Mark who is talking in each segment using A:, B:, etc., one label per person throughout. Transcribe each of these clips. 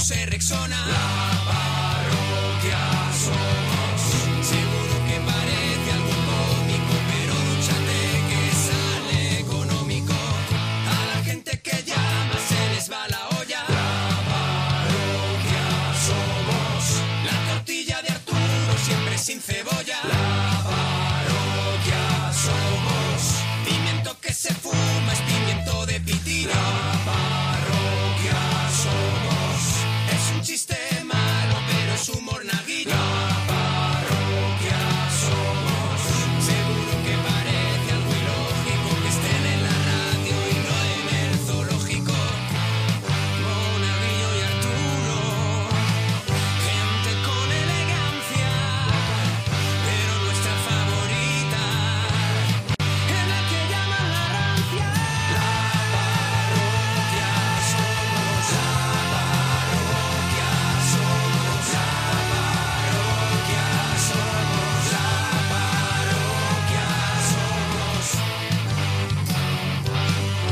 A: Rexona. La parroquia somos. Seguro que parece algo cómico, pero dúchate que sale económico. A la gente que llama se les va la olla. La parroquia somos. La tortilla de Arturo siempre sin cebolla. La parroquia somos. Pimiento que se fuma es pimiento de pitillo. La parroquia somos. Es un chiste malo, pero es humor naguillo. La parroquia somos. Seguro que parece algo ilógico que estén en la radio y no en el zoológico. Monaguillo y Arturo, gente con elegancia, pero nuestra favorita es la que llaman la rancia. La parroquia somos, la parroquia somos, la parroquia somos, la parroquia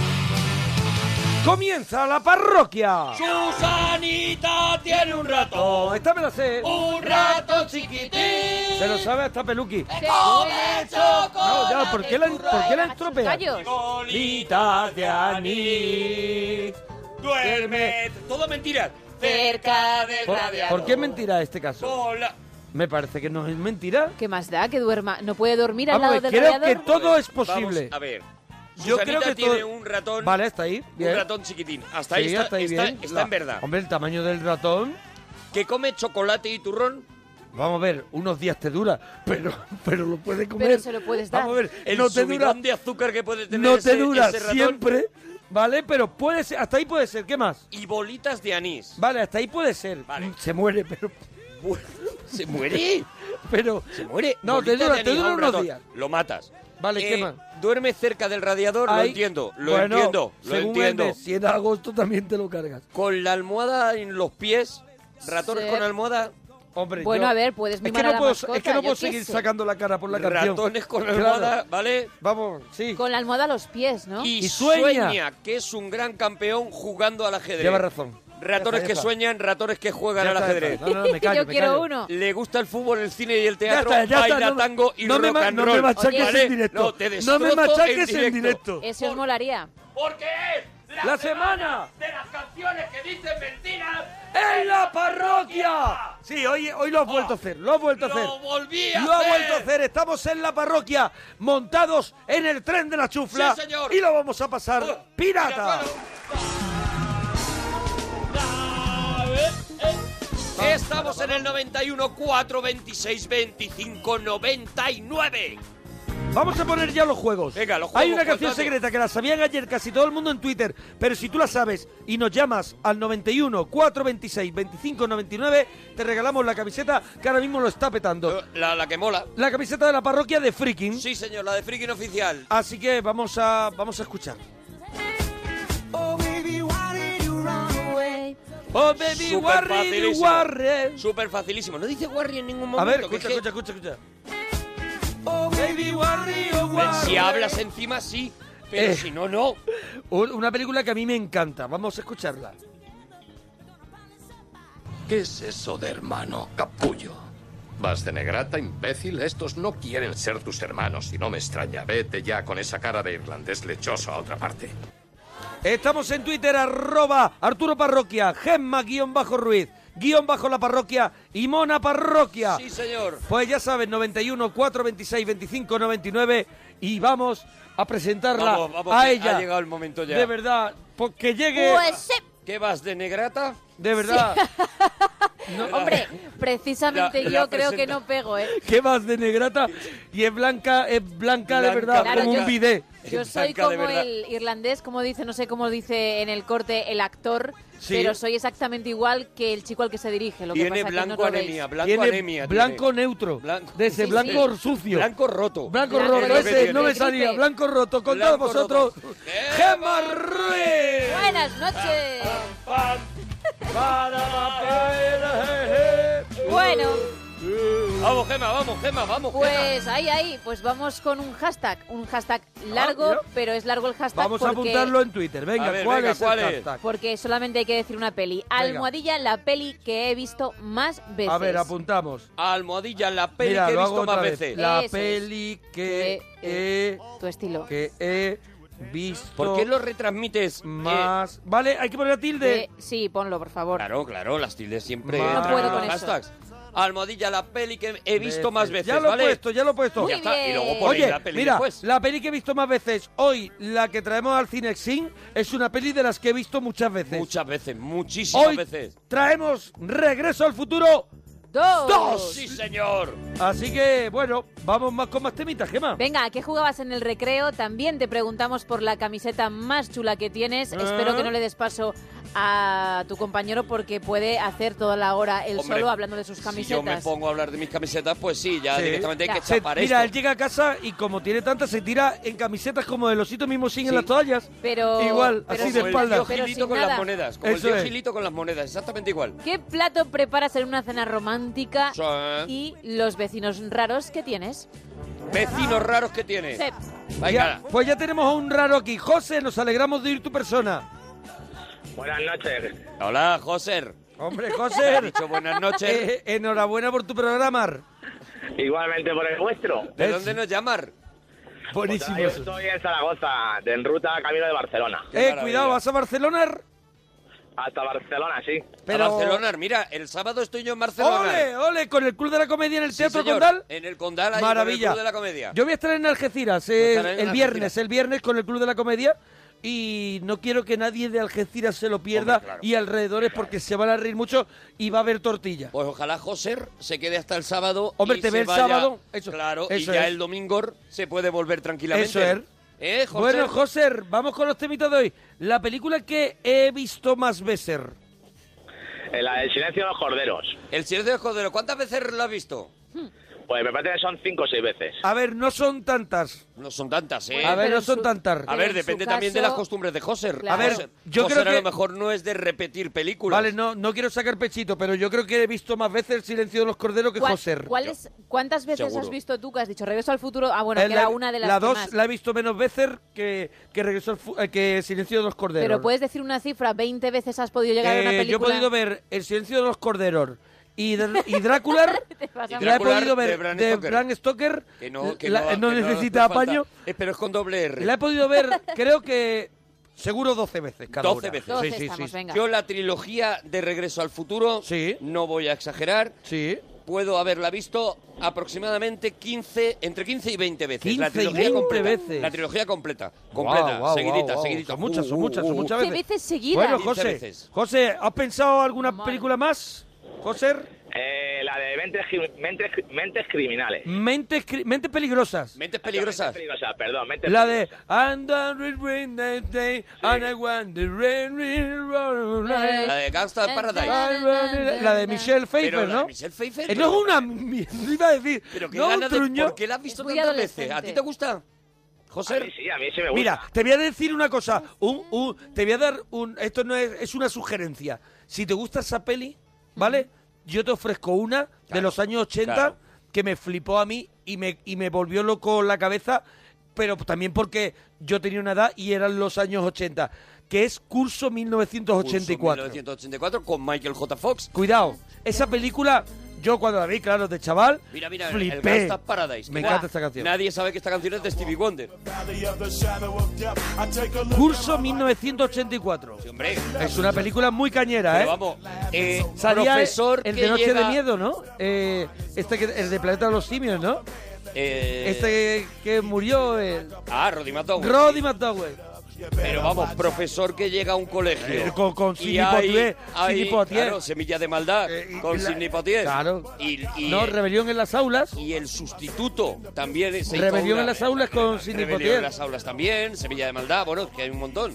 A: somos.
B: Comienza la parroquia.
A: Susanita tiene un
B: Oh,
A: ratón,
B: esta me la sé.
A: un ratón chiquitín.
B: Se lo sabe hasta Peluqui.
A: Come
B: No,
A: chocolate.
B: ya, ¿por qué la, ¿por qué la estropeas?
A: Bolitas de anís. Duerme. Todo mentira. Cerca del
B: ¿Por,
A: radiador.
B: por qué es mentira este caso?
A: Hola.
B: Me parece que no es mentira.
C: ¿Qué más da que duerma? No puede dormir al
B: Vamos a
C: lado
B: ver,
C: del
B: creo que
C: radiador.
B: todo es
D: Vamos
B: posible.
D: a ver.
B: Yo
D: Susanita
B: creo que
D: tiene
B: todo-
D: un ratón.
B: Vale, está ahí. Bien.
D: Un ratón chiquitín. Hasta
B: Sí,
D: ahí está,
B: hasta ahí
D: está-
B: bien.
D: está
B: La-
D: en verdad.
B: Hombre, el tamaño del ratón.
D: Que come chocolate y turrón.
B: Vamos a ver, unos días te dura, pero, pero lo puedes comer.
C: Pero se lo puedes dar.
B: Vamos a ver,
D: El
B: no te dura,
D: subidón de azúcar que puede tener
B: no
D: ese,
B: te dura
D: ese ratón.
B: siempre, ¿vale? Pero puede ser, hasta ahí puede ser, ¿qué más?
D: Y bolitas de anís.
B: Vale, hasta ahí puede ser.
D: Vale.
B: Se muere, pero...
D: ¿Se muere?
B: pero
D: ¿Se muere?
B: No,
D: Bolitas
B: te dura-
D: de
B: te
D: anís a
B: dura
D: un
B: unos
D: ratón.
B: días.
D: Lo matas. Eh,
B: Vale, ¿qué más?
D: Duerme cerca del radiador, lo
B: ahí-
D: entiendo, lo
B: Bueno,
D: entiendo, lo
B: según
D: entiendo.
B: el de 100 de agosto también te lo cargas.
D: Con la almohada en los pies, ratones
C: Sí.
D: con almohada,
B: Hombre,
C: Bueno,
B: yo-
C: a ver, puedes
B: es
C: mimar
B: que
C: a
B: no
C: la
B: puedo,
C: mascota,
B: Es que no
C: yo
B: puedo
C: qué
B: seguir
C: sé.
B: sacando la cara por la canción.
D: ratones con
B: Claro.
D: almohada, ¿vale?
B: Vamos, sí.
C: Con la almohada a los pies, ¿no?
D: Y,
B: Y sueña.
D: sueña. que es un gran campeón jugando al ajedrez.
B: Lleva razón.
D: Ratones
B: Ya está, ya
D: que
B: está.
D: sueñan, ratones que
B: Ya
D: juegan
B: está,
D: al
B: ya está.
D: ajedrez.
B: No, no, no, me callo,
C: yo
B: me
C: quiero
B: callo.
C: uno.
D: Le gusta el fútbol, el cine y el teatro,
B: Ya está, ya está,
D: baila
B: no-
D: tango y
B: no me
D: rock
B: ma-
D: and
B: no me
D: roll.
B: machaques
D: ¿Vale?
B: en directo.
D: No, te
B: No me
D: destrozo
B: machaques en directo.
C: Eso os molaría.
D: Porque es
B: La semana
D: de las canciones que dicen mentiras.
B: ¡En la parroquia! Sí, hoy, hoy lo has vuelto a hacer, lo has vuelto a hacer.
D: Lo volví a
B: Lo ha
D: hacer.
B: vuelto a hacer, estamos en la parroquia, montados en el tren de la chufla.
D: Sí, señor. Oh,
B: Y lo vamos a pasar pirata.
D: eh. Estamos en el 91 4 26 25 99.
B: Vamos a poner ya los juegos.
D: Venga, los
B: Hay
D: juegos,
B: una canción
D: cuéntate.
B: secreta que la sabían ayer casi todo el mundo en Twitter, pero si tú la sabes y nos llamas al 91 426 25 99, te regalamos la camiseta que ahora mismo lo está petando.
D: La, la que mola.
B: La camiseta de la parroquia de Freaking.
D: Uh. Sí, señor, la de Freaking Oficial.
B: Así que vamos a vamos a escuchar.
A: Oh, baby, why did you run away?
B: Oh baby
D: Súper
B: warri
D: facilísimo.
B: warri.
D: Súper facilísimo. No dice Warri en ningún
B: A
D: momento.
B: ver,
D: que
B: escucha,
D: es que-
B: escucha, escucha, escucha. Oh baby warri oh, warri.
D: Si hablas encima, sí. Pero
B: Eh.
D: si no, no.
B: Un- Una película que a mí me encanta. Vamos a escucharla.
E: ¿Qué es eso de hermano, capullo? ¿Vas de negrata, imbécil? Estos no quieren ser tus hermanos y no me extraña. Vete ya con esa cara de irlandés lechoso a otra parte.
B: Estamos en Twitter, arroba Arturo Parroquia, Gemma guión bajo Ruiz, guión bajo la parroquia y Mona Parroquia.
D: Sí, señor.
B: Pues ya sabes, 91 426 25 99 y vamos a presentarla
D: Vamos, vamos,
B: a
D: que
B: ella.
D: ha llegado el momento ya.
B: De verdad, porque llegue.
C: Pues sí.
D: ¿Qué vas de negrata?
B: De verdad,
C: Hombre, precisamente
D: La- la
C: yo creo que
D: presenta-
C: no pego, ¿eh?
B: qué más de negrata. Y es blanca, es blanca, de
D: Blanca,
B: verdad,
D: Claro,
B: como
C: yo-
B: un bidé.
C: Yo soy
D: Blanca, de
C: como
D: verdad.
C: el irlandés, como dice, no sé cómo dice en el corte el actor,
B: Sí.
C: pero soy exactamente igual que el chico al que se dirige. Lo que
D: Tiene
C: pasa que
D: blanco
C: no lo veis.
D: anemia, blanco
B: Tiene
D: anemia.
B: blanco
D: tiene.
B: neutro.
D: Blanco-
B: De ese
C: Sí,
B: blanco
C: sí.
B: sucio.
D: Blanco roto.
B: Blanco
C: Blanco
B: roto,
C: roto,
B: ese no me
C: gripe.
B: salía. Blanco roto, con todos
D: Blanco roto.
B: vosotros.
D: Gemma
B: Gemma Ruiz.
C: Buenas noches.
D: Pam, para la
C: Bueno,
D: Vamos, Gema, vamos, Gema, vamos. Gema.
C: Pues ahí, ahí, pues vamos con un hashtag, un hashtag largo,
B: Ah, mira.
C: pero es largo el hashtag
B: Vamos a
C: porque,
B: apuntarlo en Twitter. Venga,
D: Pues A ver,
B: ¿cuál
D: venga,
B: es el
D: ¿cuál es?
B: hashtag?
C: porque solamente hay que decir una peli. Almohadilla, la peli que he visto más veces.
B: A ver, apuntamos.
D: Almohadilla, la peli
B: Mira,
D: que he
B: lo
D: visto
B: hago
D: más
B: otra vez.
D: veces.
B: La
C: Eso es.
B: peli que
C: Que eh,
B: he,
C: Tu estilo.
B: que he visto
D: ¿Por qué lo retransmites? Eh,
B: más... Vale, hay que poner la tilde.
C: Que- sí, ponlo, por favor.
D: Claro, claro, las tildes siempre
B: No
D: entran
C: puedo
D: en los
C: con eso.
D: hashtags. Almohadilla, la peli que he visto más veces,
B: Ya lo
D: ¿vale?
B: he puesto, ya lo he puesto.
C: Muy
D: Ya está, y luego
C: bien.
D: ponéis
B: Oye,
D: la peli
B: mira,
D: después.
B: la peli que he visto más veces hoy, la que traemos al Cinexin, es una peli de las que he visto muchas veces.
D: Muchas veces, muchísimas
B: hoy
D: veces.
B: traemos Regreso al Futuro
C: ¡Dos!
D: ¡Sí, señor!
B: Así que, bueno, vamos más con más temitas, Gema.
C: Venga, ¿a qué jugabas en el recreo? También te preguntamos por la camiseta más chula que tienes. Espero
B: Ah.
C: que no le des paso a tu compañero porque puede hacer toda la hora él
D: Hombre,
C: solo hablando de sus
D: Si yo me
C: camisetas.
D: pongo a hablar de mis camisetas, pues sí, ya
B: Sí.
D: directamente hay
C: Ya.
D: que
B: Se-
D: chapar
B: mira, él
D: esto.
B: llega a casa y como tiene tantas, se tira en camisetas como el osito mismo sin en las toallas.
C: Pero-
B: Igual,
C: pero sin-
B: así de
D: Como
B: espaldas.
D: el
C: pero
D: tío
C: sin
D: Gilito con
C: nada.
D: las monedas. Como
B: Eso
D: el tío
B: es.
D: Gilito con las monedas, exactamente igual.
C: ¿Qué plato preparas en una cena romántica
D: Sí.
C: y los vecinos raros que tienes?
D: Vecinos raros que tiene.
C: Sep.
D: Venga.
B: Ya- pues ya tenemos a un raro aquí. José, nos alegramos de ir tu persona.
F: Buenas noches.
D: Hola, Joser.
B: Hombre,
D: Ha
B: José,
D: dicho buenas noches.
B: eh, enhorabuena por tu programa.
F: Igualmente por el vuestro.
D: ¿De
B: es-
D: dónde nos llamar?
F: Pues
B: Buenísimo.
F: ahora yo estoy en Zaragoza, de en ruta camino de Barcelona.
D: Qué
B: Eh,
D: maravilla.
B: cuidado, ¿vas a Barcelona?
F: Hasta Barcelona, sí.
B: Pero-
D: A Barcelona. Mira, el sábado estoy yo en Barcelona.
B: ¡Ole, ole! Con el Club de la Comedia en el
D: Sí,
B: Teatro
D: señor.
B: Condal.
D: En el Condal, ahí
B: Maravilla.
D: en el Club de la Comedia.
B: Yo voy a estar en Algeciras eh,
D: estarás en
B: el
D: Algeciras.
B: viernes, el viernes con el Club de la Comedia. Y no quiero que nadie de Algeciras se lo pierda
D: Hombre, claro.
B: y alrededores porque se van a reír mucho y va a haber tortilla.
D: Pues ojalá Joser se quede hasta el sábado.
B: Hombre,
D: y
B: te
D: se
B: ve el
D: vaya-
B: sábado. Eso-
D: claro,
B: eso
D: y ya
B: es.
D: el domingo se puede volver tranquilamente.
B: Eso es.
D: ¿Eh, Joser?
B: Bueno, José, vamos con los temitas de hoy. La película que he visto más veces.
F: En la del silencio de los corderos.
D: El silencio de Cordero, ¿cuántas veces lo has visto?
F: Pues me parece que son cinco o seis veces.
B: A ver, no son tantas.
D: No son tantas, ¿eh?
B: A ver,
C: Pero
B: no
C: en
B: son
C: su-
B: tan tar-
D: A
C: pero
D: ver,
C: en su
D: depende también de
C: caso-
D: las costumbres de Joser.
C: Claro. A ver,
D: Joser-
B: yo
D: Joser
B: creo
D: a
B: que-
D: lo mejor no es de repetir películas.
B: Vale, no, no quiero sacar pechito, pero yo creo que he visto más veces El silencio de los corderos que
C: ¿Cuál-
B: José.
C: cuál es- ¿Cuántas veces
D: Seguro.
C: has visto tú que has dicho Regreso al futuro? Ah, bueno,
B: Eh,
C: que era una de las
B: la
C: que
B: dos
C: más.
B: la he visto menos veces que, que regresó al fu- eh, que Silencio de los Corderos.
C: Pero puedes decir una cifra, 20 veces has podido llegar a una
B: Eh,
C: película.
B: yo he podido ver El silencio de los corderos y, Dr- y Drácula.
C: Te vas a
B: la he
D: Drácula
B: podido ver
D: de Bram
B: de
D: Stoker.
B: Bram Stoker.
D: Que no, que
B: la-
D: no,
B: eh, no
D: que no
B: necesita
D: hace falta.
B: apaño.
D: Eh, pero es con doble R.
B: La he podido ver, creo que seguro 12 veces cada
D: 12
B: una.
D: veces.
C: 12
B: Sí, sí,
C: estamos,
B: sí.
C: venga.
D: Yo la trilogía de Regreso al Futuro,
B: Sí.
D: no voy a exagerar,
B: Sí.
D: puedo haberla visto aproximadamente 15, entre 15 y 20 veces.
B: 15
D: la
B: y
D: trilogía
B: 20
D: completa.
B: veces.
D: La trilogía completa. Completa,
B: Guau, guau,
D: seguidita,
B: guau, guau.
D: seguidita.
B: Son muchas,
D: Uh,
B: son
D: uh,
B: muchas,
D: uh,
B: son
D: uh.
B: muchas
C: 15
B: veces.
C: veces seguidas.
B: Bueno,
D: 15
B: José,
D: veces.
B: José, ¿has pensado alguna
C: Madre.
B: película más? José,
F: Eh, la de mentes, cri- mentes, mentes criminales.
B: mentes, cri- mentes peligrosas.
D: Mentes peligrosas.
F: Mentes peligrosas, perdón. Mentes
B: La de
F: peligrosas.
B: And I will bring the day, and I want the rain, rain, rain, rain.
D: La de Gangsta Paradise.
B: La de Michelle
D: Pero
B: Pfeiffer,
D: la de
B: ¿no?
D: Michelle Pfeiffer.
B: Eh, No es una mierda, iba a decir.
D: Pero qué
B: no, un
D: ganas de-
B: truño.
D: ¿Por qué la has visto
C: Es muy
D: tantas veces? ¿A
C: adolescente.
D: ti te gusta?
F: A mí
D: José.
F: sí, a mí sí me gusta.
B: Mira, te voy a decir una cosa. Un, un- te voy a dar un. Esto no es, es una sugerencia. Si te gusta esa peli, ¿vale? Yo te ofrezco una de
D: Claro,
B: los años 80
D: claro.
B: que me flipó a mí y me, y me volvió loco la cabeza, pero también porque yo tenía una edad y eran los años 80, que es Curso 1984.
D: 1984 con Michael J. Fox.
B: Cuidado, esa película, yo cuando la vi, claro, de chaval,
D: Mira, mira, el
B: flipé.
D: Gangsta Paradise.
B: Me
D: Guau.
B: encanta esta canción.
D: Nadie sabe que esta canción es de Stevie Wonder.
B: Curso 1984.
D: Sí, hombre.
B: Es una película muy cañera,
D: Pero
B: ¿eh?
D: vamos, eh,
B: Salía
D: profesor
B: el
D: que
B: de Noche de
D: llega-
B: Miedo, ¿no? Eh, este que, el de Planeta de los Simios, ¿no?
D: eh,
B: Este que murió, eh,
D: Ah, Roddy Matón.
B: Roddy McDowell.
D: Pero vamos, profesor que llega a un colegio.
B: Eh, con- con
D: Y
B: Sidney
D: hay-
B: Poitier,
D: hay,
B: Sidney Poitier.
D: Claro, semilla de maldad.
B: Eh, y-
D: con
B: y la-
D: Sidney Poitier.
B: Claro.
D: Y, y-
B: No, Rebelión en las aulas.
D: y el sustituto también. se hizo
B: Rebelión
D: una-
B: en las aulas con Sidney
D: Rebelión
B: Poitier.
D: en las aulas también. Semilla de maldad. Bueno, que hay un montón.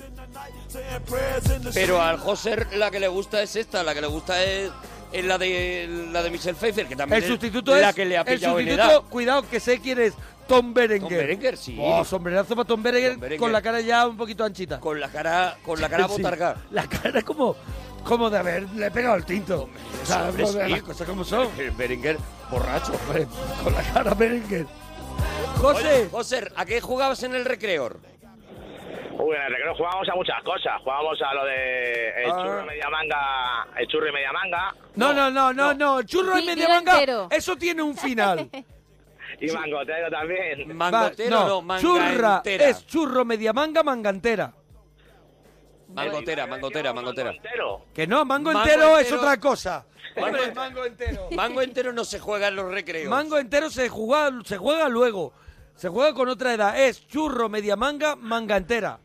D: Pero al Joser la que le gusta es esta. La que le gusta es, es la de la de Michelle Pfeiffer, que también
B: El
D: es
B: sustituto
D: la
B: es.
D: que le ha
B: el
D: pillado en
B: sustituto,
D: edad.
B: cuidado, que sé quién es. Tom Berenger.
D: Tom Berenger, sí.
B: Oh, sombrerazo para Tom Berenger,
D: Tom Berenger.
B: con la cara ya un poquito anchita.
D: Con la cara, con la cara
B: Sí,
D: botarga.
B: La cara como, como de haberle pegado el tinto. O sea,
D: hombre,
B: joder,
D: sí.
B: las cosas como son.
D: Berenguer, borracho.
B: Hombre, con la cara Berenguer.
D: José. José, ¿a qué jugabas en el recreo?
F: Uy, en el recreo jugábamos a muchas cosas. Jugábamos a lo de el
B: Ah.
F: churro y media manga, el churro y media manga
B: No, no, no, no, no. El Churro y
C: Di-
B: media
C: dilo
B: manga,
C: entero.
B: eso tiene un final.
F: y mangotero también.
B: Va,
D: Mangotero, no, manga
B: churra
D: entera.
B: es churro media manga, manga entera.
D: Mangotera, mangotera, mangotera.
F: Mangotero.
B: Que no, mango,
D: Mango
B: entero, es
D: entero.
B: otra cosa.
D: Mango
B: Hombre,
D: entero.
B: mango entero.
D: Mango entero no se juega en los recreos.
B: Mango entero se juega, se juega luego. Se juega con otra edad. Es churro media manga, manga entera.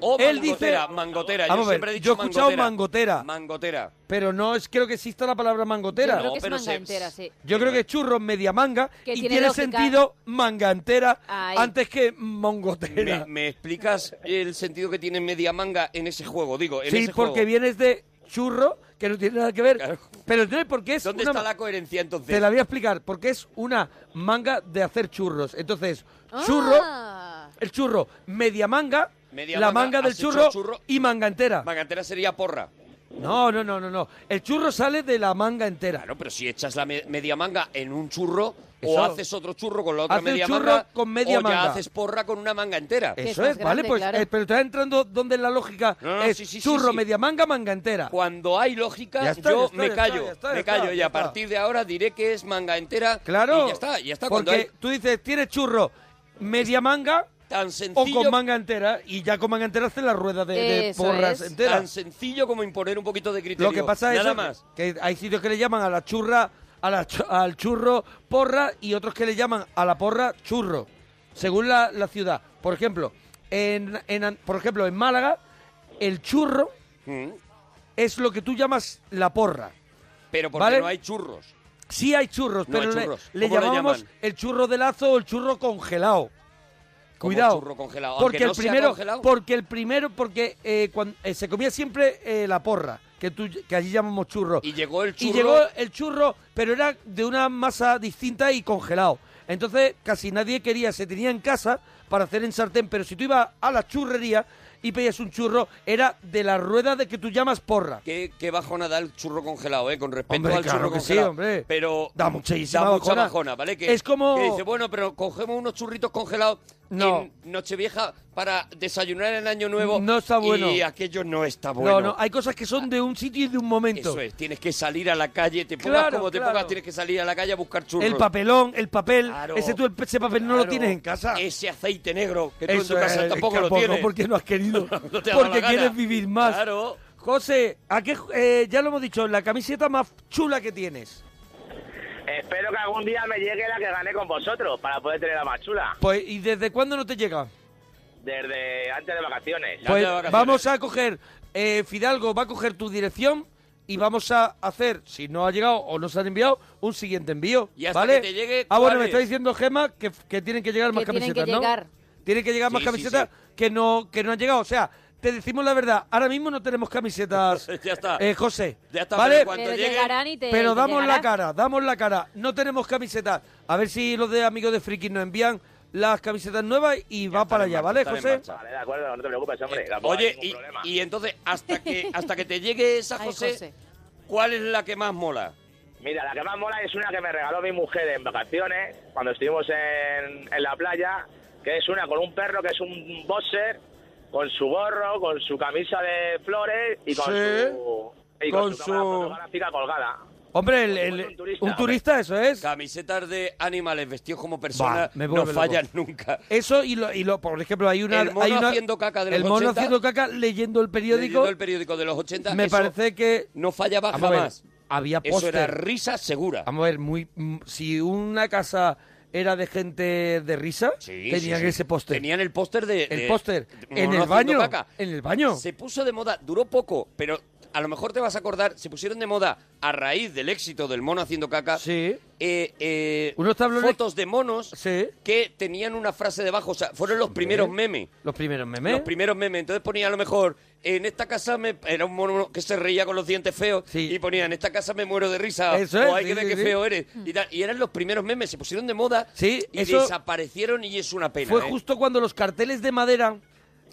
D: o
B: él
D: mangotera,
B: dice-
D: mangotera.
B: Vamos a
D: yo
B: ver,
D: siempre he dicho
B: yo he escuchado mangotera.
D: Mangotera.
B: Pero no es, creo que exista la palabra mangotera.
C: Yo creo
D: No,
C: que es
D: pero
C: manga
D: se-
C: entera, sí.
B: Yo creo que es churro media manga
C: Que
B: y
C: tiene
B: tiene
C: lógica.
B: sentido manga entera
C: Ahí.
B: antes que
D: ¿Me,
B: mongotera.
D: me explicas el sentido que tiene media manga en ese juego? Digo, en
B: sí,
D: ese
B: porque
D: juego.
B: vienes de churro, que no tiene nada que ver.
D: Claro.
B: Pero no, porque es
D: ¿Dónde
B: una
D: está
B: ma-
D: la coherencia entonces?
B: Te la voy a explicar, porque es una manga de hacer churros. Entonces,
C: Ah.
B: churro, el churro, media manga,
D: Media
B: la
D: manga,
B: manga, del
D: has hecho
B: churro,
D: churro.
B: y manga entera.
D: Mangantera sería porra.
B: No, no, no, no, no. El churro sale de la manga entera.
D: Claro, pero si echas la me- media manga en un churro,
B: Eso.
D: o haces otro churro con la otra
B: Haces
D: media
B: churro
D: manga,
B: con media
D: o ya
B: manga.
D: haces porra con una manga entera.
C: Que
B: Eso
C: es más
B: es, vale,
C: grande,
B: pues,
C: claro.
B: eh, pero está entrando donde la lógica
D: No, no,
B: es
D: sí, sí, sí,
B: churro,
D: sí.
B: media manga, manga entera.
D: Cuando hay lógica,
B: Ya está,
D: yo
B: ya está,
D: me
B: ya
D: callo,
B: está, ya está, ya
D: me
B: está,
D: callo
B: ya
D: y a
B: está.
D: partir de ahora diré que es manga entera.
B: Claro.
D: y ya está, ya está. Cuando
B: Porque
D: hay
B: tú dices, tienes churro, media manga
D: tan
B: o
D: sencillo,
B: con manga entera, y ya con manga entera haces la rueda de, de
C: Eso
B: porras
C: es.
B: enteras.
D: tan sencillo como imponer un poquito de criterio.
B: Lo que pasa es
D: nada
B: eso,
D: más.
B: que hay sitios que le llaman a la churra, a la chu- al churro porra y otros que le llaman a la porra churro, según la, la ciudad. Por ejemplo, en, en An- por ejemplo, en Málaga, el churro
D: Mm,
B: es lo que tú llamas la porra.
D: Pero porque
B: Vale.
D: no hay churros.
B: Sí hay churros,
D: No
B: pero
D: hay
B: le-
D: churros.
B: le,
D: ¿Cómo le
B: llamamos
D: llaman?
B: el churro de lazo o el churro congelado.
D: Como
B: Cuidado.
D: churro congelado, aunque
B: Porque
D: no
B: el
D: sea
B: primero,
D: congelado.
B: porque el primero, porque eh, cuan- eh, se comía siempre eh, la porra, que tú, que allí llamamos churro.
D: Y llegó el
B: Y
D: churro.
B: llegó el churro, pero era de una masa distinta y congelado. Entonces casi nadie quería, se tenía en casa para hacer en sartén, pero si tú ibas a la churrería y pedías un churro, era de la rueda de que tú llamas porra.
D: Qué, qué bajona da el churro congelado, ¿eh? Con respecto
B: Hombre,
D: al
B: claro
D: churro
B: que sí,
D: congelado.
B: hombre.
D: Pero
B: Da muchísima
D: da mucha
B: bajona.
D: bajona, ¿vale? Que,
B: Es como-
D: que dice, bueno, pero cogemos unos churritos congelados
B: No.
D: en Nochevieja para desayunar en Año Nuevo.
B: No está bueno.
D: Y aquello no está Ah, bueno.
B: No, no, hay cosas que son de un sitio y de un momento.
D: Eso es, tienes que salir a la calle, te pongas
B: Claro,
D: como te
B: claro.
D: pongas, tienes que salir a la calle a buscar churros.
B: El papelón, el papel,
D: Claro.
B: ese, tú, el- ese papel no lo
D: Claro.
B: tienes en casa.
D: Ese aceite negro que tú
B: Eso
D: en tu casa
B: es,
D: tampoco lo
B: tampoco,
D: tienes.
B: porque no has querido,
D: No te ha dado
B: porque
D: la gana.
B: quieres vivir más.
D: Claro.
B: José, ¿a qué, ju- eh, ya lo hemos dicho, la camiseta más chula que tienes.
F: Espero que algún día me llegue la que gané con vosotros para poder tener la más chula.
B: Pues, ¿y desde cuándo no te llega?
F: Desde antes de vacaciones.
D: Ya. Antes de
B: Pues
D: vacaciones.
B: vamos a coger, eh, Fidalgo va a coger tu dirección y vamos a hacer, si no ha llegado o no se han enviado, un siguiente envío.
D: Y hasta
B: ¿vale?
D: que te llegue,
B: Ah, bueno, me
D: ¿cuál
B: está
D: es?
B: diciendo Gema que, que tienen que llegar
C: Que
B: más
C: tienen que
B: camisetas, ¿no?
C: llegar.
B: Tienen que llegar más
D: Sí, sí,
B: camisetas que no que no han llegado. O sea, te decimos la verdad, ahora mismo no tenemos camisetas,
D: Ya está.
B: eh, José.
D: Ya está, pero
B: ¿vale?
D: en cuanto
C: Pero
D: llegue-
C: llegarán y te
B: Pero
C: y te
B: damos la
C: llegará.
B: cara, damos la cara. No tenemos camisetas. A ver si los de amigos de Friki nos envían las camisetas nuevas y va
D: están
B: para
D: en
B: allá,
D: marcha,
B: ¿vale,
D: están en
B: José?
D: marcha.
F: Vale, de acuerdo, no te preocupes, hombre.
D: Eh,
F: tampoco hay
D: Oye,
F: ningún
D: y,
F: problema.
D: y entonces, hasta que, hasta que te llegue esa
C: Ay,
D: José,
C: José.
D: ¿cuál es la que más mola?
F: Mira, la que más mola es una que me regaló mi mujer en vacaciones, cuando estuvimos en, en la playa, que es una con un perro que es un boxer, con su gorro, con su camisa de flores y con
B: Sí.
F: su... Y con,
B: Con
F: su, cámara
B: su-
F: fotográfica colgada.
B: Hombre, el-
F: Como
B: el-
F: un turista.
B: un turista, eso es.
D: Camisetas de animales vestidos como personas
B: Bah, me
D: no
B: vuelve loco.
D: fallan nunca.
B: Eso y lo, y lo- por ejemplo, hay una...
D: El mono
B: hay una-
D: haciendo caca de los
B: El mono
D: 80.
B: haciendo caca leyendo el periódico.
D: Leyendo el periódico de los 80,
B: me
D: eso
B: parece que...
D: no fallaba
B: Vamos a ver,
D: jamás.
B: había
D: Eso era
B: póster.
D: risa segura.
B: Vamos a ver, muy, mm, si una casa era de gente de risa,
D: Sí,
B: tenían
D: sí, sí.
B: ese póster.
D: Tenían el póster de...
B: El
D: de-
B: póster.
D: de
B: En
D: mono
B: el
D: haciendo
B: baño. En el baño.
D: Se puso de moda, duró poco, pero a lo mejor te vas a acordar, se pusieron de moda a raíz del éxito del mono haciendo caca.
B: Sí.
D: eh, eh,
B: Unos tablones-
D: Fotos de monos
B: Sí.
D: que tenían una frase debajo. O sea, fueron los primeros memes.
B: Los primeros memes.
D: Los primeros memes. Entonces ponía a lo mejor, en esta casa me... Era un mono que se reía con los dientes feos.
B: Sí.
D: Y ponía, en esta casa me muero de risa.
B: Eso es,
D: o hay
B: sí,
D: que ver
B: sí,
D: qué
B: sí.
D: feo eres. Y, tal. Y eran los primeros memes. Se pusieron de moda.
B: Sí,
D: y
B: eso-
D: desaparecieron y es una pena.
B: Fue
D: ¿eh?
B: justo cuando los carteles de madera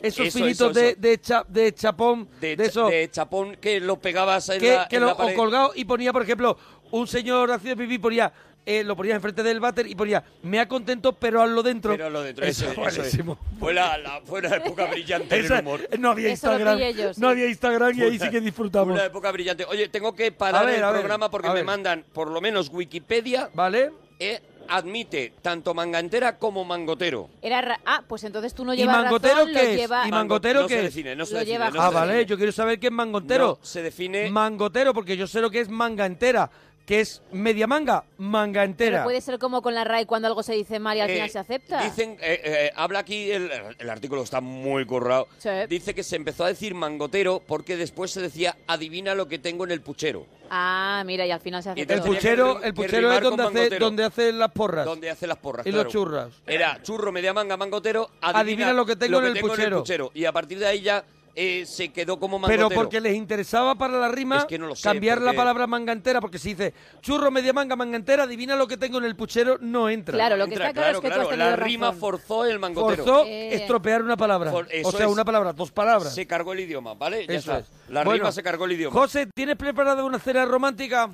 B: Esos
D: Eso,
B: filitos
D: eso,
B: de,
D: eso.
B: de cha- de chapón, de,
D: cha-
B: esos
D: de chapón que lo pegabas en
B: que,
D: la,
B: que
D: en
B: lo
D: la pared.
B: o colgado y ponía, por ejemplo, un señor haciendo pipí ponía, eh, lo ponía enfrente del váter y ponía, me ha contento, pero hazlo dentro.
D: Pero lo dentro, eso,
B: es
D: eso es.
B: buenísimo.
D: Fue la, la- fue la época brillante del
B: Esa-
D: humor.
B: no había
C: Eso lo
B: Instagram.
C: pillé yo, sí.
B: No había Instagram y ahí
D: Una-
B: sí que disfrutamos.
D: Una época brillante. Oye, tengo que parar
B: A ver,
D: el
B: a ver,
D: programa porque
B: a
D: me
B: ver.
D: mandan, por lo menos Wikipedia,
B: ¿Vale?
D: eh, admite tanto mangantera como mangotero.
C: Era ra- ah, pues entonces tú no
B: ¿Y
C: llevas
B: mangotero
C: razón, lo
B: qué es?
C: lleva
B: ¿Y mangotero
D: no
B: qué
D: se
B: es?
D: define, no se
C: Lo
D: define,
C: lleva
D: no
B: Ah,
D: se
B: vale,
D: define.
B: yo quiero saber qué es mangotero.
D: No, se define-
B: Mangotero, porque yo sé lo que es manga entera, que es media manga, manga entera.
C: Pero puede ser como con la RAI cuando algo se dice mal y al
D: Eh,
C: final se acepta.
D: Dicen, eh, eh, habla aquí, el, el artículo está muy currado.
C: Sí.
D: Dice que se empezó a decir mangotero porque después se decía adivina lo que tengo en el puchero.
C: Ah, mira, y al final se
D: Y
C: acepta.
B: El
D: entonces
C: todo.
D: tenía que
B: puchero,
D: ri-
B: el
D: que
B: puchero es
D: rimar con
B: donde hace,
D: mangotero.
B: donde hace las porras.
D: Donde hace las porras.
B: Y los
D: claro.
B: churras.
D: Era churro, media manga, mangotero. Adivina,
B: Adivina lo que tengo en el puchero.
D: Y a partir de ahí ya eh, se quedó como mangotero.
B: Pero porque les interesaba para la rima
D: Es que no lo sé,
B: cambiar la
D: porque-
B: palabra manga entera, porque si dice churro, media manga, manga entera, adivina lo que tengo en el puchero, no entra.
C: Claro, lo que
D: Entra,
C: está claro, es que tú has tenido
D: La rima
C: razón.
D: forzó el mangotero.
B: Forzó
C: Eh.
B: estropear una palabra.
D: For-
B: o
D: eso
B: sea,
D: es.
B: una palabra, dos palabras.
D: Se cargó el idioma, ¿vale? Ya
B: Eso
D: está.
B: es.
D: La
B: Bueno,
D: rima se cargó el idioma.
B: José, ¿tienes preparada una cena romántica?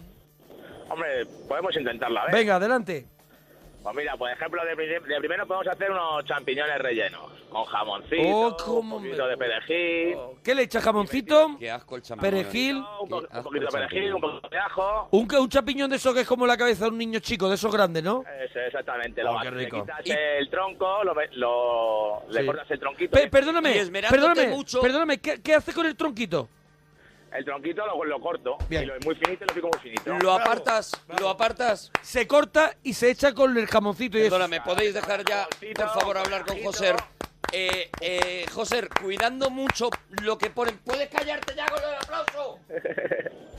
F: Hombre, podemos intentarla, a ver.
B: Venga, adelante.
F: Pues mira, por ejemplo, de, pri- de primero podemos hacer unos champiñones rellenos. Con jamoncito,
B: Oh, cómo
F: un poquito
B: me-
F: de perejil,
B: ¿Qué le echa jamoncito?
D: Qué asco el champiñón.
B: Perejil.
F: un, po-
D: Qué
F: un
D: asco
F: poquito de
D: el
F: perejil, un
D: champiñón.
F: poquito de ajo.
B: Un, un chapiñón de esos que es como la cabeza de un niño chico, de esos grandes, ¿no?
D: Eh,
F: Eso, exactamente.
B: Oh,
F: lo
B: qué
F: le
B: rico.
F: quitas
D: Y-
F: el tronco, lo, ve- lo- le
B: Sí.
F: cortas el tronquito.
B: Pe- perdóname,
D: Y esmerándote
B: perdóname,
D: mucho.
B: perdóname, ¿qué, qué hace con el tronquito?
F: El tronquito lo, lo corto.
B: Bien.
F: Y lo muy finito y lo pico muy finito.
D: Lo apartas, lo apartas.
B: Se corta y se echa con el jamoncito y eso.
D: Perdóname, podéis dejar ya, por favor, hablar con Joser. Eh, eh, Joser, cuidando mucho lo que ponen. ¿Puedes callarte ya con el aplauso?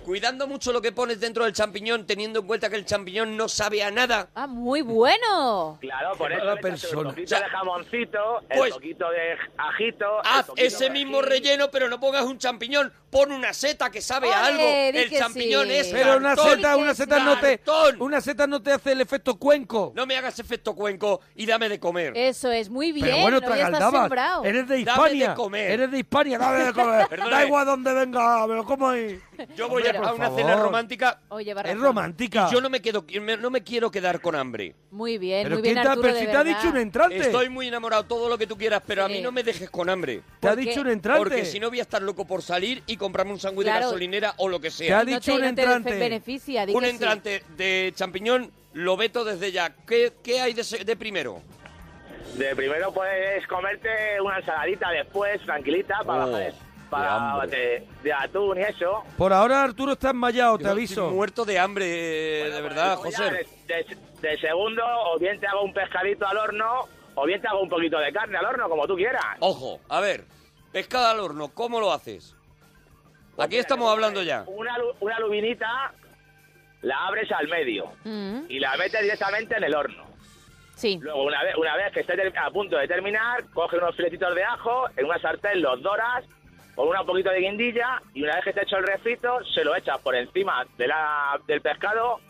D: Cuidando mucho lo que pones dentro del champiñón, teniendo en cuenta que el champiñón no sabe a nada.
C: Ah, muy bueno.
F: Claro, por
B: Qué
F: eso
B: mala
F: le echas
B: persona.
F: el poquito
D: O sea,
F: de jamoncito,
D: pues,
F: el poquito de ajito... el
D: Haz
F: poquito
D: ese
F: de
D: mismo
F: perejil.
D: relleno, pero no pongas un champiñón. Pon una seta que sabe a
C: Ole,
D: algo.
C: di
D: El
C: que
D: champiñón
C: sí.
D: es.
B: Pero una
D: cartón.
B: seta, una seta no te.
D: Cartón.
B: Una seta no te hace el efecto cuenco.
D: No me hagas efecto cuenco y dame de comer.
C: Eso es, muy bien.
B: Pero bueno,
C: hoy estás
B: tragaldabas.
C: sembrado.
B: Eres de
D: Dame
B: Hispania.
D: de comer.
B: Eres de Hispania, dame de comer. da
D: Perdóname.
B: igual donde venga, me lo como ahí.
D: Yo voy
B: Hombre,
D: a,
B: por
D: a una
B: favor.
D: cena romántica.
C: Hoy lleva
B: Es
C: razón.
B: romántica.
D: Yo no me quedo, me- no me quiero quedar con hambre.
C: Muy bien,
B: pero
C: muy bien,
B: ¿quién te ha-
C: Arturo,
B: pero
C: de
B: si te ha
C: verdad.
B: dicho un entrante.
D: Estoy muy enamorado, todo lo que tú quieras, pero a
C: Sí.
D: mí no me dejes con hambre.
B: Te ha
C: Porque-
B: dicho un entrante.
D: Porque si no voy a estar loco por salir y comprarme un sándwich de
C: Claro.
D: gasolinera o lo que
B: Te ha
D: sea.
C: No
B: dicho
C: te-
B: un
C: no te
B: entrante.
C: beneficia, di
D: Un
C: que sí.
D: entrante de champiñón lo veto desde ya. ¿Qué, qué hay de, se- de primero?
F: De primero pues, puedes comerte una ensaladita después, tranquilita,
D: Oh,
F: para bajar el-
D: qué
F: para
D: hambre.
F: de, de atún y eso.
B: Por ahora Arturo está enmayado, te
D: Yo
B: aviso.
D: Estoy muerto de hambre, eh, de verdad,
F: Luego pues, ya
D: José.
F: De, de- de segundo, o bien te hago un pescadito al horno, o bien te hago un poquito de carne al horno, como tú quieras.
D: Ojo, a ver, pescado al horno, ¿cómo lo haces?
F: Pues
D: Aquí
F: mira,
D: estamos
F: te
D: hablando
F: pones
D: ya.
F: Una, lu- una lubinita la abres al medio
C: Mm,
F: y la metes directamente en el horno.
C: sí.
F: Luego, una vez, una vez que esté ter- a punto de terminar, coge unos filetitos de ajo, en una sartén los doras, con un poquito de guindilla, y una vez que esté hecho el refrito, se lo echas por encima de la, del pescado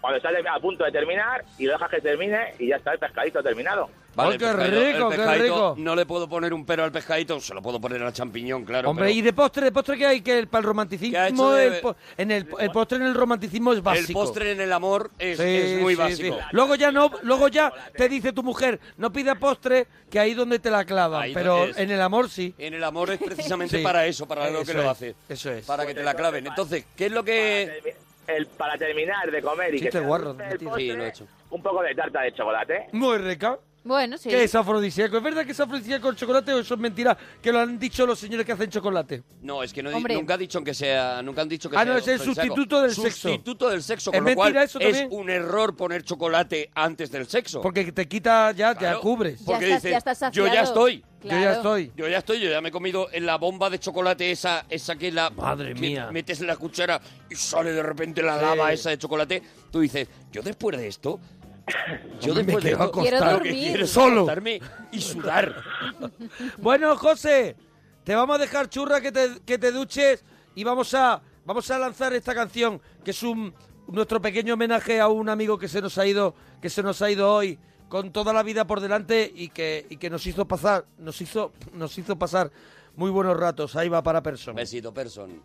F: cuando está de- a punto de terminar, y lo dejas que termine, y ya está el pescadito terminado.
B: Ay,
D: el
B: qué
D: pescadito- el
B: rico, qué
D: pescadito
B: rico.
D: No le puedo poner un pero al pescadito, se lo puedo poner al champiñón, claro.
B: Hombre,
D: pero-
B: y de postre, de postre que hay que el- para el
D: ¿Qué ha
B: romanticismo,
D: hecho de-
B: el po- en el, el postre en el romanticismo es
D: El
B: básico.
D: postre en el amor es,
B: Sí,
D: es muy
B: sí,
D: básico.
B: sí. Luego ya no, luego ya te dice tu mujer, no pida postre, que ahí donde te la clavan.
D: Ahí
B: pero
D: donde es.
B: en el amor sí.
D: En el amor es precisamente
B: Sí.
D: para eso, para lo
B: Eso
D: que lo
B: es,
D: hace.
B: eso es.
D: Para que te la claven. Entonces, ¿qué es lo
F: pues, Para,
D: que...?
F: termi- el, para terminar de comer y
B: Sí,
F: que
B: te
F: sea
B: guarro,
F: dulce el
B: metido.
F: postre,
D: Sí, lo he hecho.
F: un poco de tarta de chocolate.
B: Muy rica.
C: Bueno, sí.
B: ¿Qué es afrodisíaco? ¿Es verdad que es afrodisíaco el chocolate o eso es mentira que lo han dicho los señores que hacen chocolate?
D: No, es que no, he-
C: Hombre.
D: nunca ha dicho que sea, nunca han dicho que
B: Ah,
D: sea
B: no, es el
D: afrodisíaco.
B: sustituto del sexo.
D: Sustituto del sexo,
B: ¿Es
D: con lo cual
B: mentira eso
D: es
B: también?
D: un error poner chocolate antes del sexo.
B: Porque te quita, ya,
D: Claro,
B: ya cubres.
C: Ya
D: porque
C: estás-
D: dices,
C: ya estás
D: yo ya
C: saciado.
D: estoy.
B: Yo ya
C: Claro.
B: estoy.
D: Yo ya estoy, yo ya me he comido en la bomba de chocolate esa, esa que la
B: Madre
D: que
B: mía.
D: metes en la cuchara y sale de repente la
B: Sí.
D: lava esa de chocolate. Tú dices, yo después de esto, yo
B: Hombre, me
D: después de
B: quiero
D: esto,
B: acostar.
C: Quiero
D: lo que
C: dormir.
D: quiero es
B: Solo.
D: acostarme y sudar.
B: Bueno, José, te vamos a dejar churra que te, que te duches y vamos a, vamos a lanzar esta canción, que es un nuestro pequeño homenaje a un amigo que se nos ha ido, que se nos ha ido hoy, con toda la vida por delante y que, y que nos hizo pasar, nos hizo, nos hizo pasar muy buenos ratos. Ahí va para Person.
D: Besito, Person.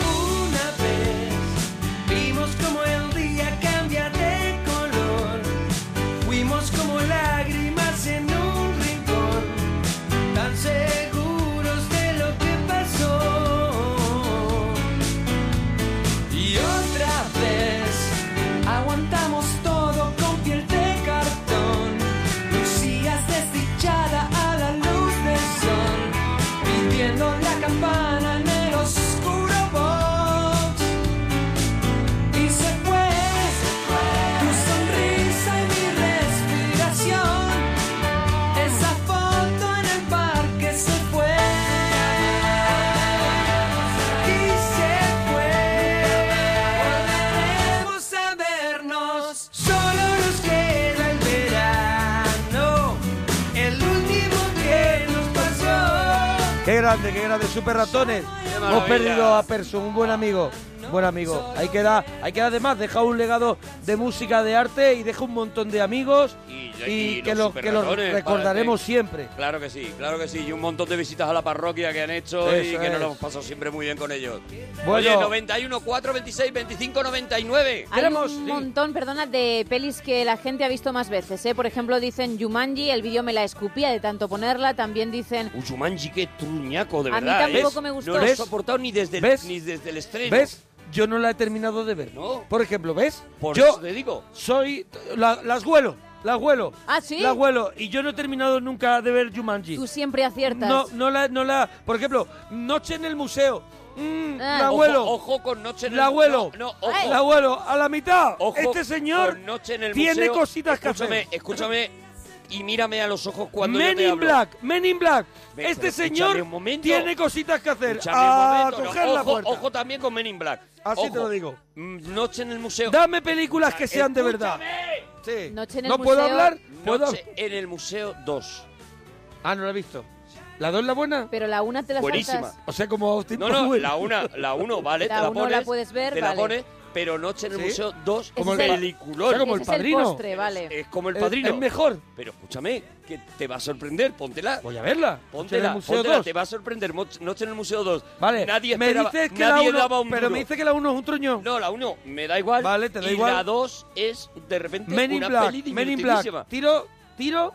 A: Una vez vimos como el día cambia de color, fuimos como lágrimas en un rincón, tan seguros de lo que pasó. Y otra vez aguantamos todo con piel de cartón, lucías desdichada a la luz del sol pidiendo la campana en el oscuro box. Y se fue, tu sonrisa y mi respiración. Esa foto en el parque se fue. Y se fue. Volveremos a vernos. Solo nos queda el verano. El último que nos pasó.
B: Qué grande, qué grande, super ratones. Hemos
A: maravilla.
B: perdido a Person, un buen amigo. Buen amigo. Hay que dar, hay que dar además, deja un legado de música, de arte y deja un montón de amigos y,
D: y
B: que,
D: los
B: los, que los
D: superratones,
B: recordaremos
D: padre.
B: siempre.
D: Claro que sí, claro que sí. Y un montón de visitas a la parroquia que han hecho y
B: Eso
D: que nos
B: es.
D: lo hemos pasado siempre muy bien con ellos.
B: Bueno.
D: Oye, 91, 4, 26, 25, 99.
C: Hay un montón, perdona, de pelis que la gente ha visto más veces. ¿eh? Por ejemplo, dicen Jumanji, el vídeo me la escupía de tanto ponerla. También dicen
D: Un Jumanji, qué truñaco, de
C: A mí
D: verdad. ¿eh?
C: tampoco me gustó.
D: No lo he
C: ¿Ves?
D: soportado ni desde, el,
B: ¿Ves?
D: ni desde el estreno.
B: ¿Ves? Yo no la he terminado de ver.
D: No.
B: Por ejemplo, ¿ves?
D: Por
B: yo
D: eso te digo.
B: soy. la- las huelo, las huelo.
C: Ah, ¿sí?
B: Las huelo. Y yo no he terminado nunca de ver Jumanji.
C: tú siempre aciertas.
B: No, no la, no la. Por ejemplo, Noche en el Museo. Mm,
C: Ah.
B: La
C: Ojo,
B: huelo.
D: Ojo, ojo con Noche en el
B: La huelo.
D: No, no, ojo.
B: La huelo. A la mitad.
D: Ojo
B: este señor
D: con Noche en el
B: tiene
D: Museo.
B: cositas que
D: escúchame,
B: hacer.
D: Escúchame y mírame a los ojos cuando yo
B: Men
D: te
B: in
D: hablo.
B: Black, Men in Black.
D: Ve,
B: este
D: pero
B: señor
D: escúchame un momento.
B: tiene cositas que hacer.
D: Escúchame un
B: A
D: momento, no,
B: coger la
D: ojo,
B: puerta.
D: ojo también con Men in Black.
B: Así te
D: Ojo.
B: lo digo.
D: Mm, Noche en el museo.
B: Dame películas que sean de verdad.
D: Escúchame.
B: Sí.
C: Noche en el
B: no puedo
C: museo.
B: hablar. ¿Puedo?
D: Noche en el museo 2.
B: Ah, no la he visto. ¿La dos la buena?
C: Pero la una te la
D: Buenísima.
C: saltas.
B: O sea, como Austin
D: No, no,
B: Powers.
D: la una, la uno, vale,
C: La
D: te la
C: uno
D: pones.
C: la puedes ver,
D: te
C: vale.
D: la pones, pero Noche en el
B: Sí.
D: museo 2
C: Como
D: como
C: el-
D: peliculón.
B: O sea, como el
C: Ese es
B: padrino.
C: postre, vale.
D: Es como el
B: Es-
D: padrino.
B: Es, mejor.
D: Pero escúchame, que te va a sorprender, póntela.
B: Voy a verla. Noche en el
D: Póntela,
B: Museo
D: póntela,
B: 2.
D: te va a sorprender. Mo- Noche en el Museo 2.
B: Vale.
D: Nadie
B: me
D: esperaba,
B: dices que
D: nadie
B: la
D: daba
B: 1,
D: un
B: pero
D: duro.
B: me dice que la 1 es un truño.
D: No, la 1 me da igual.
B: Vale, te da
D: y
B: igual.
D: la 2 es, de repente,
B: Men in
D: una
B: Black,
D: peli
B: Men in Black.
D: divertidísima.
B: Tiro, tiro,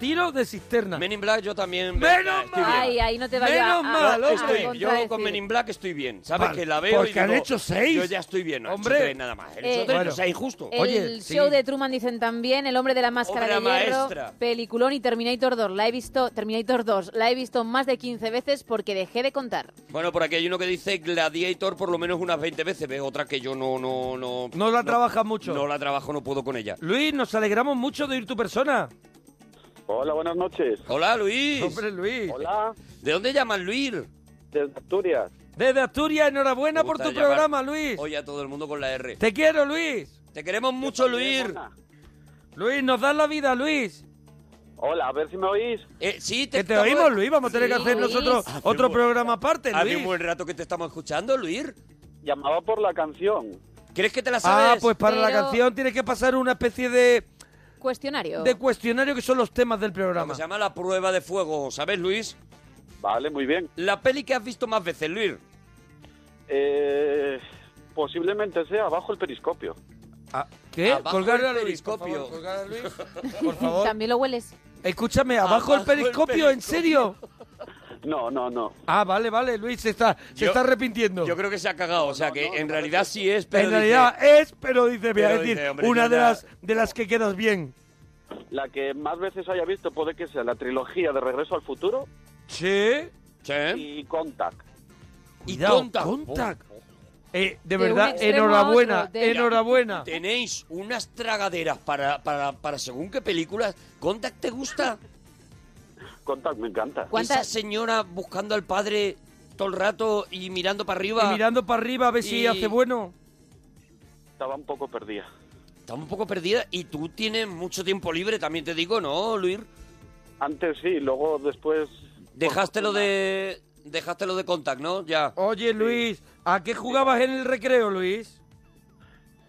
B: tiro de cisterna.
D: Men in Black yo también...
B: Menos
D: estoy bien.
B: mal.
C: Ay, ahí no te vaya
B: Menos
C: a- a,
B: mal,
D: Yo
C: a
D: estoy- yo
C: contradecir.
D: con Men in Black estoy bien. Sabes
B: Vale,
D: que la veo
B: porque
D: y
B: han
D: digo,
B: hecho seis.
D: Yo ya estoy bien. No,
B: Hombre.
D: Hombre. Tres, nada más. El
C: Eh,
D: hecho tres
B: Bueno.
D: no sea injusto.
C: El
B: Oye, sí.
C: show de Truman dicen también, El hombre de la máscara
D: Obra
C: de hierro,
D: maestra.
C: peliculón y Terminator 2. La he visto, Terminator 2, la he visto más de 15 veces porque dejé de contar.
D: Bueno, por aquí hay uno que dice Gladiator por lo menos unas 20 veces. Ve otra que yo no... No, no,
B: No la trabajas mucho.
D: No la trabajo, no puedo con ella.
B: Luis, nos alegramos mucho de ir tu persona.
G: Hola, buenas noches.
D: Hola, Luis.
B: Hombre, Luis.
G: Hola,
D: ¿De dónde llamas, Luis?
G: desde Asturias.
B: Desde Asturias, enhorabuena
D: Me
B: por
D: gusta
B: tu
D: llamar
B: programa, Luis.
D: Oye, a todo el mundo con la R.
B: Te quiero, Luis.
D: Te queremos mucho, Luis.
B: Luis, nos das la vida, Luis.
G: Hola, a ver si me oís.
D: Eh, sí,
B: Que te
D: estamos-
B: oímos, Luis. Vamos a tener que
C: Sí,
B: hacer
C: Luis.
B: nosotros
D: Hace
B: otro
D: buen-
B: programa aparte,
D: Hace un
B: Luis.
D: buen rato que te estamos escuchando, Luis.
G: Llamaba por la canción.
D: ¿Crees que te la sabes?
B: Ah, pues para la
C: Pero-
B: canción tienes que pasar una especie de,
C: Cuestionario.
B: de cuestionario que son los temas del programa.
D: Lo que se llama la prueba de fuego, ¿sabes, Luis?
G: Vale, muy bien.
D: La peli que has visto más veces, Luis.
G: Eh, posiblemente sea abajo el periscopio.
B: Ah, ¿Qué?
D: Abajo
B: Colgar
D: el
B: a Luis, por
D: periscopio.
B: favor, colgar a Luis. Por favor.
C: También lo hueles.
B: Escúchame, abajo
D: Abajo
B: el
D: Ah, el
B: periscopio, ¿en serio?
G: No, no, no.
B: Ah, vale, vale, Luis se está, se
D: Yo-
B: está arrepintiendo.
D: Yo creo que se ha cagado, o sea que en realidad sí es, pero.
B: en
D: dice-
B: realidad es, pero dice, voy a
D: Pero
B: decir,
D: dice, hombre,
B: una
D: yo
B: de
D: ya-
B: las, de las que quedas bien.
G: La que más veces haya visto puede que sea la trilogía de Regreso al Futuro
B: Sí.
D: Sí.
G: y Contact.
D: Y
B: Cuidado,
D: Contact.
B: Contact. Eh, de
C: De un
B: verdad,
C: extremo a
B: enhorabuena,
C: otro, de-
B: enhorabuena.
D: Tenéis unas tragaderas para, para, para según qué películas. ¿Contact te gusta?
G: Contact me encanta.
D: Esa
C: ¿Cuántas?
D: señora buscando al padre todo el rato y mirando para
B: Y
D: arriba.
B: mirando para arriba a ver si
D: Y-
B: hace bueno.
G: Estaba un poco perdida.
D: Está un poco perdida. Y tú tienes mucho tiempo libre, también te digo, ¿no, Luis?
G: Antes sí, luego después...
D: Dejaste lo de. Dejaste lo de contact, ¿no? Ya.
B: Oye, Luis, ¿a qué jugabas en el recreo, Luis?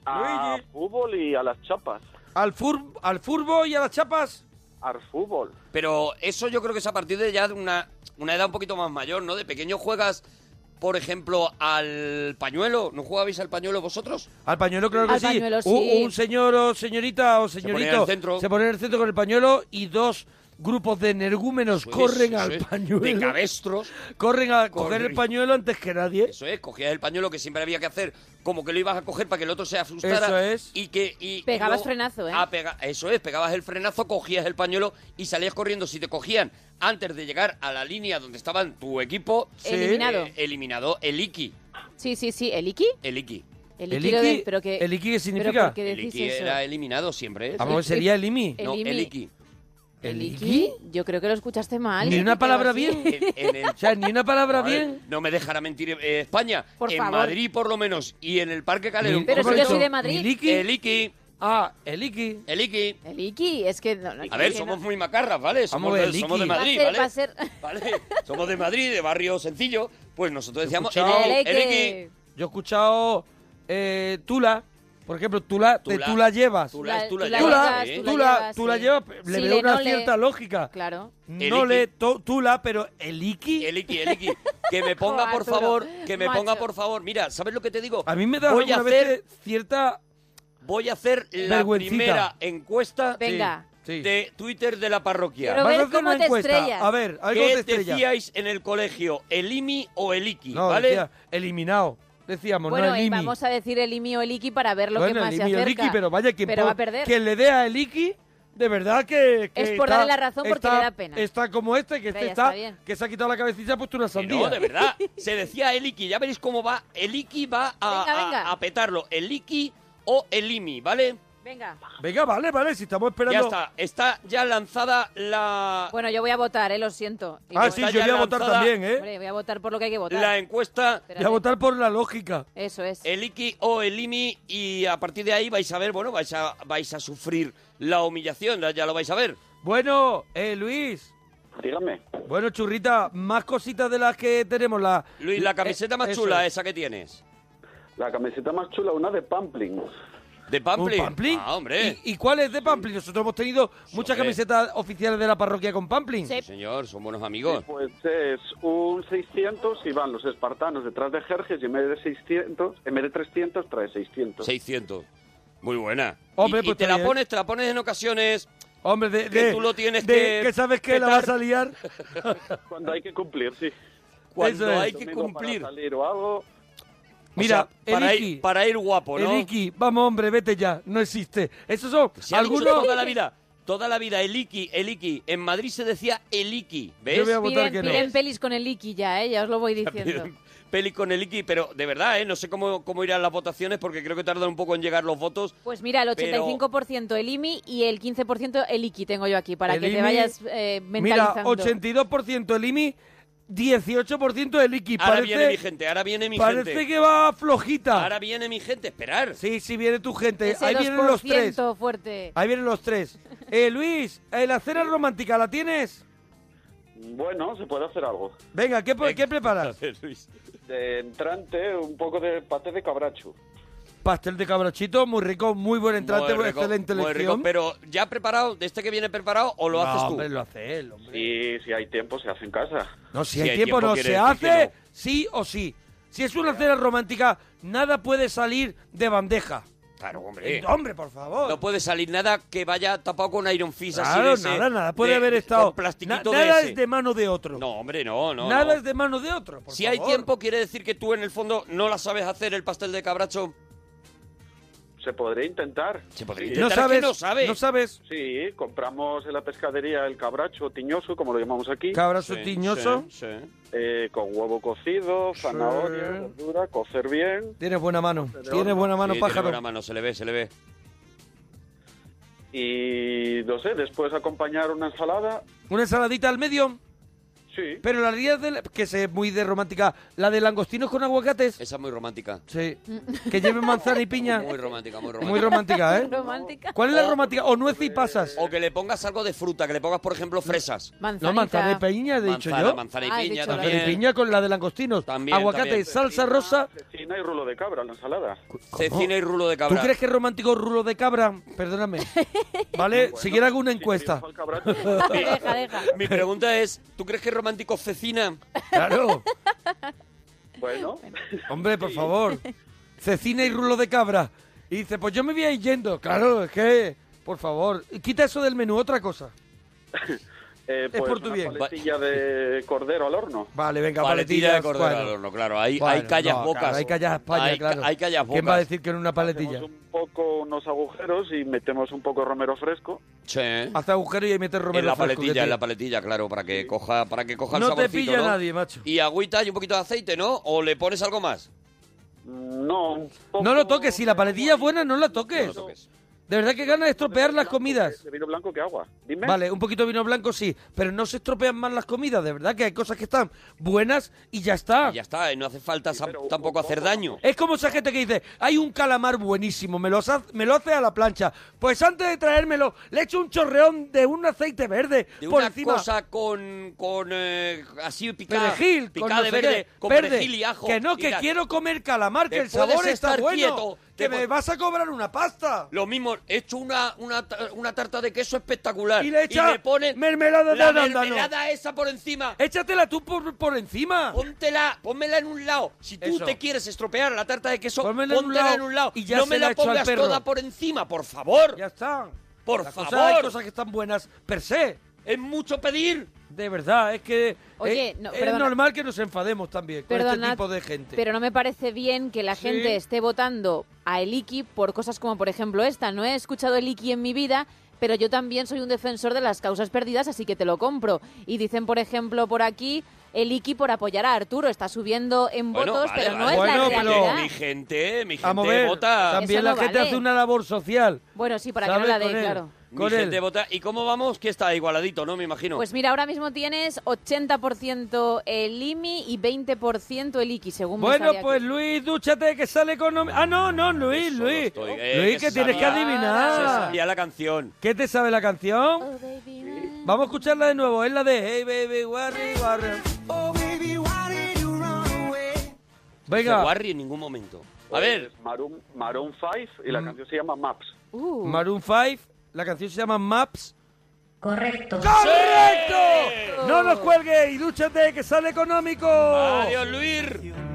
G: A fútbol y a las chapas.
B: ¿Al, fur, al furbo y a las chapas?
G: Al fútbol.
D: Pero eso yo creo que es a partir de ya de una, una edad un poquito más mayor, ¿no? De pequeño juegas, por ejemplo, al pañuelo. ¿No jugabais al pañuelo vosotros?
B: Al pañuelo, claro que
D: Al
B: sí.
D: pañuelo,
B: Un-
D: sí.
B: Un, señor o señorita o
D: ponía en el
B: señorito
D: centro.
B: se pone en el centro con el pañuelo y dos grupos de energúmenos corren
D: eso
B: al
D: es.
B: pañuelo.
D: De cabestros.
B: Corren a coger
D: Corren.
B: el pañuelo antes que nadie.
D: Eso es, cogías el pañuelo que siempre había que hacer, como que lo ibas a coger para que el otro se asustara.
B: Eso es.
D: Y que. Y
C: Pegabas
D: luego-
C: frenazo, ¿eh?
D: Ah, pega- eso es, pegabas el frenazo, cogías el pañuelo y salías corriendo. Si te cogían antes de llegar a la línea donde estaban tu equipo.
C: Sí. Eliminado.
D: eh, eliminado. El Iki.
C: Sí, sí, sí. ¿El Iki?
D: El Iki.
C: El Iki, lo de- Eh, pero que,
B: el Iki qué significa?
C: pero ¿por qué
D: El
C: decís
D: Iki
C: eso?
D: era eliminado siempre. ¿eh?
B: Vamos, El- sería el Imi.
C: el
D: No,
C: Imi.
D: el Iki.
B: ¿El
C: Iki, yo creo que lo escuchaste mal.
B: Ni
C: que
B: una
C: te
B: palabra
C: quedó
B: bien.
C: así.
B: O sea, ni una palabra
D: Madre,
B: bien.
D: No me dejará mentir eh, España.
C: Por
D: en
C: favor.
D: Madrid, por lo menos, y en el Parque Calero.
B: Ni- Pero
C: si yo soy de Madrid.
B: ¿Ni Iki?
D: El Iki.
B: Ah, el Iki.
D: El Iki.
C: El Iki, es que no, no,
D: A
C: es
D: ver,
C: que
D: somos
C: no.
D: muy macarras, ¿vale? Somos,
B: Vamos a ver,
D: de, somos de
B: Liki.
D: Madrid,
C: Va a
D: ¿vale?
C: ser- va a ser-
D: ¿Vale? Somos de Madrid, de barrio sencillo. Pues nosotros decíamos,
B: Yo he escuchado-
D: Eriki,
C: El Iki.
D: Eriki.
B: Yo he escuchado eh, Tula. Por ejemplo, Tula, te-
D: Tula.
B: tú la llevas.
D: Tú la,
C: La-
D: tú la
C: tú la
D: llevas,
C: llevas,
D: ¿eh?
C: tú
B: Tú la,
C: llevas,
B: tú la
C: sí.
B: llevas, le
C: Sí,
B: veo
C: le-
B: una
C: no le-
B: cierta lógica.
C: Claro.
B: No
D: Iki.
B: le, to- Tula, pero el Iki.
D: El Iki, el Iki. Que me ponga, por
C: Arturo,
D: favor, que me ponga,
C: macho.
D: por favor. Mira, ¿sabes lo que te digo?
B: A mí me da
D: voy a
B: alguna vez
D: hacer,
B: cierta
D: Voy a hacer la
B: Vergüencita.
D: primera encuesta
C: Venga.
B: Sí.
D: de Twitter de la parroquia.
C: Pero
B: Vas a
C: ver
B: hacer
C: cómo
B: una
C: te
B: encuesta.
C: estrellas.
B: A ver, algo te
D: ¿Qué
B: estrella.
D: decíais en el colegio? ¿El IMI o el Iki?
B: no,
D: ¿Vale?
B: decía, eliminado. Decíamos,
C: Bueno,
B: no
C: eh,
B: el Imi.
C: vamos a decir el Imi o el Iki para ver lo
B: Bueno,
C: que más
B: el
C: se
B: Imi, el
C: acerca.
B: Iki, pero vaya, quien,
C: Pero
B: po-
C: va a perder.
B: quien le dé a el Iki, de verdad que, que
C: Es por darle la razón porque
B: está-
C: le da pena.
B: Está como este, que
C: Pero
B: este
C: ya está
B: está,
C: bien.
B: que se ha quitado la cabecita y se ha puesto una
D: Que
B: sandía.
D: No, de verdad. Se decía el Iki. Ya veréis cómo va. El Iki va a,
C: Venga, venga.
D: a- a petarlo. El Iki o el IMI, ¿vale?
C: Venga.
B: Venga, vale, vale, si estamos esperando.
D: Ya está. Está ya lanzada la,
C: Bueno, yo voy a votar, eh, lo siento.
B: Ah,
C: Igual-
B: sí,
D: Está
B: yo
D: ya
B: voy a votar
D: lanzada.
B: también, ¿eh?
C: Hombre, voy a votar por lo que hay que votar.
D: la encuesta.
B: Voy a votar por la lógica.
C: Eso es.
D: El Iki o el IMI. Y a partir de ahí vais a ver, bueno, vais a, vais a sufrir la humillación. Ya lo vais a ver.
B: Bueno, eh, Luis.
G: Dígame.
B: Bueno, churrita, más cositas de las que tenemos. La,
D: Luis, la camiseta más
B: Eh, Eso
D: chula,
B: es.
D: esa que tienes.
G: La camiseta más chula, una de Pampling.
D: De Pamplin.
B: ¿Un pamplín?
D: Ah, hombre.
B: ¿Y, y cuál es de Pamplin? Nosotros hemos tenido muchas
D: hombre.
B: camisetas oficiales de la parroquia con Pamplin.
C: Sí.
D: Sí, señor, son buenos
G: Sí,
D: amigos.
G: Pues es un 600 y van los espartanos detrás de Jerjes y en vez de 600, en vez de 300 trae 600.
D: 600. Muy buena.
B: Hombre,
D: y, y
B: pues
D: te
B: está
D: la
B: bien.
D: pones, te la pones en ocasiones.
B: Hombre, de,
D: Que
B: de-
D: tú lo tienes
B: de-
D: que
B: sabes que la
D: petar.
B: vas a liar.
G: Cuando hay que cumplir, sí.
D: Cuando
B: Eso es.
D: hay que
G: Domingo para
D: cumplir.
G: salir o algo.
D: O
B: Mira,
D: sea, para,
B: el Iki,
D: ir, para ir guapo, ¿no?
B: el Iki, vamos hombre, vete ya, no existe. Esos son
D: Se ha dicho
B: algunos...
D: toda la vida, toda la vida, el Iki, el Iki. En Madrid se decía el Iki, ¿ves?
B: Yo voy a votar
C: Piden,
B: que no.
C: piden pelis con el Iki ya, eh, ya os lo voy diciendo.
D: Peli con el Iki, pero de verdad, ¿eh? No sé cómo, cómo irán las votaciones porque creo que tardan un poco en llegar los votos.
C: Pues mira, el
D: Pero-
C: 85% el IMI y el 15% el IKI tengo yo aquí, para
B: El
C: que te
B: IMI,
C: vayas eh,
B: Mira,
C: mentalizando.
B: 82% el IMI, 18% el Iki.
D: Ahora
B: Parece,
D: viene mi gente, ahora viene mi
B: parece
D: gente.
B: que va flojita.
D: Ahora viene mi gente, esperar.
B: Sí, sí, viene tu gente.
C: Ese
B: Ahí vienen los tres.
C: 2% fuerte.
B: Ahí vienen los tres. Eh, Luis, eh, la cena romántica, ¿la tienes?
G: Bueno, se puede hacer algo.
B: Venga, ¿qué, po-
D: Venga.
B: qué preparas?
D: Luis.
G: De entrante, un poco de paté de cabracho.
B: Pastel de cabrachito, muy rico, muy buen entrante,
D: Muy rico,
B: excelente
D: muy rico,
B: elección.
D: pero ¿ya preparado? ¿De este que viene preparado o lo
B: No,
D: haces tú?
B: hombre, lo hace él, hombre.
G: Y si hay tiempo, se hace en casa.
B: No, si,
D: Si
B: hay,
D: hay
B: tiempo,
D: tiempo,
B: no.
D: quiere
B: Se
D: decir que
B: hace
D: no.
B: sí o sí. Si es una cena romántica, nada puede salir de bandeja.
D: Claro, hombre.
B: Eh, Hombre, por favor.
D: No puede salir nada que vaya tapado con Iron Fist así de
B: claro,
D: ese-
B: nada, nada. Puede
D: de-
B: haber estado...
D: Con plastiquito
B: na- nada
D: de ese.
B: es de mano de otro.
D: No, hombre, no, no.
B: nada
D: no.
B: es de mano de otro, por
D: Si hay
B: favor.
D: tiempo, quiere decir que tú en el fondo no la sabes hacer el pastel de cabracho.
G: Se podría intentar.
D: Se podría
G: Sí.
B: No
D: intentar.
B: sabes,
D: que no sabe.
B: no sabes.
G: Sí, compramos en la pescadería el cabracho tiñoso, como lo llamamos aquí,
B: Cabrazo
D: Sí,
B: tiñoso.
D: sí, sí.
G: eh, con huevo cocido, zanahoria,
B: Sí.
G: verdura, cocer bien
B: Tienes buena mano.
G: Pero-
B: Tienes buena mano,
D: Sí, tiene
B: pájaro.
D: buena mano, se le ve, se le ve.
G: y, no sé, después acompañar una ensalada.
B: Una ensaladita al medio.
G: Sí.
B: Pero la realidad de la- que se es muy de romántica, la de langostinos con aguacates.
D: Esa es muy romántica.
B: Sí. Que lleven manzana y piña.
D: Muy romántica, muy romántica. Oh,
B: Muy romántica, ¿eh?
C: Romántica.
B: ¿Cuál es la romántica? O nuez y pasas.
D: O que le pongas algo de fruta, que le pongas, por ejemplo, fresas.
B: No, manzana y piña, he dicho
D: manzana,
B: yo.
D: manzana y
C: Ah, he
D: piña
C: dicho la
B: Manzana y
D: también.
B: piña con la de langostinos.
D: También,
B: Aguacate,
D: también.
B: salsa rosa.
G: Cecina y rulo de cabra, la ensalada.
D: Cecina y rulo de
B: ¿Tú
D: cabra.
B: crees que es romántico rulo de cabra? Perdóname. ¿Vale? si quiero hago una encuesta.
G: Fue el cabracho.
C: Deja, deja.
D: Mi pregunta es, ¿tú crees que es romántico cecina?
B: Claro.
G: Bueno,
B: Hombre, por favor. Cecina y rulo de cabra. Y dice, pues yo me voy a ir yendo. Claro, es que... Por favor. Quita eso del menú, otra cosa.
G: eh,
B: Es
G: pues
B: por tu
G: una
B: bien.
G: paletilla de cordero al horno.
B: Vale, venga,
D: Paletilla de
B: paletillas,
D: cordero
B: bueno.
D: al horno, claro. Ahí,
B: Bueno,
D: ahí callas
B: no,
D: bocas.
B: claro, ahí callas España,
D: Hay ca-
B: claro.
D: Hay callas bocas.
B: ¿Quién va a decir que en una paletilla?
G: Hacemos un poco unos agujeros y metemos un poco romero fresco.
D: Sí.
B: Hace agujero y ahí metes romero
D: En la
B: fresco, que
D: paletilla,
B: te-
D: en la paletilla, claro, para que coja, para que coja el
B: No te
D: saborcito,
B: pilla
D: ¿no?
B: nadie, macho.
D: Y agüita y un poquito de aceite, ¿no? ¿O le pones algo más?
G: No, un poco-
B: No lo toques, si la paletilla es buena, no la toques.
D: No lo toques.
B: De verdad que ganas de estropear las
G: Blanco,
B: comidas.
G: De vino blanco que agua. Dime.
B: Vale, un poquito de vino blanco sí, pero no se estropean más las comidas, de verdad que hay cosas que están buenas y ya está.
D: Y ya está, y no hace falta sa-
G: pero un
D: tampoco
G: poco,
D: hacer
G: ¿no?
D: daño.
B: Es como esa gente que dice, hay un calamar buenísimo, me lo, sa- me lo hace a la plancha. Pues antes de traérmelo, le echo un chorreón de un aceite verde
D: De
B: por
D: una
B: encima.
D: cosa con, con eh, así picada,
B: perejil, con
D: picada
B: no
D: de
B: sé qué,
D: verde, con
B: verde.
D: perejil y ajo.
B: Que no, que
D: Mira,
B: quiero comer calamar, que
D: Te
B: el sabor
D: puedes
B: está
D: estar
B: bueno.
D: quieto,
B: que
D: te
B: me
D: pu-
B: vas a cobrar una pasta.
D: Lo mismo, he hecho una, una, ta- una tarta de queso espectacular.
B: Y le echa
D: ponen
B: mermelada de
D: la
B: arándano.
D: mermelada esa por encima.
B: Échatela tú por, por encima.
D: Póntela, pónmela en un lado. Si tú
B: Eso.
D: te quieres estropear la tarta de queso,
B: Pónmela
D: póntela
B: en un lado
D: en un lado.
B: y ya
D: no
B: se
D: me
B: la
D: la,
B: he hecho al
D: pongas
B: perro.
D: toda por encima, por favor.
B: Ya está.
D: Por
B: Las cosas-
D: favor.
B: hay cosas que están buenas per se.
D: Es mucho pedir.
B: De verdad, es que
C: Oye,
B: es,
C: no,
B: es
C: perdona.
B: normal que nos enfademos también con
C: Perdonad,
B: este tipo de gente.
C: pero no me parece bien que la
B: Sí.
C: gente esté votando a Eliki por cosas como, por ejemplo, esta. No he escuchado Eliki en mi vida, pero yo también soy un defensor de las causas perdidas, así que te lo compro. Y dicen, por ejemplo, por aquí, Eliki por apoyar a Arturo. Está subiendo en votos,
D: vale,
C: pero no
D: vale.
C: es
B: Bueno,
C: la
B: pero-
C: realidad.
D: Mi gente, mi gente
B: Vamos a ver,
D: vota.
B: también
C: Eso
B: la
C: no
B: gente
C: vale.
B: hace una labor social.
C: Bueno, sí, para que
B: ¿sabes?
C: no la dé,
B: Con él,
C: claro.
D: Mi
B: Con
D: gente
B: él.
D: vota. ¿Y cómo vamos? Que está igualadito, ¿no? Me imagino.
C: Pues mira, ahora mismo tienes 80% el IMI y 20% el IKI, según me
B: Bueno,
C: sale aquí.
B: pues Luis, dúchate que sale con... nom- Ah, no, no, Luis,
D: Eso
B: Luis.
D: no estoy, eh,
B: Luis,
D: que
B: que,
D: se
B: tienes que
D: sabía. Se
B: adivinar.
D: sabía la canción.
B: ¿Qué te sabe la canción?
C: Oh,
B: Vamos a escucharla de nuevo. Es la de Hey Baby Warri Warri.
A: Oh, baby, why did you run away?
D: Pero
B: Venga,
D: Warri en ningún momento. A ver,
G: Pues
D: Mm.
G: Maroon, Maroon 5 y la canción se llama Maps.
C: Uh.
B: Maroon 5. La canción se llama Maps.
H: Correcto.
B: ¡Correcto! No nos cuelgues y dúchate que sale económico.
D: adiós Luis.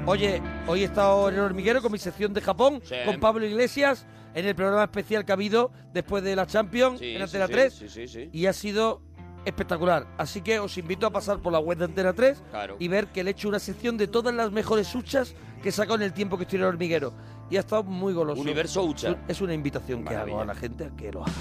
B: Oye, hoy he estado en el hormiguero con mi sección de Japón,
D: Sí.
B: con Pablo Iglesias, en el programa especial que ha habido después de la Champions
D: Sí,
B: en
D: sí,
B: Antena
D: sí,
B: 3.
D: sí, sí, sí.
B: Y ha sido espectacular. Así que os invito a pasar por la web de Antena 3
D: Claro.
B: y ver que le he hecho una sección de todas las mejores huchas que he sacado en el tiempo que estoy en el hormiguero. Y ha estado muy goloso.
D: Universo hucha.
B: Es una invitación que hago
D: Maravilla.
B: a la gente a que lo haga.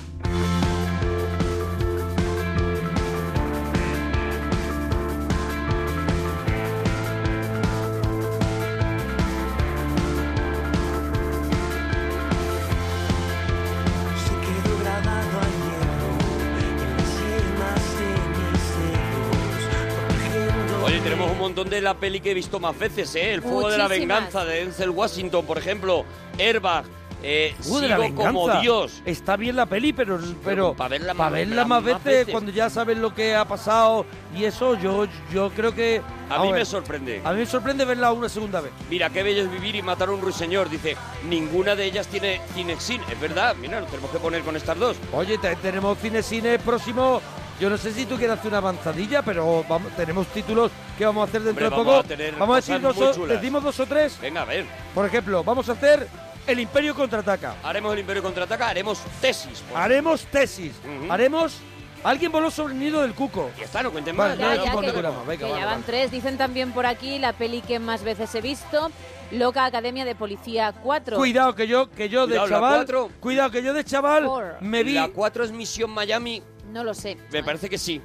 A: Se quedó grabado ayer en las yemas de mis dedos,
D: Oye, tenemos un montón de la peli que he visto más veces, ¿eh? El fuego de la
C: Muchísimas.
D: venganza de Denzel Washington, por ejemplo. Airbag. Eh,
B: Uy, de la
D: sigo
B: venganza.
D: como Dios.
B: Está bien la peli, pero, pero
D: pa' verla
B: pa'
D: más-
B: verla más, veces, cuando ya sabes lo que ha pasado y eso, yo, yo creo que...
D: A
B: vamos
D: mí me
B: ver,
D: sorprende.
B: A mí me sorprende verla una segunda vez.
D: Mira, qué bello es vivir y matar a un ruiseñor. Dice, ninguna de ellas tiene cinexin. Es verdad, mira, nos tenemos que poner con estas dos.
B: Oye, te- tenemos cine cine próximo. Yo no sé si tú quieres hacer una avanzadilla, pero vamos, tenemos títulos que vamos a hacer dentro
D: Hombre,
B: de
D: vamos
B: poco.
D: a tener
B: vamos a
D: cosas
B: decir dos,
D: muy
B: o-
D: chulas.
B: decimos dos o tres.
D: Venga, a ver.
B: Por ejemplo, vamos a hacer El Imperio contraataca.
D: Haremos el Imperio Contraataca, haremos tesis. por-
B: Haremos tesis.
D: Ujú.
B: Haremos. Alguien voló sobre el nido del cuco.
D: Ya está, no cuenten
B: Vale,
D: más.
B: no,
C: Ya,
B: no,
C: ya,
B: por
C: que,
B: programa. Venga,
C: que
B: vale,
C: ya van
B: vale.
C: tres. Dicen también por aquí la peli que más veces he visto, Loca Academia de Policía 4.
B: Cuidado que yo, que yo de
D: Cuidado, la
B: chaval.
D: cuatro.
B: Cuidado que yo de chaval
C: Four.
B: me vi.
D: La 4 es Misión Miami,
C: No lo sé.
D: me parece que sí.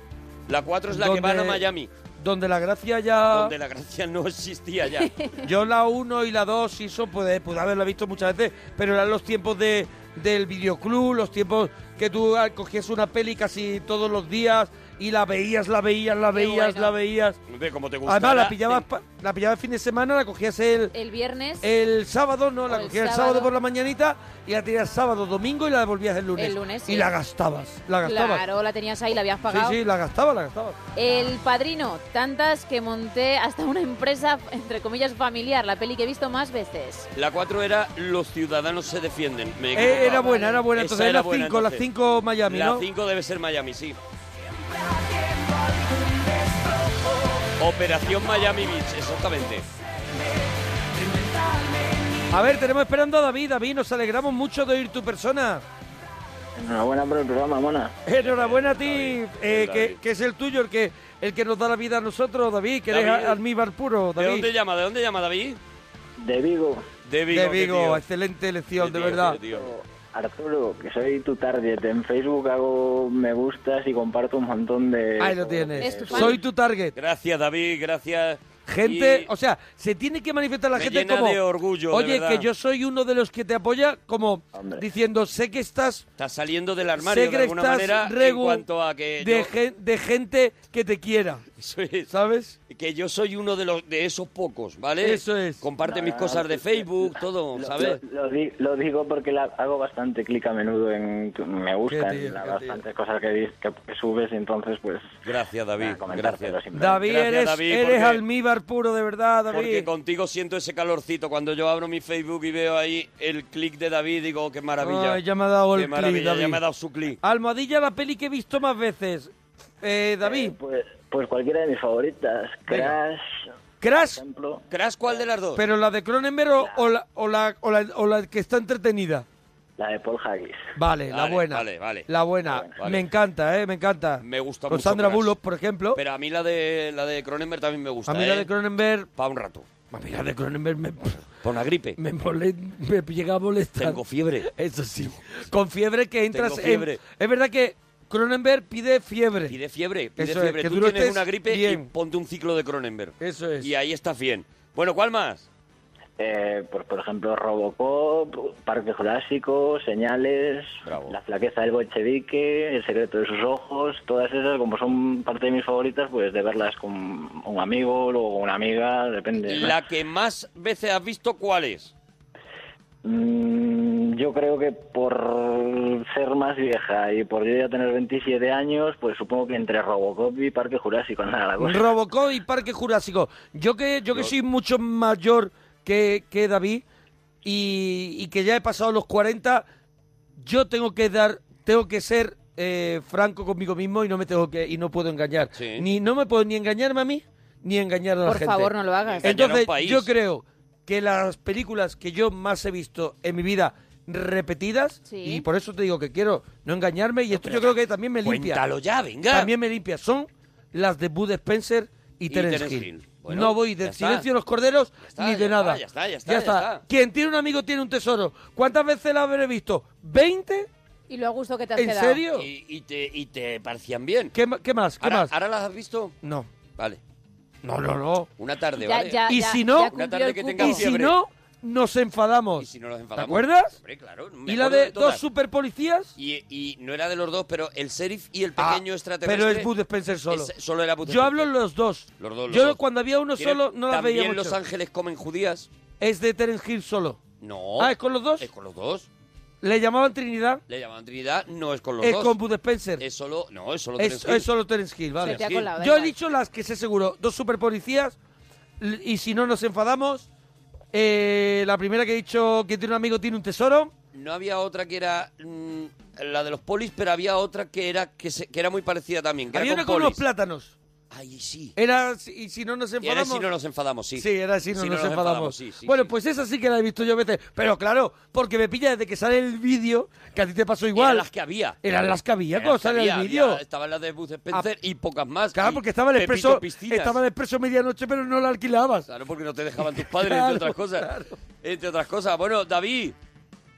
D: La 4 es la
B: Donde-
D: que van a Miami,
B: Donde la gracia ya.
D: donde la gracia no existía ya.
B: pues, Yo la 1 y la 2 y eso pude, pude haberla visto muchas veces, pero eran los tiempos de, del videoclub, los tiempos que tú ah, cogías una peli casi todos los días y la veías, la veías, la
D: Qué
B: veías,
D: bueno.
B: la veías.
D: De cómo te gusta.
B: Además, la pillabas, pa- la pillabas el fin de semana, la cogías el,
C: El viernes,
B: el sábado, ¿no? La
C: el
B: cogías el
C: sábado.
B: sábado por la mañanita y la tenías sábado, domingo y la devolvías el lunes.
C: El lunes,
B: Y
C: sí.
B: la gastabas, la gastabas.
C: claro, la tenías ahí, la habías
B: sí,
C: pagado.
B: sí, la gastabas, la gastabas.
C: El padrino, tantas que monté hasta una empresa, entre comillas, familiar, la peli que he visto más veces.
D: La 4 era Los ciudadanos se defienden. Me he
B: Eh,
D: equivocado.
B: era buena, era buena.
D: Esa
B: Entonces,
D: era
B: las
D: buena,
B: 5, las
D: entonces.
B: 5 Miami,
D: La
B: ¿no?
D: 5 debe ser Miami, sí. Operación Miami Beach, exactamente.
B: A ver, tenemos esperando a David. David, nos alegramos mucho de oír tu persona.
H: Enhorabuena por el programa, mona.
B: Eh, Enhorabuena a ti, eh, que, que es el tuyo, el que, el que nos da la vida a nosotros, David, que eres
D: David.
B: a- almíbar puro,
D: ¿De
B: David.
D: dónde llama? ¿De dónde llama David?
H: De Vigo,
D: De Vigo.
B: De
D: qué
B: Vigo,
D: tío.
B: excelente elección,
D: Qué
B: de
D: tío,
B: verdad.
D: qué tío.
H: Arturo, que soy tu target. En Facebook hago me gustas y comparto un montón de...
B: Ahí lo
C: Es
B: tienes.
C: tu fan.
B: Soy tu target.
D: Gracias, David, gracias.
B: Gente,
D: Y-
B: o sea, se tiene que manifestar la
D: Me
B: gente
D: llena
B: como.
D: de orgullo, de
B: Oye,
D: verdad".
B: que yo soy uno de los que te apoya, como
H: Hombre.
B: diciendo, sé que estás
D: Está saliendo del armario
B: sé que
D: de alguna
B: estás
D: manera
B: regu
D: en cuanto a que
B: de,
D: yo,
B: gen- de gente que te quiera,
D: soy,
B: ¿sabes?
D: que yo soy uno de los de esos pocos, ¿vale?
B: Eso es.
D: Comparte
H: No,
D: mis
H: no,
D: cosas
H: no,
D: de
H: sí,
D: Facebook, todo,
H: Lo-
D: ¿sabes?
H: Lo, lo di- lo digo porque la, hago bastante clic a menudo en... tu- Me
B: Qué tío,
H: gustan las
B: qué tío.
H: bastantes cosas que, di- que, que subes y entonces pues...
D: Gracias, David.
H: nada, comentártelo
D: Gracias.
H: simplemente.
B: David,
D: Gracias,
B: eres,
D: David,
B: eres
D: porque-
B: almíbar puro, de verdad,
D: Porque
B: David.
D: contigo siento ese calorcito. Cuando yo abro mi Facebook y veo ahí el clic de David, digo, "Oh, qué maravilla.
B: Ay, ya me ha dado
D: qué
B: el clic,
D: maravilla,
B: David.
D: ya me ha dado su clic.
B: Almohadilla, la peli que he visto más veces. Eh, David,
H: Eh, pues, pues cualquiera de mis favoritas.
B: Venga.
H: Crash, por
B: Crash,
H: ejemplo.
D: ¿Crash cuál de las dos?
B: pero la de Cronenberg o, o la, o, la, o la- o la que está entretenida.
H: La de Paul Haggis.
B: Vale, Eh, la
D: Vale,
B: buena.
D: vale, vale.
B: La buena.
D: Vale.
B: Me encanta, eh, me encanta.
D: Me gusta
B: Con
D: mucho
B: Sandra
D: Crash.
B: Bullock, por ejemplo.
D: Pero a mí la de la de Cronenberg también me gusta.
B: a mí la de Cronenberg.
D: Para un rato.
B: A mí la de Cronenberg me,
D: Por una gripe.
B: me, mole- me llega a molestar.
D: Tengo fiebre.
B: Eso sí. Con fiebre que entras
D: Tengo
B: en-
D: fiebre.
B: Es verdad que Cronenberg pide fiebre.
D: Pide fiebre, pide
B: Eso es,
D: fiebre.
B: que
D: tú,
B: tú no
D: tienes
B: estés
D: una gripe y
B: bien.
D: ponte un ciclo de Cronenberg.
B: Eso es.
D: Y ahí estás bien. Bueno, ¿cuál más?
H: Eh, pues, por ejemplo, Robocop, Parque Jurásico, Señales,
D: Bravo.
H: La flaqueza del bolchevique, El secreto de sus ojos, todas esas, como son parte de mis favoritas, pues de verlas con un amigo, luego con una amiga, depende. ¿no?
D: La que más veces has visto, ¿cuál es?
H: Mm, yo creo que por ser más vieja y por yo ya tener 27 años, pues supongo que entre Robocop y Parque Jurásico, nada, la cosa.
B: Robocop y Parque Jurásico. Yo que, yo que soy mucho mayor que, que David y, y que ya he pasado los 40, yo tengo que dar, tengo que ser eh, franco conmigo mismo y no me tengo que y no puedo engañar.
D: Sí.
B: Ni no me puedo ni engañarme a mí ni engañar a la
C: Por
B: gente.
C: favor, no lo hagas.
D: Engañar a un
B: Entonces,
D: país.
B: yo creo que las películas que yo más he visto en mi vida repetidas
C: Sí.
B: y por eso te digo que quiero no engañarme y esto yo creo que también me limpia.
D: Cuéntalo ya, venga.
B: También me limpia. Son las de Bud Spencer y,
D: Y
B: Terence,
D: Terence
B: Hill.
D: Hill. Bueno,
B: no voy
D: ya
B: del
D: está.
B: silencio de los corderos
D: Ya está,
B: ni
D: ya
B: de
D: está,
B: nada.
D: ya está, ya está, ya está.
B: Quien tiene un amigo tiene un tesoro. ¿Cuántas veces la habré visto? ¿20?
C: Y lo a gusto que te has
B: ¿En
C: quedado.
B: serio?
D: Y, y te, y te parecían bien.
B: ¿Qué, ma- qué más? ¿Qué
D: ahora,
B: más?
D: ahora las has visto?
B: No.
D: Vale.
B: No, no, no.
D: Una tarde,
C: Ya,
D: ¿vale?
C: ya,
B: Y
C: ya-
B: si no-
C: ya cumplió
D: Una tarde
C: el
D: que
C: cupo.
D: tengas
B: Y si
D: fiebre.
B: no, nos enfadamos.
D: Y si no nos enfadamos.
B: ¿Te acuerdas?
D: Hombre, claro. me
B: ¿Y la
D: acuerdo
B: de dos
D: todas.
B: superpolicías?
D: Y, y no era de los dos, pero el sheriff y el
B: Ah,
D: pequeño extraterrestre.
B: pero es Bud Spencer solo.
D: es- solo era Bud
B: Yo hablo
D: Spencer.
B: los dos.
D: Los dos, los
B: Yo
D: dos.
B: cuando había uno
D: ¿Quieres-
B: solo no la veía
D: ¿También
B: mucho.
D: Los Ángeles comen judías?
B: Es de Terence Hill solo.
D: No.
B: Ah, ¿es con los dos?
D: Es con los dos.
B: Le llamaban Trinidad.
D: Le llamaban Trinidad, no es con los
B: Es
D: dos.
B: con Bud Spencer.
D: Es solo. No, es solo
B: Es,
D: Terence Hill.
B: es solo Terence Hill, vale.
C: Se te ha colado, ¿eh?
B: Yo he
C: venga.
B: dicho las que sé seguro. Dos superpolicías. l- Y si no nos enfadamos, eh, la primera que he dicho que tiene un amigo tiene un tesoro.
D: No había otra que era. mm, la de los polis, pero había otra que era que, se- que era muy parecida también. Que
B: Había
D: era
B: una
D: con
B: con unos
D: polis.
B: plátanos.
D: Ay, sí.
B: Era si- y si no nos
D: Y era
B: enfadamos.
D: si no nos enfadamos, sí.
B: Sí, era si no nos, enfadamos.
D: sí, sí,
B: bueno,
D: sí.
B: pues esa sí que la he visto yo veces. Pero claro, porque me pilla desde que sale el vídeo, que a ti te pasó
D: Eran
B: igual.
D: las que había.
B: Eran las que había
D: Eran
B: cuando
D: las que
B: sale
D: había,
B: el vídeo.
D: había- Estaban las de Bud Spencer
B: Ah,
D: y pocas más.
B: Claro,
D: y
B: porque estaba el
D: Pepito
B: expreso.
D: Piscinas.
B: Estaba el expreso medianoche, pero no la alquilabas.
D: Claro, porque no te dejaban tus padres,
B: Claro,
D: entre otras cosas.
B: claro.
D: Entre otras cosas. Bueno, David,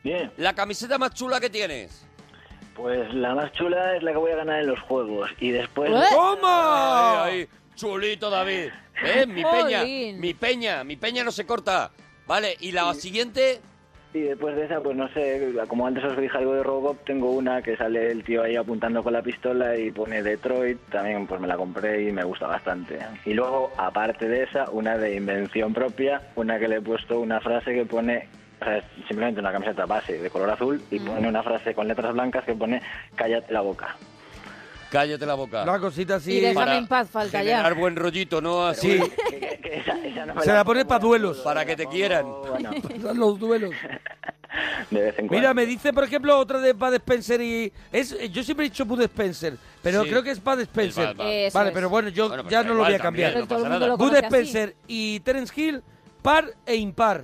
H: Bien.
D: la camiseta más chula que tienes.
H: Pues la más chula es la que voy a ganar en los juegos. Y después...
C: ¿Eh?
B: ¡Toma!
D: Ahí, ahí. Chulito, David. ¿Eh? Mi peña.
C: Jolín.
D: Mi peña. Mi peña no se corta. Vale, y la siguiente.
H: Y después de esa, pues no sé, como antes os dije algo de Robocop, tengo una que sale el tío ahí apuntando con la pistola y pone Detroit, también pues me la compré y me gusta bastante. Y luego, aparte de esa, una de invención propia, una que le he puesto una frase que pone, o sea, es simplemente una camiseta base de color azul y pone una frase con letras blancas que pone cállate la boca.
D: Cállate la boca.
B: Una cosita así.
C: y déjame
D: para
C: en paz, falta
D: Generar
C: ya.
D: buen rollito, ¿no? Así.
B: Sí, se la pone para duelos,
D: Para que te quieran.
H: Bueno,
B: para los duelos.
H: de vez en cuando.
B: Mira, me dice, por ejemplo, otra de Bud Spencer y... Es, yo siempre he dicho Bud Spencer, pero
D: Sí.
B: creo que es Bud Spencer.
D: Bud, Bud.
B: vale,
C: Eso es.
B: pero bueno, yo
D: Bueno, pero
B: ya
D: da
B: no lo
D: igual
B: voy a cambiar.
C: Pero
D: también, no
C: todo el
D: pasa
C: mundo
D: nada.
C: lo
B: Bud
C: conoce así.
B: Spencer y Terence Hill, par e impar.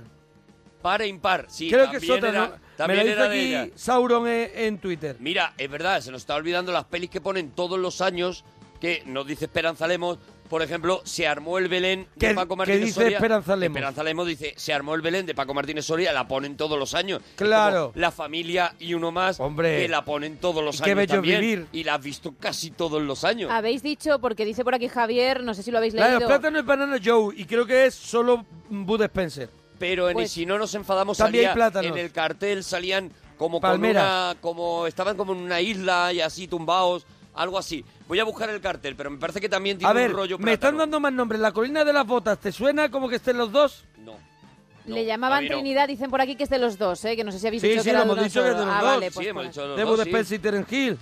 D: Par e impar, sí.
B: creo que es
D: también
B: otra,
D: era-
B: ¿no? Me
D: También
B: lo
D: era de
B: dice
D: ella.
B: aquí Sauron eh, en Twitter.
D: Mira, es verdad, se nos está olvidando las pelis que ponen todos los años, que nos dice Esperanza Lemos, por ejemplo, se armó el Belén
B: ¿Qué-
D: de Paco
B: qué
D: Martínez
B: dice
D: Soria.
B: Esperanza Lemos?
D: Esperanza Lemos dice, se armó el Belén de Paco Martínez Soria, la ponen todos los años. Es
B: Claro.
D: como la familia y uno más,
B: Hombre.
D: que la ponen todos los
B: Y qué
D: años
B: bello
D: también.
B: vivir.
D: Y la has visto casi todos los años.
C: Habéis dicho, porque dice por aquí Javier, no sé si lo habéis
B: La de
C: leído.
B: los plátanos es Banana Joe y creo que es solo Bud Spencer.
D: Pero en
C: Pues-
D: y si no nos enfadamos
B: También
D: salía-
B: hay plátanos.
D: en el cartel salían como con
B: Palmeras.
D: una como estaban como en una isla y así tumbados, algo así. Voy a buscar el cartel, pero me parece que también tiene
B: A ver,
D: un rollo
B: me están
D: plátano.
B: dando más nombres. La colina de las botas, ¿te suena como que estén los dos?
D: No. No,
C: Le llamaban
D: a mí no.
C: Trinidad, dicen por aquí que es de los dos, ¿eh? que no sé si habéis
B: Sí,
C: dicho
B: sí,
C: que era
B: lo hemos
C: de uno
B: dicho que es de
C: solo.
B: los
C: Ah,
B: dos.
C: vale,
D: sí,
C: pues
D: hemos
C: bueno.
D: dicho los
B: de
D: dos,
B: Bud
D: sí.
B: Spencer y Terence Hill.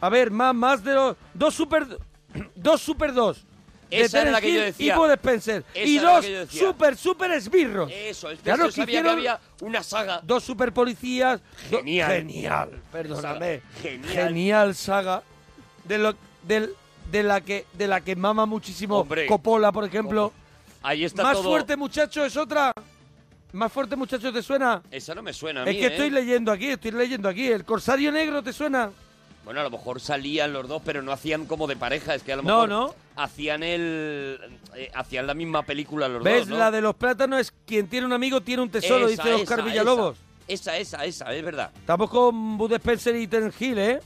B: A ver, más, más de los... Dos super... Dos super dos. De
D: Esa era la
B: Terence
D: que yo
B: Hill
D: decía.
B: Y Bud Spencer.
D: Esa
B: y
D: era la
B: dos
D: que yo decía.
B: super, super esbirros.
D: Eso, es que
B: Claro
D: yo
B: que
D: sabía que
B: hicieron
D: había una saga.
B: dos super policías. do-
D: Genial.
B: Genial, perdóname.
D: Saga. Genial.
B: Genial saga. De, lo, del- de, la que, de la que mama muchísimo
D: Hombre.
B: Coppola, por ejemplo.
D: Ahí está
B: Más
D: todo.
B: fuerte, muchacho, es otra. Más fuerte, muchacho, ¿te suena?
D: Esa no me suena a mí,
B: Es que
D: ¿eh?
B: estoy leyendo aquí, estoy leyendo aquí. ¿El Corsario Negro te suena?
D: Bueno, a lo mejor salían los dos, pero no hacían como de pareja, es que a lo
B: No,
D: mejor
B: no.
D: hacían el eh, hacían la misma película los
B: ¿Ves?
D: dos, ¿no?
B: La de los plátanos es quien tiene un amigo tiene un tesoro,
D: Esa,
B: dice Oscar
D: esa,
B: Villalobos.
D: Esa, esa, esa, esa, es verdad.
B: Estamos con Bud Spencer y Terence Hill, ¿eh?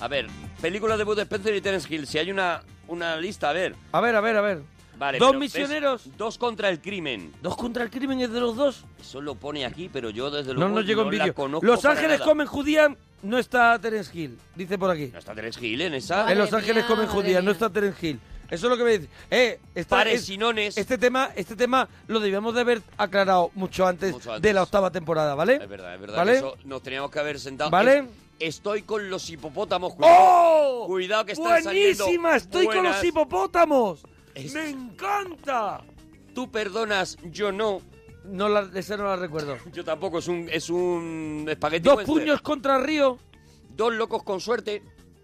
D: A ver, películas de Bud Spencer y Terence Hill. Si hay una, una lista, a ver.
B: A ver, a ver, a ver.
D: Vale,
B: Dos
D: pero ves,
B: misioneros.
D: Dos contra el crimen.
B: Dos contra el crimen es de los dos.
D: Eso lo pone aquí, pero yo desde luego
B: No nos llegó en
D: la
B: vídeo.
D: conozco
B: Los
D: para
B: Ángeles
D: nada.
B: comen judía, no está Terence Hill, dice por aquí.
D: ¿No está Terence Hill en esa?
C: Madre
B: en Los Ángeles
C: mía,
B: comen
C: madre
B: judía, no
C: mía.
B: está Terence Hill. Eso es lo que me dice. Eh, está,
D: Pares
B: es-
D: sinones.
B: este tema, este tema lo debíamos de haber aclarado mucho antes,
D: Mucho antes.
B: de la octava temporada, ¿vale?
D: Es verdad, es verdad.
B: ¿Vale?
D: que eso nos teníamos que haber sentado.
B: ¿Vale?
D: Es- Estoy con los hipopótamos.
B: ¡Oh!
D: Cuidado que están saliendo
B: Buenísima, estoy con
D: buenas.
B: los hipopótamos.
D: Es-
B: Me encanta.
D: Tú perdonas, yo no.
B: No la, esa no la recuerdo.
D: Yo tampoco, es un, es un espagueti.
B: Dos
D: western.
B: puños contra Río.
D: Dos locos con suerte.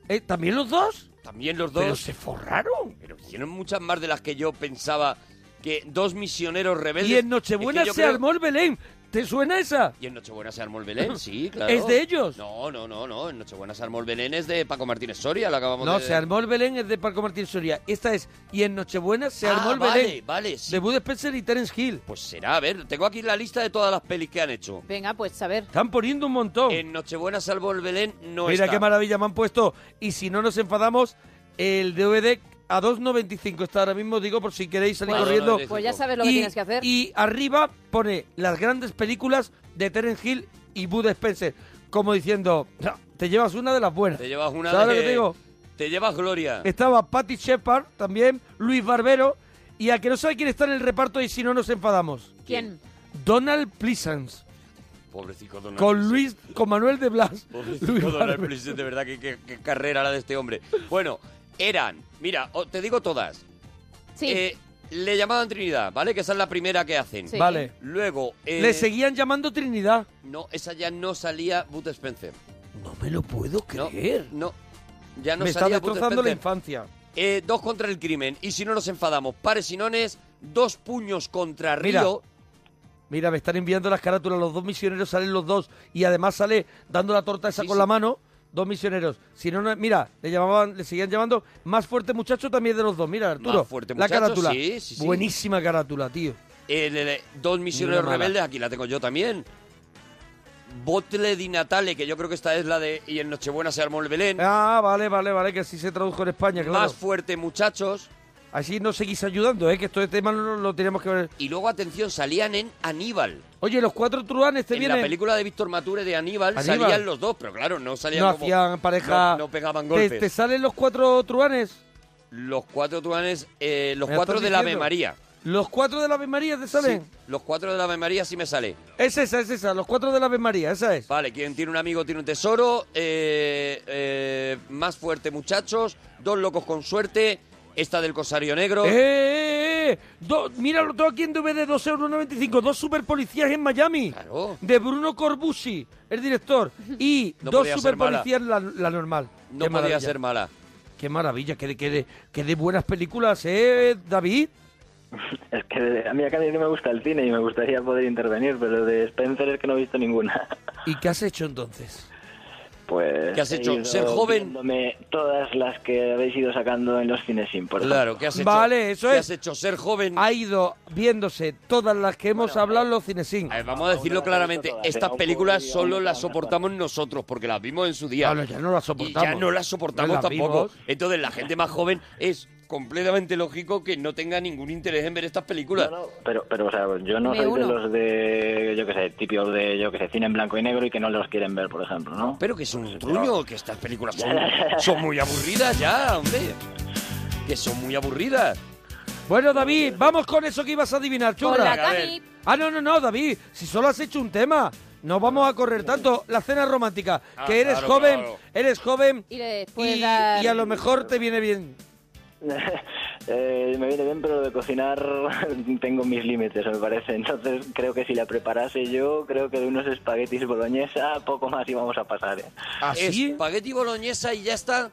B: Eh, ¿También los dos?
D: También los dos.
B: Pero se forraron.
D: Pero tienen muchas más de las que yo pensaba que dos misioneros rebeldes.
B: Y en Nochebuena
D: Es que yo
B: se
D: creo-
B: armó el Belén. ¿Te suena esa?
D: Y en Nochebuena se armó el Belén, sí, claro.
B: ¿Es de ellos?
D: No, no, no, no. En Nochebuena se armó el Belén, es de Paco Martínez Soria, lo acabamos
B: No,
D: de
B: se armó el Belén, es de Paco Martín Soria. Esta es. Y en Nochebuena se
D: Ah,
B: armó el
D: vale,
B: Belén.
D: vale, sí.
B: De Bud Spencer y Terence Hill.
D: Pues será, a ver, tengo aquí la lista de todas las pelis que han hecho.
C: Venga, pues a ver.
B: Están poniendo un montón.
D: En Nochebuena salvo el Belén no
B: Mira
D: está.
B: qué maravilla me han puesto. Y si no nos enfadamos, el DVD a 2.95 está ahora mismo, digo, por si queréis salir
C: Pues-
B: corriendo.
C: Pues ya sabes lo que
B: y,
C: tienes que hacer.
B: y arriba pone las grandes películas de Terence Hill y Bud Spencer. Como diciendo, "Ja, te llevas una de las buenas.
D: Te llevas una
B: ¿Sabes
D: de...
B: lo que te digo?
D: Te llevas gloria.
B: Estaba Patty Shepard también, Luis Barbero. Y a que no sabe quién está en el reparto y si no nos enfadamos.
C: ¿Quién?
B: Donald Pleasance.
D: Pobrecito Donald.
B: Con
D: Pleasence.
B: Luis, con Manuel de Blas.
D: Pobrecito
B: Luis
D: Donald
B: Barbero.
D: Pleasence, de verdad, qué, qué- qué carrera la de este hombre. Bueno, eran... Mira, o- te digo todas.
C: Sí.
D: Eh, le llamaban Trinidad, ¿vale? Que esa es la primera que hacen.
C: Sí.
B: Vale.
D: Luego... eh,
B: Le seguían llamando Trinidad.
D: No, esa ya no salía Bud Spencer.
B: No me lo puedo
D: No,
B: creer.
D: no. Ya no
B: me está
D: salía Bud
B: destrozando la
D: Spencer.
B: infancia.
D: Eh, dos contra el crimen. Y si no nos enfadamos, pares y nones, dos puños contra
B: Mira.
D: Río.
B: Mira, me están enviando las carátulas. Los dos misioneros salen los dos. Y además sale dando la torta esa
D: Sí,
B: con
D: sí.
B: la mano. Dos misioneros. Si no, no- mira, le llamaban, le seguían llamando. Más fuerte muchacho también de los dos. Mira, Arturo.
D: Más fuerte
B: la
D: muchacho,
B: carátula.
D: sí, sí, sí.
B: Buenísima carátula, tío.
D: El- el- dos misioneros
B: Una mala.
D: rebeldes, aquí la tengo yo también. Botle di Natale, que yo creo que esta es la de Y en Nochebuena se armó el Belén.
B: Ah, vale, vale, vale, que así se tradujo en España, claro.
D: Más fuerte, muchachos.
B: Así no seguís ayudando, ¿eh? Que este tema lo, lo tenemos que ver.
D: Y luego, atención, salían en Aníbal.
B: Oye, los cuatro truanes te
D: en
B: vienen.
D: la película de Víctor Mature de Aníbal,
B: Aníbal.
D: salían los dos, pero claro, no salían
B: no
D: como-
B: hacían pareja. este
D: No, no pegaban
B: ¿Te-
D: golpes.
B: ¿Te, salen los cuatro truanes?
D: Los cuatro truanes, eh, los
B: ¿Me
D: cuatro
B: estás
D: de la Ave
B: diciendo?
D: María.
B: ¿Los cuatro de la Ave María te salen?
D: Sí, los cuatro de la Ave María sí me sale.
B: Es esa, es esa. Los cuatro de la Ave María, esa es.
D: Vale, quien tiene un amigo tiene un tesoro. eh, eh, más fuerte, muchachos. Dos locos con suerte. Esta del Cosario Negro.
B: ¡Eh, eh, eh! Do- míralo todo aquí en DVD, 2,95€. Dos superpolicías en Miami. De Bruno Corbucci, el director. Y
D: No
B: dos
D: podía ser
B: superpolicías, la, la normal.
D: No
B: Qué
D: podía
B: maravilla.
D: ser mala.
B: Qué maravilla, que de, que de- que de buenas películas, ¿eh, David?
H: Es que a mí acá no me gusta el cine y me gustaría poder intervenir, pero de Spencer es que no he visto ninguna.
B: ¿Y qué has hecho entonces?
H: Pues
D: ¿Qué has
H: he
D: hecho?
H: ido
D: ¿Ser joven?
H: viéndome todas las que habéis ido sacando en los cines sin por
D: Claro, ¿qué has hecho?
B: Vale, eso
D: ¿Qué
B: es.
D: has hecho? Ser joven.
B: Ha ido viéndose todas las que hemos hablado en los cinesín.
D: A ver, vamos a decirlo claramente. Estas películas solo las soportamos nosotros, porque las vimos en su día.
B: Claro, ya no las soportamos.
D: Y ya no las soportamos
B: No las
D: tampoco.
B: vimos.
D: Entonces, la gente más joven es completamente lógico que no tenga ningún interés en ver estas películas.
H: Pero, pero, o sea, yo no
C: Me
H: soy
C: uno.
H: de los de, yo qué sé, típicos de, yo qué sé, cine en blanco y negro y que no los quieren ver, por ejemplo, ¿no? Pues
D: Pero que es un truño, que estas películas son, son muy aburridas ya, hombre. Que son muy aburridas.
B: Bueno, David, vamos con eso que ibas a adivinar, churra.
C: Hola, Cami.
B: Ah, no, no, no, David, si solo has hecho un tema, no vamos a correr tanto. La cena romántica,
D: Ah,
B: que eres
D: claro,
B: joven,
D: claro.
B: eres joven
C: Y
B: y,
C: le puedes dar-
B: y a lo mejor te viene bien.
H: Eh, me viene bien, pero lo de cocinar tengo mis límites, me parece. Entonces, creo que si la preparase yo, creo que de unos espaguetis boloñesa, poco más íbamos a pasar. ¿eh?
B: ¿Así?
D: Espagueti boloñesa y ya está.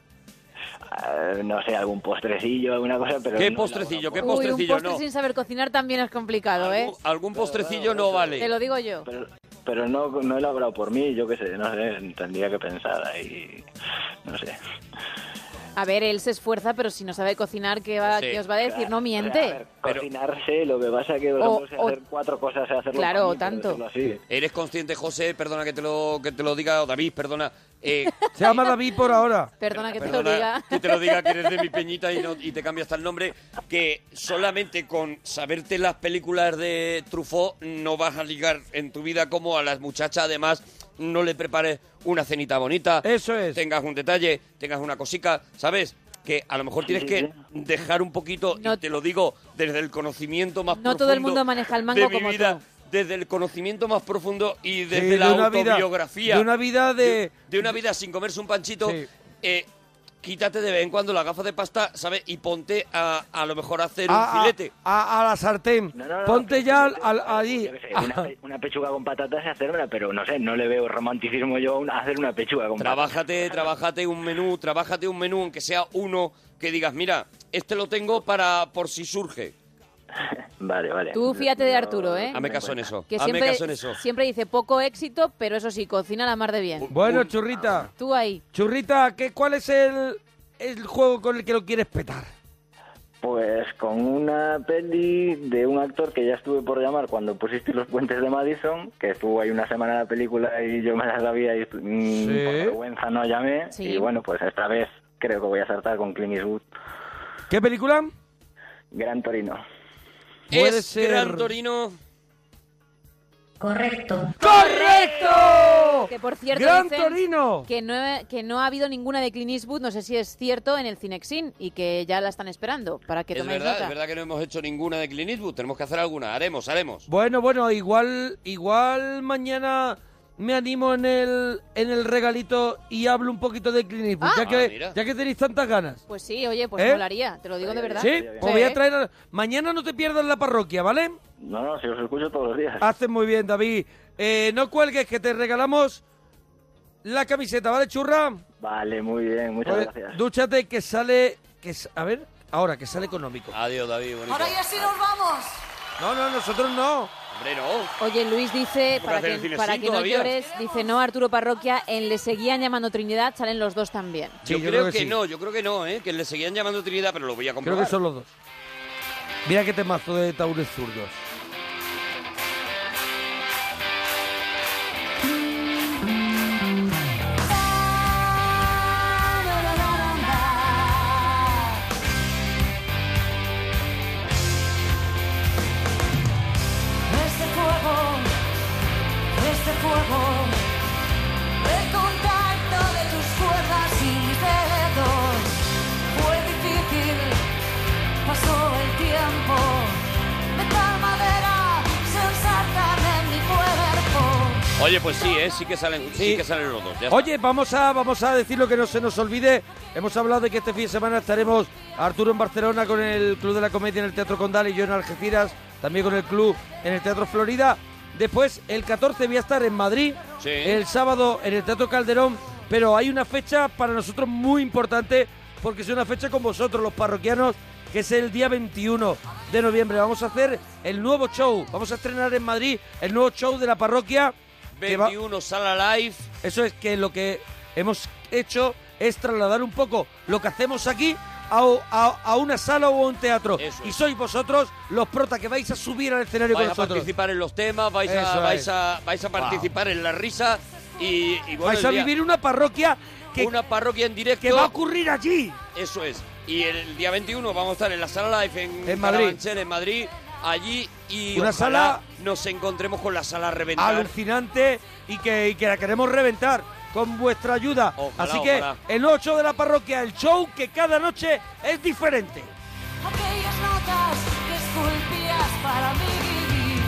H: Ah, no sé, algún postrecillo, alguna cosa, pero...
D: ¿Qué
H: no
D: postrecillo? ¿Qué
H: elaboro
C: Uy, un
D: postrecillo?
C: postre
D: no.
C: sin saber cocinar también es complicado, ¿eh?
D: Algún, algún postrecillo no
C: Te
D: vale.
C: lo digo yo.
H: por- Pero, pero no, no elaborado por mí, yo qué sé, no sé, tendría que pensar ahí, no sé.
C: A ver, él se esfuerza, pero si no sabe cocinar, ¿qué, va,
D: Sí.
C: ¿qué os va a decir? No
H: A ver,
C: miente.
D: Pero-
H: cocinarse, lo que pasa que
C: O-
H: no sé hacer cuatro cosas, hacerlo
C: Claro,
H: por mí, pero
C: tanto.
H: hacerlo así.
D: ¿Eres consciente, José? Perdona que te lo, que te lo diga, o David, perdona. eh,
B: Se llama David por ahora.
C: Perdona Ah, que te lo
D: Perdona
C: diga.
D: Que te lo diga que eres de mi peñita y, no- y te cambio hasta el nombre. Que solamente con saberte las películas de Truffaut no vas a ligar en tu vida como a las muchachas. Además, no le prepares una cenita bonita.
B: Eso es.
D: Tengas un detalle, tengas una cosica, ¿sabes? Que a lo mejor tienes que dejar un poquito, y
C: No-
D: te lo digo desde el conocimiento más
C: No
D: profundo.
C: todo el mundo maneja el mango
D: de mi
C: como
D: vida,
C: tú.
D: Desde el conocimiento más profundo y
B: Sí,
D: desde
B: de
D: la
B: una vida-
D: autobiografía.
B: de una vida de...
D: De, de una vida sin comerse un panchito,
B: Sí.
D: eh, quítate de vez en cuando las gafas de pasta, ¿sabes? Y ponte a, a lo mejor a hacer
B: a,
D: un
B: a-
D: filete.
B: a- a la sartén.
H: No, no, no,
B: Ponte
H: que-
B: ya
H: que-
B: al, al-
H: yo
B: allí.
H: qué sé, una, pe- una pechuga con patatas y hacérmela, pero no sé, no le veo romanticismo yo a un- a hacer una pechuga con
D: Trabájate, trabájate un menú, trabájate un menú, aunque sea uno que digas, mira, este lo tengo para por si surge.
H: patatas. Vale, vale.
C: Tú fíjate de Arturo, ¿eh?
D: Hazme caso en eso.
C: Que
D: Hazme
C: siempre,
D: caso en eso.
C: siempre dice poco éxito, pero eso sí, cocina la mar de bien.
B: Bueno, churrita.
C: Tú ahí.
B: Churrita, ¿qué, ¿cuál es el, el juego con el que lo quieres petar?
H: Pues con una peli de un actor que ya estuve por llamar cuando pusiste Los Puentes de Madison, que estuvo ahí una semana la película y yo me la sabía y mm, por vergüenza no llamé.
C: Sí.
H: Y bueno, pues esta vez creo que voy a saltar con Clint Eastwood.
B: ¿Qué película?
H: Gran Torino.
B: Puede
D: es
B: ser.
D: Gran Torino.
I: Correcto.
B: ¡Correcto!
C: Que por cierto,
B: ¡Gran
C: dicen
B: Torino!
C: Que no, he- que no ha habido ninguna de Clint Eastwood, no sé si es cierto, en el Cinexin y que ya la están esperando para que
D: Es
C: toméis
D: verdad,
C: nota.
D: es verdad que no hemos hecho ninguna de Clint Eastwood. Tenemos que hacer alguna. Haremos, haremos.
B: Bueno, bueno, igual, igual mañana me animo en el, en el regalito y hablo un poquito de Clint Eastwood,
C: Ah.
B: ya,
D: Ah,
B: que,
D: mira.
B: ya que tenéis tantas ganas.
C: Pues sí, oye, pues
B: ¿Eh?
C: molaría, te lo digo de verdad.
B: ¿Sí? Os voy a traer... a- Mañana no te pierdas la parroquia, ¿vale?
H: No, no, si os escucho todos los días.
B: Haces muy bien, David. Eh, no cuelgues, que te regalamos la camiseta, ¿vale, churra?
H: Vale, muy bien, muchas
B: Pues,
H: gracias.
B: dúchate que sale... Que, s- a ver, ahora, que sale económico.
D: Adiós, David. Bonito.
B: No, no, nosotros no.
D: Hombre, no.
C: Oye, Luis dice,
D: ¿Cómo
C: para
D: que hacer el
C: que,
D: Cinexin
C: para que no
D: todavía?
C: llores, dice no, Arturo Parroquia, en Le seguían llamando Trinidad, salen los dos también.
B: Sí,
D: yo, creo, que,
B: sí.
D: no, yo creo que no, ¿eh? Que le seguían llamando Trinidad, pero lo voy a
B: Creo
D: comprobar.
B: que son los dos. Mira qué temazo de Taures zurdos.
I: Este fuego
D: Oye, pues sí, ¿eh? sí que salen, sí. que salen los dos. ya está.
B: Oye, vamos a, vamos a decir lo que no se nos olvide. Hemos hablado de que este fin de semana estaremos Arturo en Barcelona con el Club de la Comedia en el Teatro Condal y yo en Algeciras, también con el Club en el Teatro Florida. Después, el 14 voy a estar en Madrid,
D: Sí.
B: el sábado en el Teatro Calderón, pero hay una fecha para nosotros muy importante porque es una fecha con vosotros, los parroquianos, que es el día 21 de noviembre. Vamos a hacer el nuevo show, vamos a estrenar en Madrid el nuevo show de la parroquia. que va-
D: 21 sala live.
B: eso es que lo que hemos hecho es trasladar un poco lo que hacemos aquí a, a- a una sala o a un teatro.
D: Eso
B: y
D: es.
B: sois vosotros los protas que vais a subir al escenario
D: Vais
B: con
D: a
B: nosotros.
D: participar en los temas, vais, a,
B: Eso
D: vais,
B: es.
D: a, vais a participar en la risa y, y bueno,
B: vais
D: el
B: a
D: día-
B: vivir una parroquia que,
D: una parroquia en directo.
B: que va a ocurrir allí.
D: Eso es. Y el día 21 vamos a estar en la sala live en,
B: En Madrid.
D: Carabanchel, en Madrid. Allí y
B: Una
D: ojalá
B: sala-
D: nos encontremos con la sala a reventar.
B: Alucinante y que, y que la queremos reventar con vuestra ayuda.
D: Ojalá,
B: Así que
D: ojalá.
B: el 8 de la parroquia, el show que cada noche es diferente.
I: aquellas notas que esculpías para mí vivir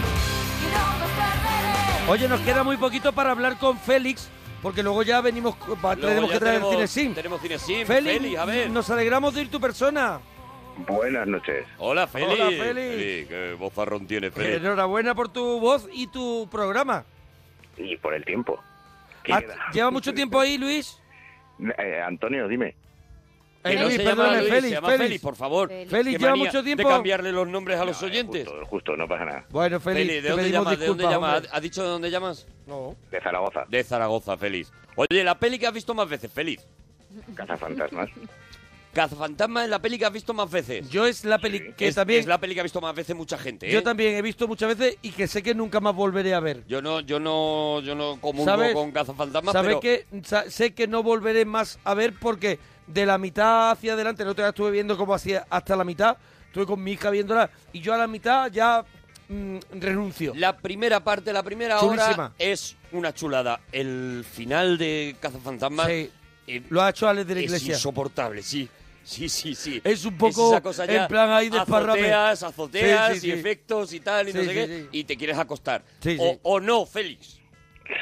I: y no me perderé.
B: Oye, nos queda muy poquito para hablar con Félix, porque luego ya venimos, va-
D: Luego
B: tenemos
D: ya
B: que traer el cine
D: tenemos,
B: sim.
D: Tenemos Cinesim.
B: Félix,
D: Félix, a ver.
B: nos alegramos de ir tu persona.
J: Buenas noches.
D: Hola, Félix. Eh,
B: Hola, Félix.
D: qué bozarrón tiene
B: Eh,
D: Félix.
B: Enhorabuena por tu voz y tu programa.
J: Y por el tiempo. ¿Qué
B: Ah,
J: queda?
B: ¿Lleva mucho tiempo ahí, Luis?
J: Eh, Antonio, dime.
D: Que
B: Eh,
D: no
B: Luis,
D: se llama
B: perdóname,
D: Luis,
B: Félix,
D: se llama
B: Félix.
D: Félix, por favor.
C: Félix.
B: Félix,
D: Qué
B: lleva
D: manía
B: mucho
D: De
B: tiempo.
D: cambiarle los nombres a los
J: No,
D: oyentes.
J: Justo, justo, no pasa nada.
B: Bueno, Félix,
D: Félix, ¿de
B: te
D: dónde
B: pedimos
D: llamas? ¿De dónde
B: disculpas,
D: llamas?
B: hombre.
D: ¿Has dicho de dónde llamas?
B: No.
J: De Zaragoza,
D: De Zaragoza, Félix. Oye, la peli que has visto más veces, Félix.
J: Cazafantasmas.
D: Cazafantasma es la peli que has visto más veces.
B: Yo es la peli que
D: es,
B: también
D: es la peli que ha visto más veces mucha gente, ¿eh?
B: yo también he visto muchas veces y que sé que nunca más volveré a ver.
D: Yo no, yo no, yo no comulgo
B: ¿Sabes?
D: con Cazafantasmas,
B: ¿Sabes
D: pero...
B: qué? Sa- sé que no volveré más a ver porque de la mitad hacia adelante, no te estuve viendo como hacía hasta la mitad, estuve con mi hija viéndola y yo a la mitad ya mm, renuncio.
D: La primera parte, la primera hora
B: Chulísima.
D: es una chulada. El final de Cazafantasmas
B: Sí.
D: eh,
B: Lo ha hecho Alex de la
D: es
B: Iglesia.
D: insoportable, sí. Sí, sí, sí.
B: Es un poco
D: esa cosa ya,
B: en plan ahí desparrame.
D: Azoteas, azoteas
B: Sí, sí,
D: y
B: sí.
D: efectos y tal y no
B: Sí,
D: sé
B: sí,
D: qué.
B: sí.
D: Y te quieres acostar.
B: Sí,
D: o,
B: sí.
D: o no, Félix.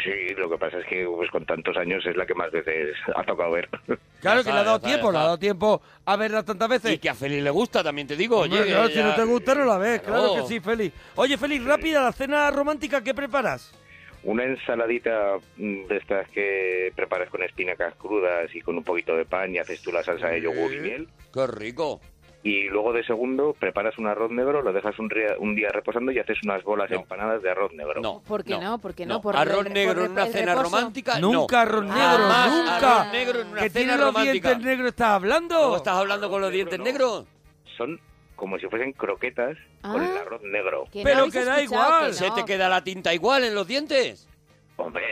J: Sí, lo que pasa es que pues, con tantos años es la que más veces ha tocado ver.
B: Claro
D: Ya
B: que
D: está,
B: le ha dado
D: ya está, ya
B: tiempo, le ha
D: está.
B: dado tiempo a verla tantas veces.
D: Y que a Félix le gusta, también te digo.
B: Hombre,
D: oye,
B: claro,
D: que
B: si no
D: ya-
B: te gusta no la ves, claro,
D: Claro.
B: que sí, Félix. Oye, Félix, rápida, la cena romántica, ¿qué preparas?
J: Una ensaladita mm, de estas que preparas con espinacas crudas y con un poquito de pan y haces tú la salsa de yogur
D: Eh,
J: y miel.
D: Qué rico.
J: Y luego de segundo preparas un arroz negro, lo dejas un, rea- un día reposando y haces unas bolas
D: No.
J: empanadas de arroz negro.
D: No.
C: ¿Por qué no? ¿Por qué no? Por
D: arroz
C: el-
D: negro
C: por
D: en una
C: el
D: cena
C: reposo.
D: romántica. no.
B: nunca, arroz negro,
D: Jamás
B: nunca.
D: Arroz negro en una
B: que tiene
D: cena
B: los
D: romántica.
B: dientes negros, ¿estás
D: ¿Cómo
B: hablando?
D: estás hablando con los dientes
J: No.
D: negros?
J: Son como si fuesen croquetas con
C: Ah.
J: el arroz negro.
C: Que no
B: Pero
C: habéis
B: que da
C: escuchado,
B: igual.
C: que
D: ¿Se
C: no.
D: te queda la tinta igual en los dientes?
J: Hombre,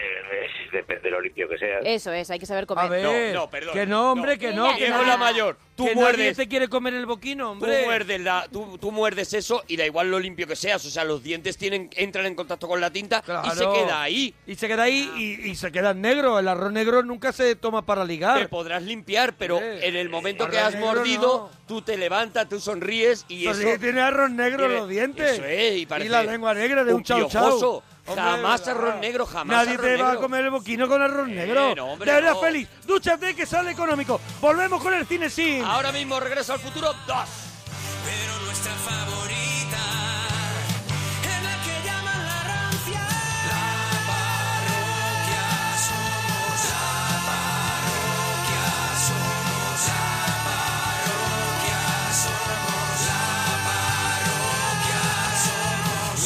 J: es- depende de lo limpio que sea.
C: Eso es, hay que saber comer.
B: A ver,
D: No, no, perdón.
B: que no, hombre, que no.
C: Mira,
B: que
D: Diego
C: no.
B: nadie-
D: la mayor. Tú
B: que nadie
D: muerdes.
B: te quiere comer el boquino,
D: Tú
B: hombre.
D: muerdes, la- tú- tú muerdes eso y da igual lo limpio que seas. O sea, los dientes tienen, entran en contacto con la tinta
B: Claro.
D: y se queda ahí.
B: Y se queda ahí y, y se queda en negro. El arroz negro nunca se toma para
D: Te
B: ligar.
D: podrás limpiar, pero
B: Hombre,
D: en el momento
B: arroz
D: que has
B: negro
D: mordido,
B: no.
D: tú te levantas, tú sonríes y
B: Pero sí
D: eso...
B: que tiene arroz negro en
D: tiene-
B: los dientes.
D: Eso es, y parece
B: la lengua negra de un,
D: un
B: chau
D: piojoso.
B: chau. Hombre,
D: Jamás
B: ¿verdad?
D: arroz negro, jamás
B: Nadie
D: arroz
B: te va a
D: negro.
B: comer el boquino con arroz negro.
D: no, hombre,
B: de verdad,
D: no.
B: feliz. Dúchate que sale económico. Volvemos con el cine sin.
D: Ahora mismo regreso al futuro 2.
A: pero nuestra favorita es la que llaman la rancia. La parroquia somos, la parroquia somos, la parroquia somos, la parroquia somos, la parroquia somos, la parroquia somos, la parroquia somos, la parroquia somos.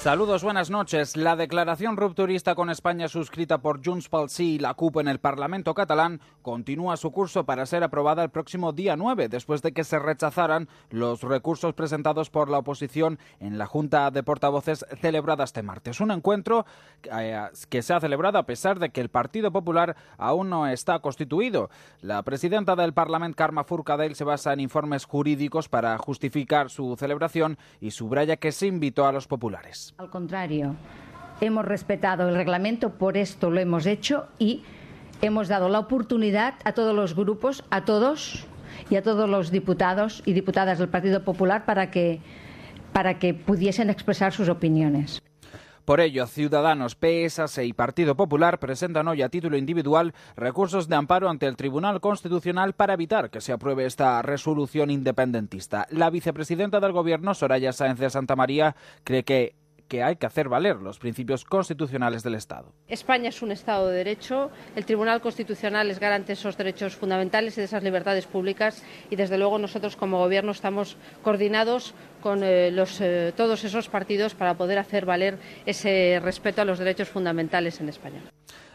K: Saludos, buenas noches. La declaración rupturista con España suscrita por Junts pel Sí y la CUP en el Parlamento catalán continúa su curso para ser aprobada el próximo día 9, después de que se rechazaran los recursos presentados por la oposición en la Junta de Portavoces celebrada este martes. Un encuentro eh, que se ha celebrado a pesar de que el Partido Popular aún no está constituido. La presidenta del Parlamento, Carme Forcadell, se basa en informes jurídicos para justificar su celebración y subraya que se invitó a los populares.
L: Al contrario, hemos respetado el reglamento, por esto lo hemos hecho y hemos dado la oportunidad a todos los grupos, a todos y a todos los diputados y diputadas del Partido Popular para que, para que pudiesen expresar sus opiniones.
K: Por ello, Ciudadanos, PSAS y Partido Popular presentan hoy a título individual recursos de amparo ante el Tribunal Constitucional para evitar que se apruebe esta resolución independentista. La vicepresidenta del Gobierno, Soraya Sáenz de Santa María, cree que, que hay que hacer valer los principios constitucionales del Estado.
M: España es un Estado de Derecho, el Tribunal Constitucional es garante de esos derechos fundamentales y de esas libertades públicas y, desde luego, nosotros como Gobierno estamos coordinados con eh, los, eh, todos esos partidos para poder hacer valer ese respeto a los derechos fundamentales en España.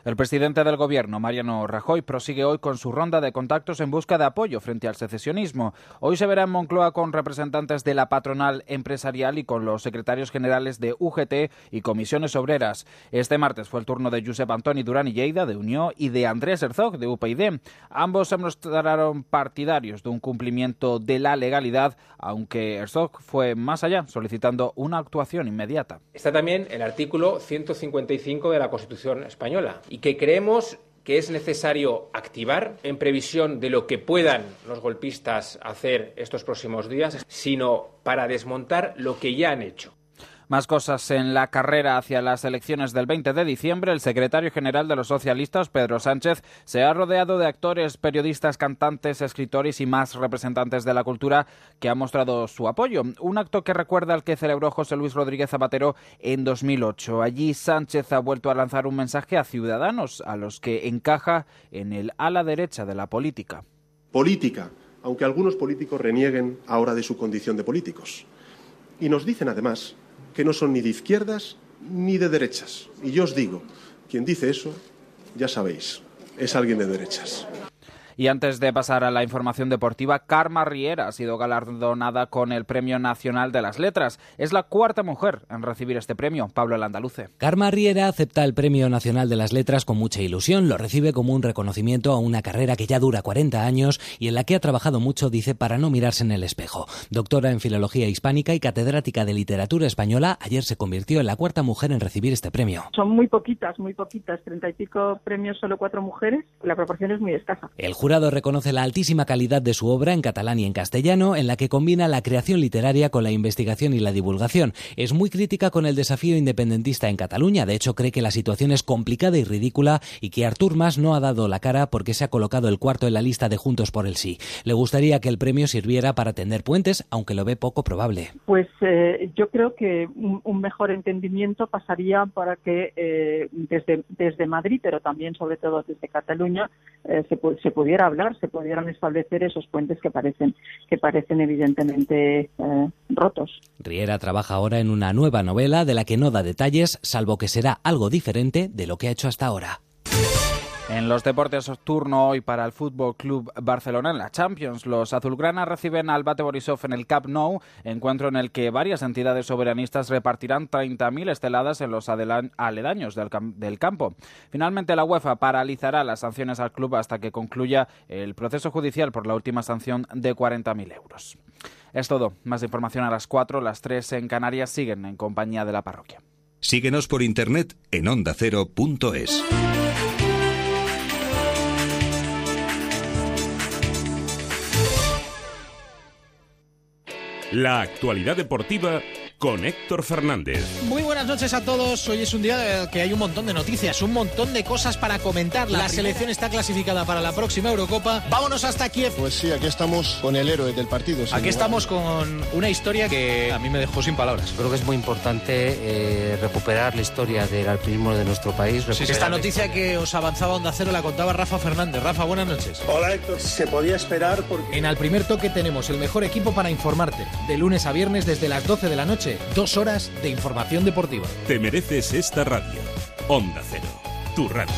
K: El presidente del gobierno, Mariano Rajoy, prosigue hoy con su ronda de contactos en busca de apoyo frente al secesionismo. Hoy se verá en Moncloa con representantes de la patronal empresarial y con los secretarios generales de UGT y comisiones obreras. Este martes fue el turno de Josep Antoni Durán y Lleida, de Unió, y de Andrés Herzog, de UPyD. Ambos se mostraron partidarios de un cumplimiento de la legalidad, aunque Herzog fue más allá, solicitando una actuación inmediata.
N: Está también el artículo 155 de la Constitución española y que creemos que es necesario activar en previsión de lo que puedan los golpistas hacer estos próximos días, sino para desmontar lo que ya han hecho.
K: Más cosas en la carrera hacia las elecciones del 20 de diciembre. El secretario general de los socialistas, Pedro Sánchez, se ha rodeado de actores, periodistas, cantantes, escritores y más representantes de la cultura que han mostrado su apoyo. Un acto que recuerda al que celebró José Luis Rodríguez Zapatero en 2008. Allí Sánchez ha vuelto a lanzar un mensaje a ciudadanos, a los que encaja en el ala derecha de la política.
O: Política, aunque algunos políticos renieguen ahora de su condición de políticos. Y nos dicen además que no son ni de izquierdas ni de derechas. Y yo os digo, quien dice eso, ya sabéis, es alguien de derechas.
K: Y antes de pasar a la información deportiva, Karma Riera ha sido galardonada con el Premio Nacional de las Letras. Es la cuarta mujer en recibir este premio, Pablo el Andaluce.
P: Karma Riera acepta el Premio Nacional de las Letras con mucha ilusión, lo recibe como un reconocimiento a una carrera que ya dura 40 años y en la que ha trabajado mucho, dice, para no mirarse en el espejo. Doctora en Filología Hispánica y catedrática de Literatura Española, ayer se convirtió en la cuarta mujer en recibir este premio.
Q: Son muy poquitas, muy poquitas, treinta y pico premios, solo cuatro mujeres, la proporción es muy escasa.
P: El jurado reconoce la altísima calidad de su obra en catalán y en castellano, en la que combina la creación literaria con la investigación y la divulgación. Es muy crítica con el desafío independentista en Cataluña, de hecho cree que la situación es complicada y ridícula y que Artur Mas no ha dado la cara porque se ha colocado el cuarto en la lista de Juntos por el Sí. Le gustaría que el premio sirviera para tender puentes, aunque lo ve poco probable.
Q: Pues eh, yo creo que un, un, mejor entendimiento pasaría para que eh, desde, desde Madrid, pero también sobre todo desde Cataluña, eh, se, se pudiera hablar, se pudieran establecer esos puentes que parecen, que parecen evidentemente eh, rotos.
P: Riera trabaja ahora en una nueva novela de la que no da detalles, salvo que será algo diferente de lo que ha hecho hasta ahora.
K: En los deportes turno hoy para el Fútbol Club Barcelona en la Champions, los azulgranas reciben al Bate Borisov en el Camp Nou, encuentro en el que varias entidades soberanistas repartirán 30.000 esteladas en los aledaños del, cam del, campo. Finalmente, la UEFA paralizará las sanciones al club hasta que concluya el proceso judicial por la última sanción de 40.000 euros. Es todo. Más información a las 4, las 3 en Canarias siguen en compañía de la parroquia.
R: Síguenos por internet en ondacero.es.
S: La actualidad deportiva con Héctor Fernández.
T: Muy buenas noches a todos. Hoy es un día en el que hay un montón de noticias, un montón de cosas para comentar. La, la selección está clasificada para la próxima Eurocopa. Vámonos hasta Kiev.
U: Pues sí, aquí estamos con el héroe del partido.
T: Aquí lugar. estamos con una historia que a mí me dejó sin palabras.
V: Creo que es muy importante eh, recuperar la historia del alpinismo de nuestro país.
T: Sí, esta noticia que os avanzaba Onda Cero la contaba Rafa Fernández. Rafa, buenas noches.
W: Hola Héctor, se podía esperar porque...
T: En Al Primer Toque tenemos el mejor equipo para informarte. De lunes a viernes desde las 12 de la noche noche, dos horas de información deportiva.
S: Te mereces esta radio. Onda Cero, tu radio.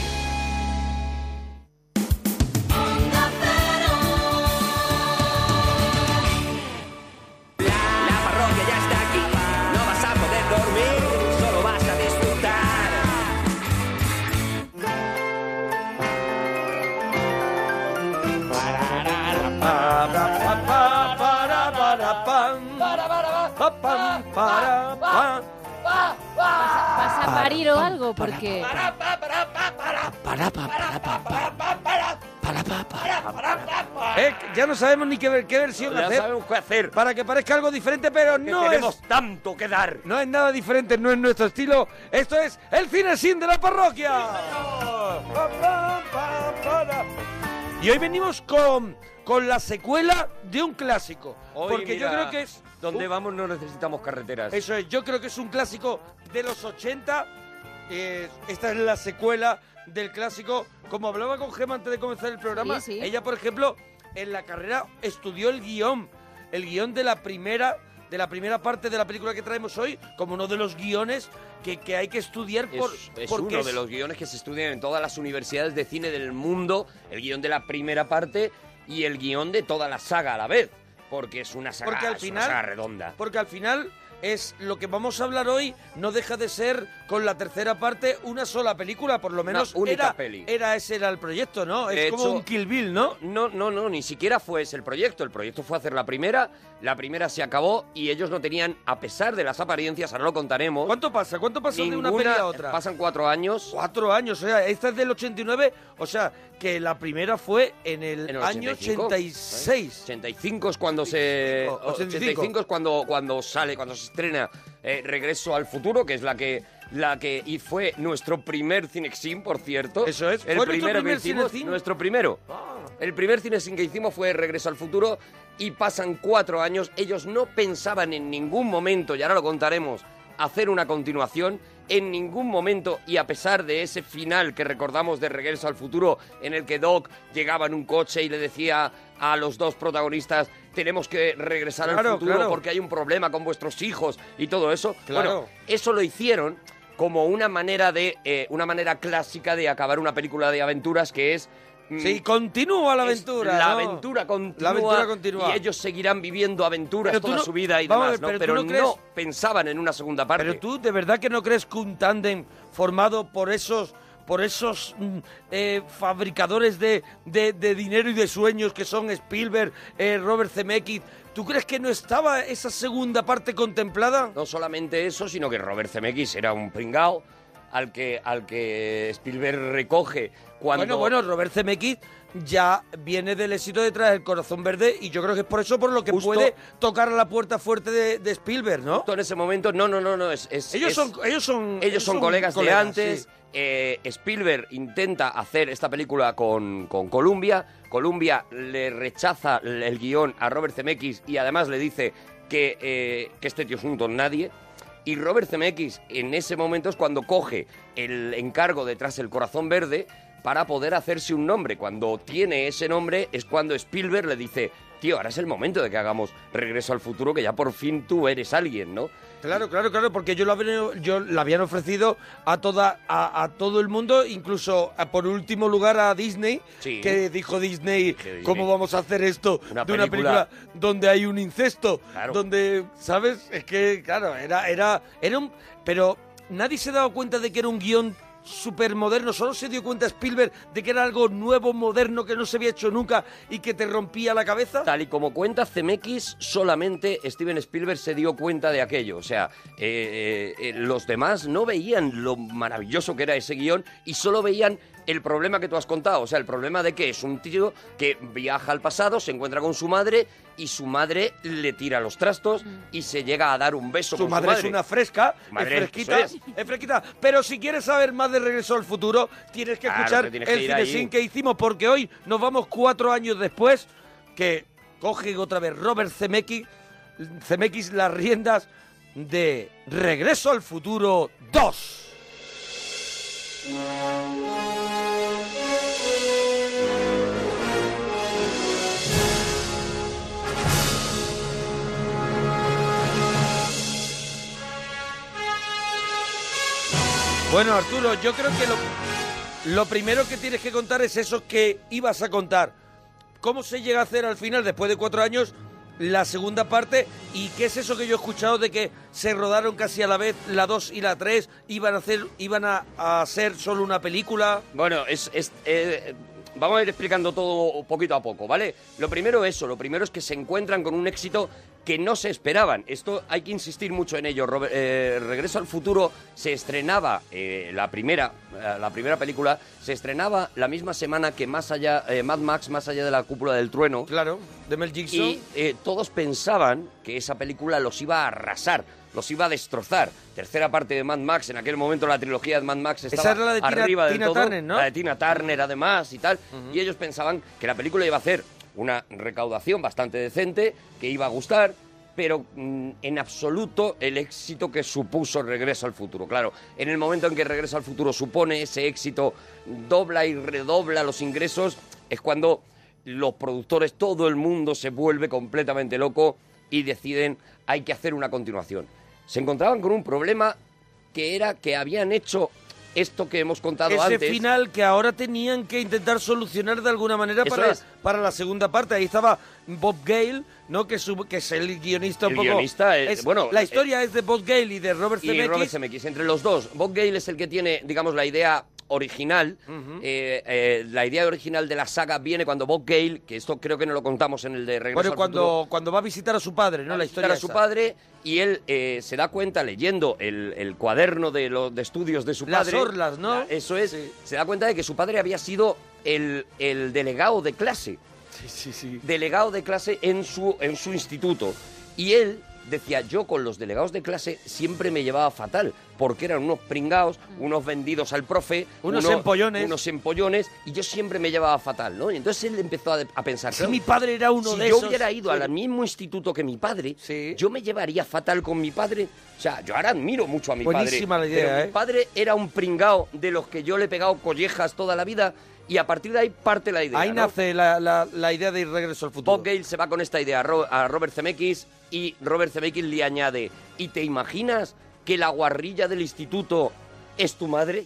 A: parroquia ya está aquí, no vas a poder dormir, solo vas a disfrutar.
C: ¿Vas a parir o algo? Porque...
B: Eh, ya no sabemos ni qué, ver- qué versión hacer. sabemos qué hacer. Para que parezca algo diferente, pero no
D: tenemos
B: tanto que dar. No es nada diferente, no es nuestro estilo. Esto es el cine sin de la parroquia. Y hoy venimos con, con la secuela de un clásico.
D: Hoy,
B: porque yo
D: mira,
B: creo que es...
D: Donde
B: Uh,
D: vamos no necesitamos carreteras.
B: Eso es, yo creo que es un clásico de los 80. eh, esta es la secuela del clásico. Como hablaba con Gemma antes de comenzar el programa,
D: Sí, sí.
B: ella, por ejemplo, en la carrera estudió el guión. El guión de la primera de la primera parte de la película que traemos hoy, como uno de los guiones que, que hay que estudiar
D: Es-
B: por,
D: es
B: porque
D: uno
B: es-
D: de los guiones que se estudian en todas las universidades de cine del mundo, el guión de la primera parte y el guión de toda la saga a la vez, porque es una saga,
B: Porque al
D: es una
B: final-
D: saga redonda.
B: Porque al final es lo que vamos a hablar hoy no deja de ser con la tercera parte una sola película, por lo
D: Una
B: menos
D: única
B: era,
D: peli.
B: era ese era el proyecto, ¿no?
D: De
B: es como
D: hecho,
B: un Kill Bill, ¿no?
D: No, no, no, ni siquiera fue ese el proyecto. El proyecto fue hacer la primera, la primera se acabó y ellos no tenían, a pesar de las apariencias, ahora lo contaremos.
B: ¿Cuánto pasa? ¿Cuánto pasa de una peli a otra?
D: Pasan cuatro años.
B: Cuatro años, o sea, esta es del 89, o sea, que la primera fue en el,
D: En el
B: año
D: 85,
B: 86.
D: 85 es cuando se
B: 85.
D: 85 es cuando cuando sale cuando se estrena eh, Regreso al futuro que es la que la que y fue nuestro primer cinexin por cierto
B: Eso es, ¿fue
D: el
B: nuestro
D: primero que
B: primer
D: hicimos
B: Cinexin?
D: nuestro primero el primer cinexin que hicimos fue Regreso al futuro y pasan cuatro años ellos no pensaban en ningún momento y ahora lo contaremos hacer una continuación en ningún momento y a pesar de ese final que recordamos de Regreso al Futuro en el que Doc llegaba en un coche y le decía a los dos protagonistas tenemos que regresar
B: Claro,
D: al futuro
B: claro.
D: porque hay un problema con vuestros hijos y todo eso.
B: Claro.
D: Bueno, eso lo hicieron como una manera de eh, una manera clásica de acabar una película de aventuras que es mm,
B: Sí, continúa la
D: es
B: aventura.
D: la
B: ¿no?
D: aventura continúa.
B: La aventura continúa.
D: Y ellos seguirán viviendo aventuras
B: Pero tú
D: toda
B: no-
D: su vida y
B: vamos a
D: demás,
B: ver, pero
D: ¿no?
B: tú
D: Pero
B: no
D: no,
B: crees-
D: pensaban en una segunda parte.
B: Pero tú, ¿de verdad que no crees que un tándem formado por esos por esos mm, eh, fabricadores de, de- de dinero y de sueños que son Spielberg, eh, Robert Zemeckis, ¿tú crees que no estaba esa segunda parte contemplada?
D: No solamente eso, sino que Robert Zemeckis era un pringao al que, al que Spielberg recoge cuando...
B: Bueno, bueno, Robert Zemeckis ya viene del éxito detrás del Corazón Verde y yo creo que es por eso por lo que puede tocar a la puerta fuerte de, de Spielberg, ¿no?
D: en ese momento, no, no, no, no, es...
B: ellos,
D: es-
B: son, ellos son...
D: Ellos son colegas, de antes.
B: sí.
D: eh, Spielberg intenta hacer esta película con, con Columbia. Columbia le rechaza l- el guión a Robert Zemeckis y además le dice que, eh, que este tío es un don nadie. Y Robert Zemeckis en ese momento es cuando coge el encargo detrás del corazón verde para poder hacerse un nombre. Cuando tiene ese nombre es cuando Spielberg le dice, tío, ahora es el momento de que hagamos Regreso al Futuro, que ya por fin tú eres alguien, ¿no?
B: Claro, claro, claro, porque yo la, yo la habían ofrecido a toda a, a todo el mundo, incluso a- por último lugar a Disney,
D: Sí.
B: que dijo Disney,
D: Disney.
B: ¿cómo vamos a hacer esto
D: Una
B: de una
D: película-
B: película donde hay un incesto?
D: Claro.
B: Donde, ¿sabes? Es que, claro, era, era, era un... Pero nadie se daba cuenta de que era un guión súper moderno, solo se dio cuenta Spielberg de que era algo nuevo, moderno, que no se había hecho nunca y que te rompía la cabeza.
D: Tal y como cuenta Zemeckis, solamente Steven Spielberg se dio cuenta de aquello. O sea, eh, eh, eh, los demás no veían lo maravilloso que era ese guión y solo veían el problema que tú has contado. O sea, el problema de que es un tío que viaja al pasado, se encuentra con su madre y su madre le tira los trastos y se llega a dar un beso
B: Su
D: con
B: madre,
D: su madre.
B: es una fresca,
D: Madre,
B: es fresquita,
D: eso
B: es. fresquita. Pero si quieres saber más de Regreso al Futuro, tienes que
D: Claro,
B: escuchar
D: te tienes
B: el
D: que ir ahí.
B: cinecin que hicimos, porque hoy nos vamos cuatro años después, que coge otra vez Robert Zemeckis, Zemeckis las riendas de Regreso al Futuro 2. Bueno, Arturo, yo creo que lo, lo primero que tienes que contar es eso que ibas a contar. ¿Cómo se llega a hacer al final, después de cuatro años, la segunda parte? ¿Y qué es eso que yo he escuchado de que se rodaron casi a la vez la 2 y la 3? ¿Iban a hacer, iban a, a hacer solo una película?
D: Bueno, es, es- eh, vamos a ir explicando todo poquito a poco, ¿vale? Lo primero eso, lo primero es que se encuentran con un éxito que no se esperaban. Esto hay que insistir mucho en ello. Robert- eh, Regreso al futuro se estrenaba eh, la primera, eh, la primera película se estrenaba la misma semana que más allá eh, Mad Max, más allá de la cúpula del trueno.
B: Claro, de Mel Gibson.
D: Y eh, todos pensaban que esa película los iba a arrasar. Los iba a destrozar. Tercera parte de Mad Max, en aquel momento la trilogía de Mad Max estaba
B: era la de Tina-
D: arriba de
B: Tina
D: todo.
B: Turner, ¿no?
D: La de Tina Turner, además, y tal. Y ellos pensaban que la película iba a hacer una recaudación bastante decente, que iba a gustar, pero mm, en absoluto el éxito que supuso Regreso al Futuro. Claro, en el momento en que Regreso al Futuro supone ese éxito, dobla y redobla los ingresos, es cuando los productores, todo el mundo se vuelve completamente loco y deciden hay que hacer una continuación. Se encontraban con un problema que era que habían hecho esto que hemos contado
B: Ese
D: antes.
B: final que ahora tenían que intentar solucionar de alguna manera
D: Eso
B: para,
D: es.
B: para la segunda parte. Ahí estaba Bob Gale, ¿no? Que, su- que es el guionista un
D: El
B: poco.
D: guionista, eh, bueno,
B: la
D: eh,
B: historia es de Bob Gale y de Robert
D: y
B: Zemeckis.
D: Robert Zemeckis, entre los dos. Bob Gale es el que tiene, digamos, la idea original.
B: Ujú.
D: Eh, eh, la idea original de la saga viene cuando Bob Gale, que esto creo que no lo contamos en el de Regreso
B: Bueno,
D: al
B: cuando, cuando va a visitar a su padre, ¿no? La
D: Futuro,
B: historia
D: era su
B: esa.
D: padre y él eh, se da cuenta leyendo el, el cuaderno de los de estudios de su
B: Las
D: padre.
B: orlas,
D: ¿no? Eso es. Se da cuenta de que su padre había sido el, el delegado de clase. Delegado de clase en su, en su instituto. Y él decía, yo con los delegados de clase siempre me llevaba fatal, porque eran unos pringados, unos vendidos al profe,
B: Unos empollones.
D: unos empollones, y yo siempre me llevaba fatal, ¿no? Y entonces él empezó a, de- a pensar,
B: Si
D: claro,
B: mi padre era uno
D: si
B: de
D: yo
B: esos,
D: hubiera ido
B: sí.
D: al mismo instituto que mi padre, yo me llevaría fatal con mi padre. O sea, yo ahora admiro mucho a mi
B: Buenísima la
D: padre.
B: idea,
D: pero
B: ¿eh?
D: Mi padre era un pringao de los que yo le he pegado collejas toda la vida y a partir de ahí parte la idea.
B: Ahí
D: ¿no?
B: nace la, la- la idea de Regreso al Futuro.
D: Bob Gale se va con esta idea a Ro- a Robert Zemeckis y Robert Zemeckis le añade, ¿y te imaginas que la guarrilla del instituto es tu madre?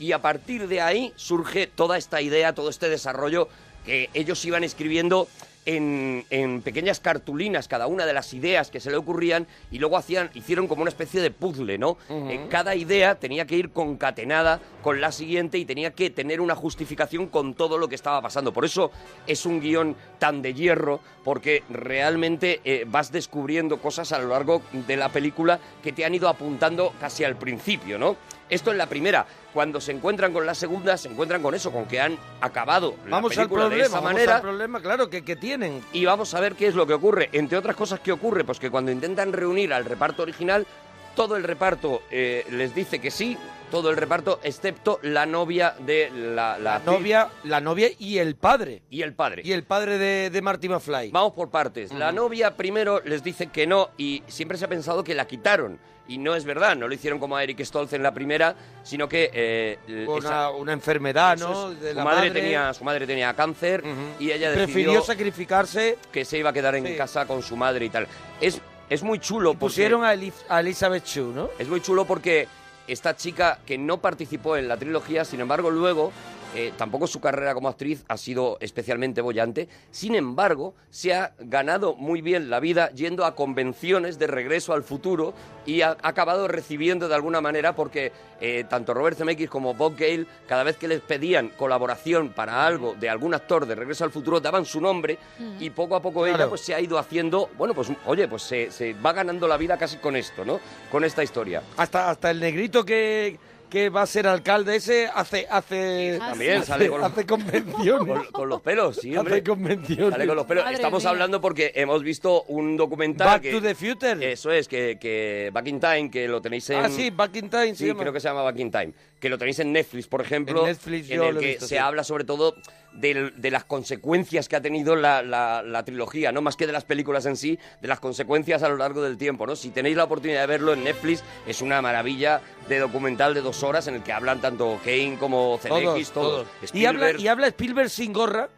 D: Y a partir de ahí surge toda esta idea, todo este desarrollo que ellos iban escribiendo en, en pequeñas cartulinas cada una de las ideas que se le ocurrían y luego hacían, hicieron como una especie de puzzle, ¿no?
B: Ujú.
D: Eh, cada idea tenía que ir concatenada con la siguiente y tenía que tener una justificación con todo lo que estaba pasando. Por eso es un guión tan de hierro, porque realmente eh, vas descubriendo cosas a lo largo de la película que te han ido apuntando casi al principio, ¿no? Esto es la primera. Cuando se encuentran con la segunda, se encuentran con eso, con que han acabado la
B: Vamos al
D: película
B: problema,
D: de esa
B: vamos
D: manera.
B: al problema, claro, que, que tienen.
D: Y vamos a ver qué es lo que ocurre. Entre otras cosas, ¿qué ocurre? Pues que cuando intentan reunir al reparto original, todo el reparto eh, les dice que sí, todo el reparto, excepto la novia de la... La,
B: novia- la novia y el padre.
D: Y el padre.
B: Y el padre de, de Marty McFly.
D: Vamos por partes. La novia primero les dice que no y siempre se ha pensado que la quitaron. Y no es verdad, no lo hicieron como a Eric Stoltz en la primera, sino que... eh,
B: Una,
D: esa-
B: una enfermedad,
D: eso
B: ¿no?
D: es,
B: De
D: su
B: la
D: madre,
B: madre.
D: tenía su madre tenía cáncer y ella decidió
B: Prefirió sacrificarse
D: que se iba a quedar en
B: Sí.
D: casa con su madre y tal. Es, es muy chulo. porque-
B: Pusieron a, Elif- a Elizabeth Chu, ¿no?
D: es muy chulo porque esta chica que no participó en la trilogía, sin embargo, luego, eh, tampoco su carrera como actriz ha sido especialmente bollante, sin embargo, se ha ganado muy bien la vida yendo a convenciones de regreso al futuro y ha, ha acabado recibiendo de alguna manera porque eh, tanto Robert Zemeckis como Bob Gale, cada vez que les pedían colaboración para algo de algún actor de regreso al futuro, daban su nombre
B: Ujú.
D: y poco a poco ella
B: Claro.
D: pues se ha ido haciendo, bueno, pues oye, pues se, se va ganando la vida casi con esto, ¿no? Con esta historia.
B: Hasta, hasta el negrito que, que va a ser alcalde ese hace... hace
D: También
B: hace-
D: sale con-
B: hace convenciones.
D: Con, con los pelos, sí,
B: Hace
D: hombre.
B: convenciones.
D: Sale con los pelos.
B: Madre
D: Estamos
B: mía.
D: hablando porque hemos visto un documental.
B: Back
D: que,
B: to the Future.
D: Eso es, que, que Back in Time, que lo tenéis en.
B: Ah, sí, Back in Time. se
D: Sí,
B: llama.
D: creo que se llama Back in Time. Que lo tenéis en Netflix, por ejemplo.
B: En Netflix
D: en
B: yo
D: el
B: lo he
D: que
B: visto,
D: se
B: sí.
D: habla sobre todo del- de las consecuencias que ha tenido la, la- la trilogía, no más que de las películas en sí, de las consecuencias a lo largo del tiempo, ¿no? Si tenéis la oportunidad de verlo en Netflix, es una maravilla de documental de dos horas en el que hablan tanto Kane como Zemeckis,
B: Todos,
D: todos.
B: todos. Y, habla,
D: Spielberg.
B: y habla Spielberg sin gorra,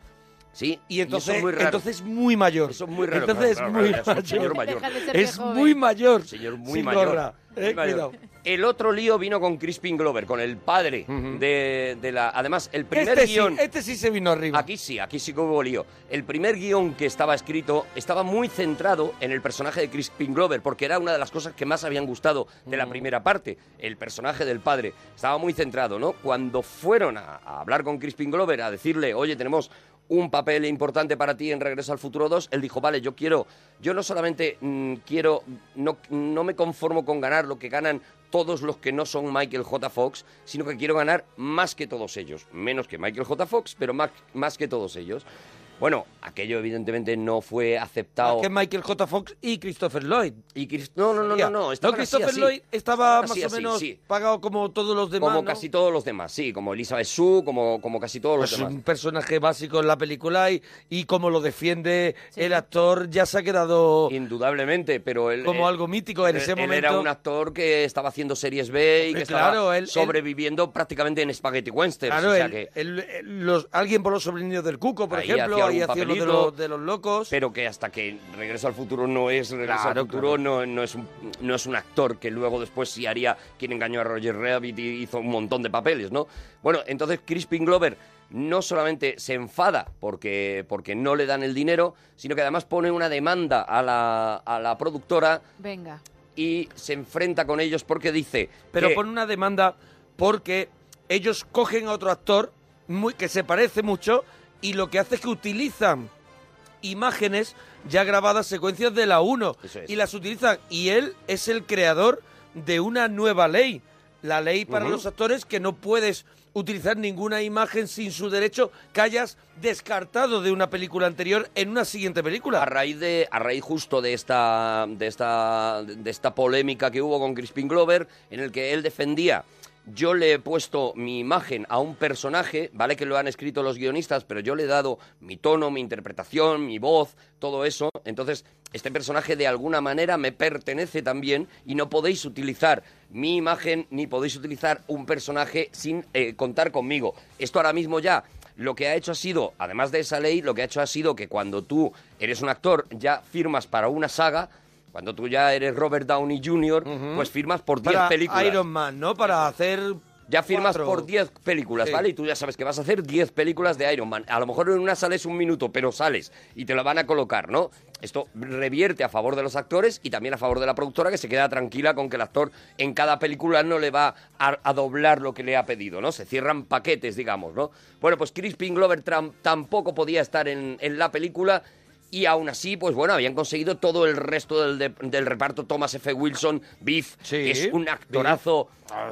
D: Sí,
B: Y entonces,
D: eso es muy raro.
B: entonces es muy mayor.
D: Eso es muy raro,
B: Entonces
D: claro,
B: es
D: claro,
B: muy
D: claro, es
B: mayor.
D: un señor mayor. Deja de ser
B: Es
D: joven.
B: muy mayor.
D: Señor muy
B: sin
D: mayor.
B: gorra, eh,
D: Muy mayor.
B: cuidado.
D: El otro lío vino con Crispin Glover, con el padre de, de la. Además, el primer
B: Este sí,
D: guión.
B: este sí se vino arriba.
D: Aquí sí, aquí sí que hubo lío. El primer guión que estaba escrito estaba muy centrado en el personaje de Crispin Glover, porque era una de las cosas que más habían gustado de
B: Mm.
D: la primera parte. El personaje del padre estaba muy centrado, ¿no? Cuando fueron a, a hablar con Crispin Glover, a decirle, oye, tenemos un papel importante para ti en Regreso al Futuro 2, él dijo, vale, yo quiero, yo no solamente mm, quiero, no, no me conformo con ganar lo que ganan todos los que no son Michael J. Fox, sino que quiero ganar más que todos ellos, menos que Michael J. Fox, pero más, más que todos ellos. Bueno, aquello evidentemente no fue aceptado.
B: Que Michael J. Fox y Christopher Lloyd.
D: Y Oh. no, no, no, no, no, estaban así,
B: Christopher
D: así.
B: Lloyd estaba
D: Estaban
B: más
D: así,
B: o
D: así,
B: menos
D: sí.
B: pagado como todos los demás.
D: como
B: ¿no?
D: casi todos los demás, sí, como Elizabeth Sue, como, como casi todos los
B: Es
D: demás.
B: Pues un personaje básico en la película y, y como lo defiende el actor ya se ha quedado
D: Indudablemente, pero él...
B: como
D: él-
B: algo mítico en ese
D: Eh, él
B: momento.
D: era un actor que estaba haciendo series B y que
B: Eh, claro,
D: estaba
B: él- él-
D: sobreviviendo prácticamente en Spaghetti Westerns.
B: Claro,
D: o sea
B: él-
D: que...
B: él- él- los- alguien por los sobrinos del cuco, por
D: Ahí
B: ejemplo,
D: hacía
B: ahí
D: algún
B: hacía uno de
D: papelito.
B: los, de los locos.
D: Pero que hasta que Regreso al Futuro no es Regreso
B: Claro,
D: al Futuro, no, no, es un, no es un actor que luego después sí haría Quien engañó a Roger Rabbit y hizo un montón de papeles, ¿no? Bueno, entonces Crispin Glover no solamente se enfada porque, porque no le dan el dinero, sino que además pone una demanda a la, a la productora
C: Venga.
D: y se enfrenta con ellos porque dice...
B: pero
D: que-
B: pone una demanda porque ellos cogen a otro actor muy, que se parece mucho y lo que hace es que utilizan imágenes ya grabadas, secuencias de la 1 y las utilizan y él es el creador de una nueva ley, la ley para
D: Ujú.
B: los actores que no puedes utilizar ninguna imagen sin su derecho que hayas descartado de una película anterior en una siguiente película.
D: A raíz de, a raíz justo de esta, de esta, de esta polémica que hubo con Crispin Glover, en el que él defendía. Yo le he puesto mi imagen a un personaje, vale que lo han escrito los guionistas, pero yo le he dado mi tono, mi interpretación, mi voz, todo eso. Entonces, este personaje de alguna manera me pertenece también y no podéis utilizar mi imagen ni podéis utilizar un personaje sin eh, contar conmigo. Esto ahora mismo ya lo que ha hecho ha sido, además de esa ley, lo que ha hecho ha sido que cuando tú eres un actor, ya firmas para una saga, cuando tú ya eres Robert Downey Jr., pues firmas por 10
B: Para
D: películas.
B: Iron Man, ¿no? Para hacer...
D: Ya firmas
B: cuatro.
D: por 10 películas,
B: Sí.
D: ¿vale? Y tú ya sabes que vas a hacer 10 películas de Iron Man. A lo mejor en una sales un minuto, pero sales y te la van a colocar, ¿no? Esto revierte a favor de los actores y también a favor de la productora que se queda tranquila con que el actor en cada película no le va a, a doblar lo que le ha pedido, ¿no? Se cierran paquetes, digamos, ¿no? Bueno, pues Crispin Glover tram- tampoco podía estar en, en la película y aún así, pues bueno, habían conseguido todo el resto del, de- del reparto. Thomas F. Wilson, Biff, que es un actorazo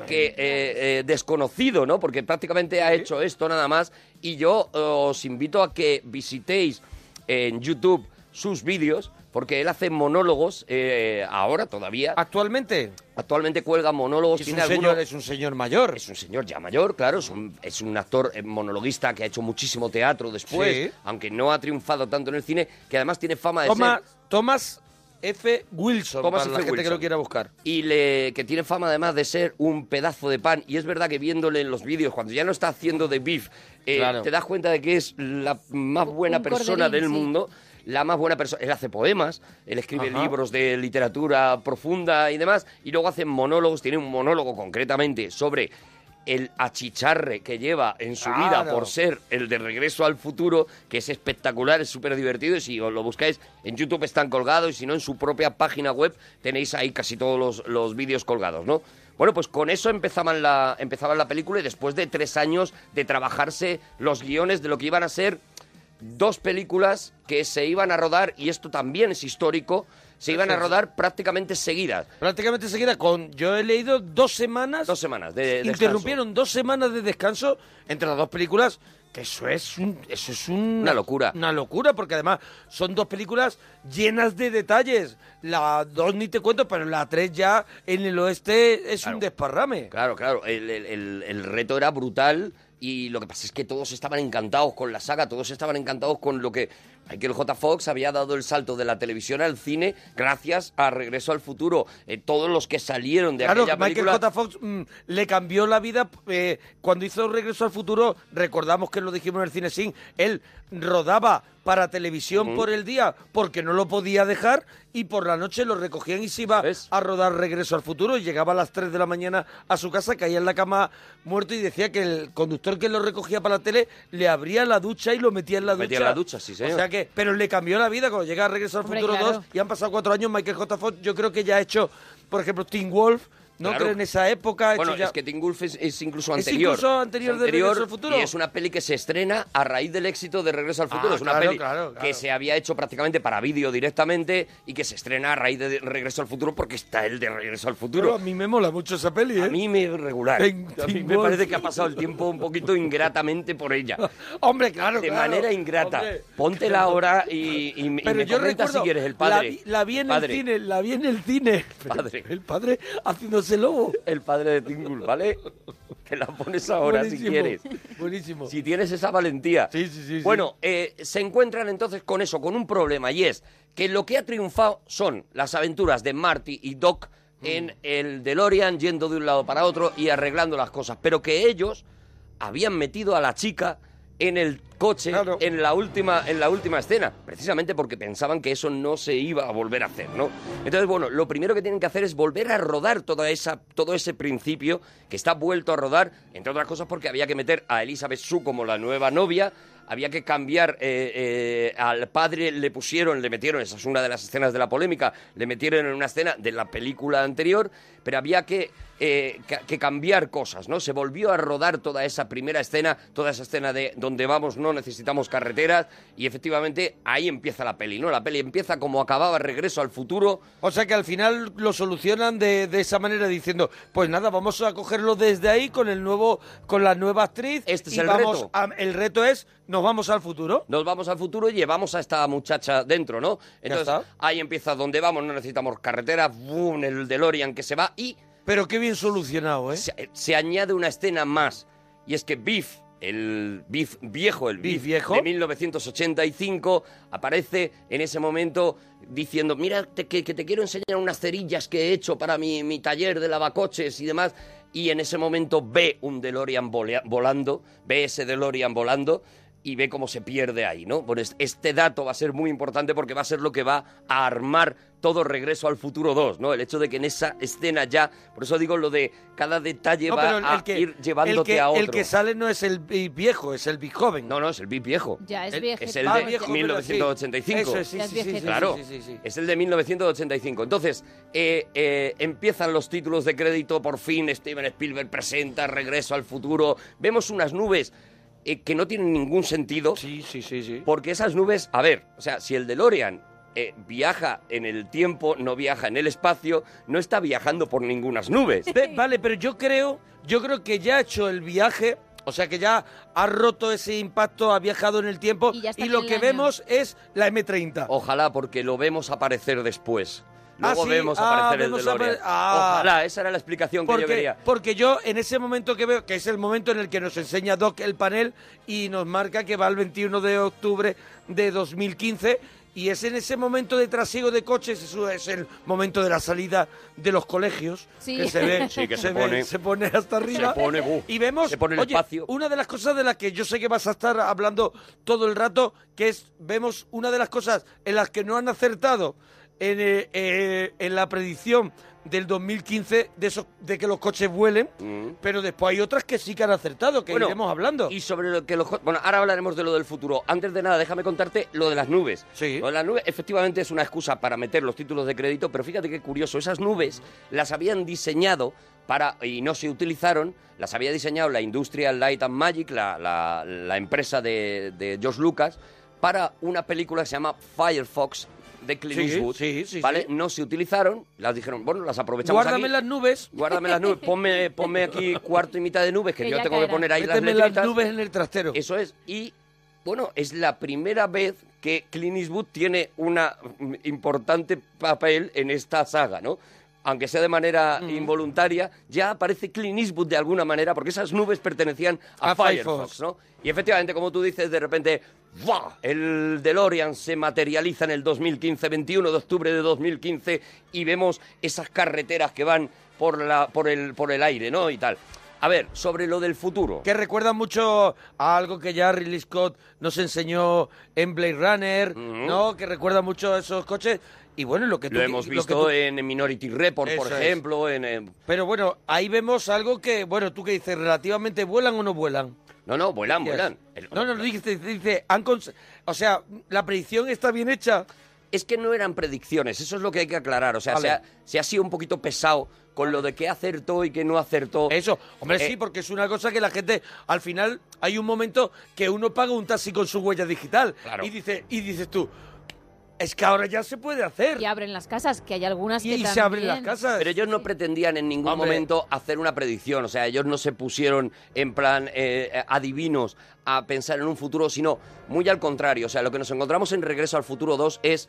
D: que eh, eh, desconocido, ¿no? Porque prácticamente ha hecho esto nada más. Y yo eh, os invito a que visitéis en YouTube sus vídeos, porque él hace monólogos eh, ahora todavía.
B: ¿Actualmente?
D: Actualmente cuelga monólogos.
B: Es
D: tiene
B: un señor-
D: alguno-
B: es un señor mayor.
D: Es un señor ya mayor, claro. Es un, es un actor eh, monologuista que ha hecho muchísimo teatro después,
B: Sí.
D: aunque no ha triunfado tanto en el cine, que además tiene fama de
B: Toma-
D: ser...
B: Thomas F. Wilson,
D: Thomas
B: para
D: F.
B: la gente que
D: Wilson.
B: lo quiera buscar.
D: y le, que tiene fama además de ser un pedazo de pan. Y es verdad que viéndole en los vídeos, cuando ya lo está haciendo de beef, eh,
B: Claro.
D: te das cuenta de que es la más buena
B: un
D: persona
B: corderín,
D: del
B: sí.
D: mundo. La más buena persona. Él hace poemas, él escribe
B: Ajá.
D: libros de literatura profunda y demás, y luego hace monólogos. Tiene un monólogo concretamente sobre el achicharre que lleva en su vida
B: Claro.
D: por ser el de Regreso al Futuro, que es espectacular, es súper divertido. Y si os lo buscáis en YouTube están colgados, y si no, en su propia página web tenéis ahí casi todos los, los vídeos colgados, ¿no? Bueno, pues con eso empezaban la, empezaban la película y después de tres años de trabajarse los guiones de lo que iban a ser dos películas que se iban a rodar, y esto también es histórico, se iban a
B: Perfecto.
D: rodar prácticamente seguidas.
B: Prácticamente seguida con. Yo he leído dos semanas.
D: Dos semanas de descanso.
B: Interrumpieron dos semanas de descanso entre las dos películas. Que eso es un, eso es un-
D: Una locura.
B: Una locura, porque además son dos películas llenas de detalles. La dos ni te cuento, pero la tres ya en el oeste es un desparrame.
D: Claro, claro. El, el- el- el reto era brutal Y lo que pasa es que todos estaban encantados con la saga, todos estaban encantados con lo que Michael J. Fox había dado el salto de la televisión al cine gracias a Regreso al Futuro. Eh, todos los que salieron de
B: Claro,
D: aquella
B: Michael
D: película...
B: J. Fox mm, le cambió la vida eh, cuando hizo Regreso al Futuro. Recordamos que lo dijimos en el cine sin. Él rodaba para televisión
D: Ujú.
B: por el día porque no lo podía dejar y por la noche lo recogían y se iba a rodar Regreso al Futuro. Y llegaba a las 3 de la mañana a su casa, caía en la cama muerto y decía que el conductor que lo recogía para la tele le abría la ducha y lo metía en la ducha.
D: Metía en la ducha, sí, señor.
B: O sea que, pero le cambió la vida cuando llega a Regreso al
D: Hombre,
B: Futuro
D: claro.
B: 2 y han pasado cuatro años. Michael J. Fox, yo creo que ya ha hecho, por ejemplo, Teen Wolf. No
D: Claro.
B: creo en esa época. ha hecho
D: Bueno,
B: ya-
D: es que Teen Wolf es, es incluso
B: Es
D: anterior.
B: incluso anterior de Regreso al Futuro.
D: Y es una peli que se estrena a raíz del éxito de Regreso al Futuro.
B: Ah,
D: es una
B: claro,
D: peli
B: claro,
D: que se había hecho prácticamente para vídeo directamente y que se estrena a raíz de Regreso al Futuro porque está el de Regreso al Futuro.
B: Pero a mí me mola mucho esa peli, ¿eh? A mí
D: me regular. A mí me parece que ha pasado el tiempo un poquito ingratamente por ella.
B: Hombre, claro,
D: De
B: claro.
D: manera ingrata.
B: Hombre,
D: Póntela
B: claro.
D: ahora y, y, y
B: Pero
D: me
B: yo
D: comenta
B: recuerdo
D: si quieres el
B: La
D: padre.
B: vi, la vi en
D: Padre.
B: el cine, la vi en el cine. Pero
D: Padre.
B: El padre haciéndose lobo.
D: El padre de Tingul, ¿vale? Te la pones ahora si
B: Buenísimo,
D: quieres.
B: Buenísimo.
D: Si tienes esa valentía.
B: sí.
D: Bueno, eh, se encuentran entonces con eso, con un problema, y es que lo que ha triunfado son las aventuras de Marty y Doc
B: Mm.
D: en el DeLorean, yendo de un lado para otro y arreglando las cosas, pero que ellos habían metido a la chica en el coche en la última en la última escena precisamente porque pensaban que eso no se iba a volver a hacer no entonces bueno lo primero que tienen que hacer es volver a rodar toda esa todo ese principio que está vuelto a rodar entre otras cosas porque había que meter a Elizabeth Sue como la nueva novia había que cambiar eh, eh, al padre le pusieron le metieron esa es una de las escenas de la polémica le metieron en una escena de la película anterior pero había que eh, ca- que cambiar cosas no se volvió a rodar toda esa primera escena toda esa escena de donde vamos no necesitamos carreteras y efectivamente ahí empieza la peli no la peli empieza como acababa regreso al futuro
B: O sea que al final lo solucionan de, de esa manera diciendo, pues nada, vamos a cogerlo desde ahí con el nuevo, con la nueva actriz. Este
D: es el reto.
B: el reto es, nos vamos al futuro.
D: Nos vamos al futuro y llevamos a esta muchacha dentro, ¿no? Entonces ahí empieza donde vamos, no necesitamos carreteras, boom, el DeLorean que se va y...
B: Pero qué bien solucionado, ¿eh?
D: Se, se añade una escena más y es que Biff, el Biff viejo, el Biff,
B: viejo.
D: de 1985, aparece en ese momento diciendo, mira, te- que, que te quiero enseñar unas cerillas que he hecho para mi, mi taller de lavacoches y demás. Y en ese momento ve un DeLorean volea- volando, ve ese DeLorean volando y ve cómo se pierde ahí, ¿no? Bueno, es- este dato va a ser muy importante porque va a ser lo que va a armar todo Regreso al Futuro 2, ¿no? El hecho de que en esa escena ya, por eso digo lo de cada detalle
B: No,
D: va
B: pero el-
D: a
B: el que-
D: ir llevándote
B: el que,
D: a otro.
B: El que sale no es el Big viejo, es el Big joven.
D: No, no, es el Big viejo.
C: Ya, es
D: El-
C: viejo.
D: Eh, Es el
B: Ah,
D: de
B: viejo, pero sí.
D: 1985.
B: Eso es, sí, Ya es sí, sí, viejete. sí,
D: Claro,
B: sí, sí, sí.
D: es el de 1985. Entonces, eh, eh, empiezan los títulos de crédito, por fin Steven Spielberg presenta Regreso al Futuro. Vemos unas nubes eh, que no tienen ningún sentido.
B: Sí, sí, sí, sí.
D: Porque esas nubes, a ver, o sea, si el DeLorean eh, viaja en el tiempo, no viaja en el espacio, no está viajando por ningunas nubes.
B: Ve- Vale, pero yo creo, yo creo que ya ha hecho el viaje, o sea que ya ha roto ese impacto, ha viajado en el tiempo y,
D: ya está en
B: lo
D: el
B: que
D: año.
B: vemos es la M30.
D: Ojalá, porque lo vemos aparecer después. Luego
B: Ah, ¿sí?
D: vemos
B: Ah,
D: aparecer
B: vemos
D: el DeLorean.
B: apare- ah.
D: Ojalá, esa era la explicación que
B: Porque,
D: yo vería.
B: porque yo en ese momento que veo, que es el momento en el que nos enseña Doc el panel y nos marca que va el 21 de octubre de 2015 y es en ese momento de trasiego de coches, eso es el momento de la salida de los colegios,
D: Sí.
B: que se ve,
D: Sí, que se
B: ve-
D: pone.
B: se pone hasta arriba
D: Se pone, uh. buh.
B: y vemos,
D: Se pone el
B: oye,
D: espacio.
B: una de las cosas de las que yo sé que vas a estar hablando todo el rato, que es, vemos una de las cosas en las que no han acertado en, eh, eh, en la predicción del 2015 de, esos, de que los coches vuelen,
D: Mm.
B: pero después hay otras que sí que han acertado, que iremos hablando.
D: Y sobre lo que los... co- Bueno, ahora hablaremos de lo del futuro. Antes de nada, déjame contarte lo de las nubes. Lo de las nubes efectivamente es una excusa para meter los títulos de crédito, pero fíjate qué curioso. Esas nubes las habían diseñado para... y no se utilizaron. Las había diseñado la Industrial Light and Magic, la, la- la empresa de, de George Lucas, para una película que se llama Firefox de Clint
B: Sí,
D: Eastwood,
B: sí, sí,
D: ¿vale?
B: sí.
D: No se utilizaron, las dijeron, bueno, las aprovechamos
B: Guárdame
D: Pues aquí.
B: las nubes.
D: Guárdame las nubes, ponme, ponme aquí cuarto y mitad de nubes, que,
B: Que
D: yo
B: ya
D: tengo que
B: caerán.
D: poner ahí
B: Méteme las
D: las letritas.
B: nubes en el trastero.
D: Eso es. Y, bueno, es la primera vez mm, que Clint Eastwood tiene un importante papel en esta saga, ¿no? aunque sea de manera
B: Mm.
D: involuntaria, ya aparece Clint Eastwood de alguna manera, porque esas nubes pertenecían a,
B: A
D: Firefox,
B: Firefox.
D: ¿no? Y efectivamente, como tú dices, de repente, ¡buah! el DeLorean se materializa en el 2015, 21 de octubre de 2015, y vemos esas carreteras que van por, la, por, el, por el aire, ¿no? Y tal. A ver, sobre lo del futuro.
B: Que recuerda mucho a algo que ya Ridley Scott nos enseñó en Blade Runner, ¿no? Que recuerda mucho a esos coches. Y bueno, lo que tú-
D: Lo hemos
B: que
D: visto
B: tú-
D: en Minority Report, por
B: Eso es.
D: ejemplo, en... eh,
B: Pero bueno, ahí vemos algo que, bueno, tú que dices, relativamente vuelan o no vuelan.
D: No, no, vuelan, vuelan.
B: No, no, dice, dice, han cons- o sea, la predicción está bien hecha.
D: Es que no eran predicciones, eso es lo que hay que aclarar. O sea,
B: Vale.
D: se, ha, se ha sido un poquito pesado con lo de qué acertó y qué no acertó.
B: Eso, Hombre,
D: Eh,
B: sí, porque es una cosa que la gente, al final, hay un momento que uno paga un taxi con su huella digital.
D: Claro.
B: Y, dice, y dices tú, es que ahora ya se puede hacer.
C: Y abren las casas, que hay algunas que también...
D: Pero ellos no pretendían en ningún
B: Hombre.
D: momento hacer una predicción. O sea, ellos no se pusieron en plan eh, adivinos a pensar en un futuro, sino muy al contrario. O sea, lo que nos encontramos en Regreso al Futuro 2 es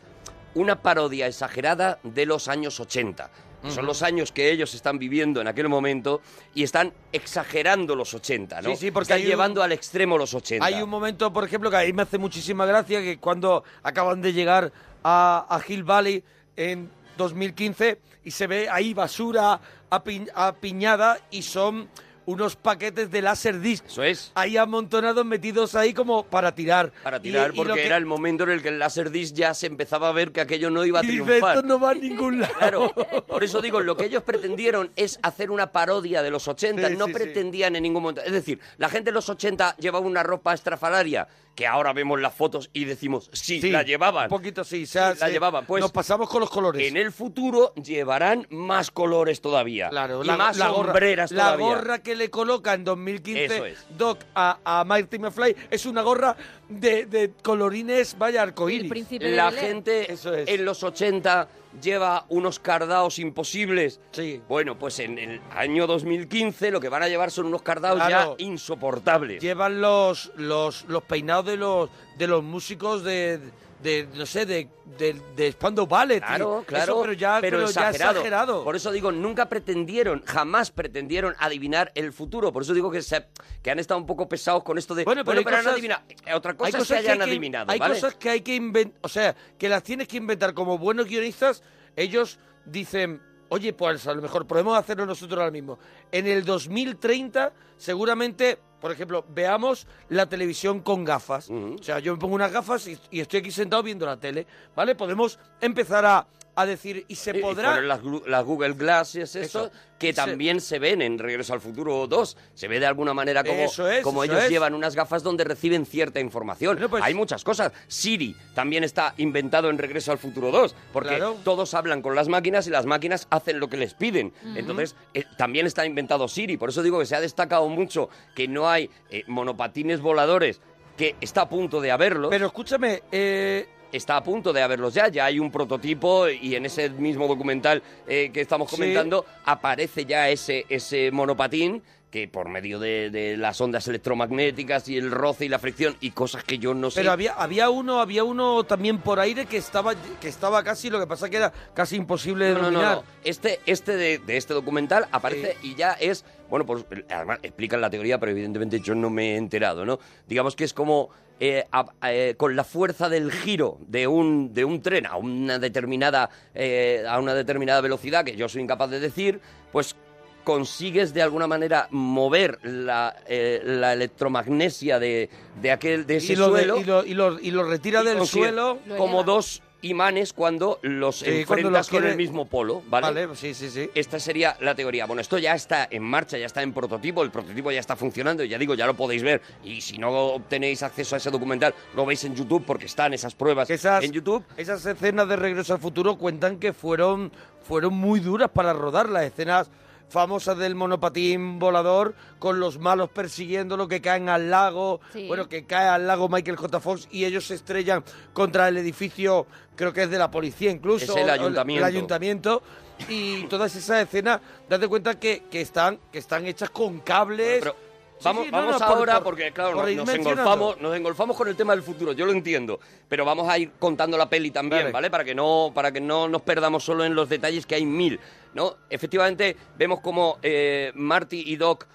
D: una parodia exagerada de los años 80. que Son
B: Ujú.
D: los años que ellos están viviendo en aquel momento y están exagerando los 80, ¿no?
B: Sí, sí, porque
D: están
B: hay un-
D: llevando al extremo los 80.
B: Hay un momento, por ejemplo, que a mí me hace muchísima gracia que cuando acaban de llegar a, a Hill Valley en 2015 y se ve ahí basura api- apiñada y son unos paquetes de láser disc.
D: Eso es.
B: Ahí amontonados, metidos ahí como para tirar.
D: Para tirar,
B: Y- y lo
D: porque
B: que-
D: era el momento en el que el Laserdisc ya se empezaba a ver que aquello no iba a
B: y dice,
D: triunfar.
B: "Esto no va a ningún lado.
D: Claro, por eso digo, lo que ellos pretendieron es hacer una parodia de los 80,
B: Sí,
D: no
B: sí, sí.
D: pretendían en ningún momento. Es decir, la gente de los 80 llevaba una ropa estrafalaria, que ahora vemos las fotos y decimos, sí,
B: Sí,
D: la llevaban.
B: un poquito sí, o sea,
D: la
B: sí,
D: llevaban. Pues
B: nos pasamos con los colores.
D: En el futuro llevarán más colores todavía.
B: Claro,
D: y más sombreras
B: la
D: todavía.
B: gorra que le coloca en 2015
D: Eso es.
B: Doc a, a Marty McFly es una gorra de, de colorines, vaya, arcoíris.
D: la gente en los 80 lleva unos cardaos imposibles. Bueno, pues en el año 2015 lo que van a llevar son unos cardaos
B: Claro.
D: ya insoportables.
B: Llevan los, los, los peinados de los, de los músicos de, de, no sé, de, de, de Spandau Ballet.
D: Claro,
B: y
D: claro,
B: eso, pero ya, pero ya exagerado.
D: Por eso digo, nunca pretendieron, jamás pretendieron adivinar el futuro. Por eso digo que, se- que han estado un poco pesados con esto de. Bueno,
B: pero hay
D: han
B: cosas-
D: adivinado. Eh, Otra cosa
B: Hay
D: es que
B: cosas
D: hayan
B: hay que-
D: adivinado.
B: Hay
D: ¿vale?
B: cosas que hay que inventar, o sea, que las tienes que inventar como buenos guionistas. Ellos dicen, oye, pues a lo mejor podemos hacerlo nosotros ahora mismo. En el 2030 seguramente, por ejemplo, veamos la televisión con gafas. O sea, yo me pongo unas gafas y, y estoy aquí sentado viendo la tele, ¿vale? Podemos empezar a, a decir, y se
D: Y- y
B: podrá...
D: fueron las, glu- las Google Glasses, eso,
B: Eso.
D: que
B: Se-
D: también se ven en Regreso al Futuro 2. Se ve de alguna manera como,
B: Eso es,
D: como
B: eso es.
D: ellos
B: pues
D: llevan unas gafas donde reciben cierta información. Hay muchas cosas. Siri también está inventado en Regreso al Futuro 2, porque
B: Claro.
D: todos hablan con las máquinas y las máquinas hacen lo que les piden.
B: Ujú.
D: Entonces, eh, también está inventado Siri. Por eso digo que se ha destacado mucho que no hay eh, monopatines voladores, que está a punto de haberlos.
B: Pero escúchame, eh,
D: Está a punto de haberlos ya, ya hay un prototipo y en ese mismo documental eh, que estamos
B: Sí.
D: comentando aparece ya ese, ese monopatín que por medio de, de las ondas electromagnéticas y el roce y la fricción y cosas que yo no sé...
B: Pero había, había uno, había uno también por aire que estaba, que estaba casi, lo que pasa que era casi imposible de
D: No, no, no,
B: dominar.
D: no. Este, este de, de este documental aparece y ya es. Bueno, pues además explican la teoría, pero evidentemente yo no me he enterado, ¿no? Digamos que es como. eh, a- a- eh, con la fuerza del giro de un, de un tren a una determinada eh, a una determinada velocidad que yo soy incapaz de decir pues consigues de alguna manera mover la, eh, la electromagnesia de, de aquel de ese
B: y, lo de-
D: suelo
B: y, lo, y lo- y lo retira
D: y
B: del
D: consigue
B: suelo
D: como dos imanes cuando los
B: Sí,
D: enfrentas
B: cuando los
D: con
B: quiere-
D: el mismo polo, ¿vale?
B: Vale, sí, sí, sí.
D: Esta sería la teoría. Bueno, esto ya está en marcha, ya está en prototipo, el prototipo ya está funcionando, ya digo, ya lo podéis ver. Y si no obtenéis acceso a ese documental, lo veis en YouTube porque están esas pruebas en YouTube.
B: Esas escenas de Regreso al Futuro cuentan que fueron, fueron muy duras para rodar las escenas famosas del monopatín volador con los malos persiguiéndolo que caen al lago,
E: Sí.
B: bueno, que cae al lago Michael J. Fox y ellos se estrellan contra el edificio, creo que es de la policía incluso.
D: Es
B: o-
D: el
B: o
D: ayuntamiento.
B: El ayuntamiento. Y todas esas escenas, date cuenta que, que están, que están hechas con cables. Sí,
D: Vamos,
B: sí, no,
D: vamos
B: no, por-
D: ahora,
B: por-
D: porque claro,
B: por
D: nos,
B: ir
D: nos
B: mencionando.
D: engolfamos, nos engolfamos con el tema del futuro, yo lo entiendo, pero vamos a ir contando la peli también,
B: Vale.
D: ¿vale? Para que no, para que no nos perdamos solo en los detalles que hay mil. ¿no? Efectivamente, vemos como eh, Marty y Doc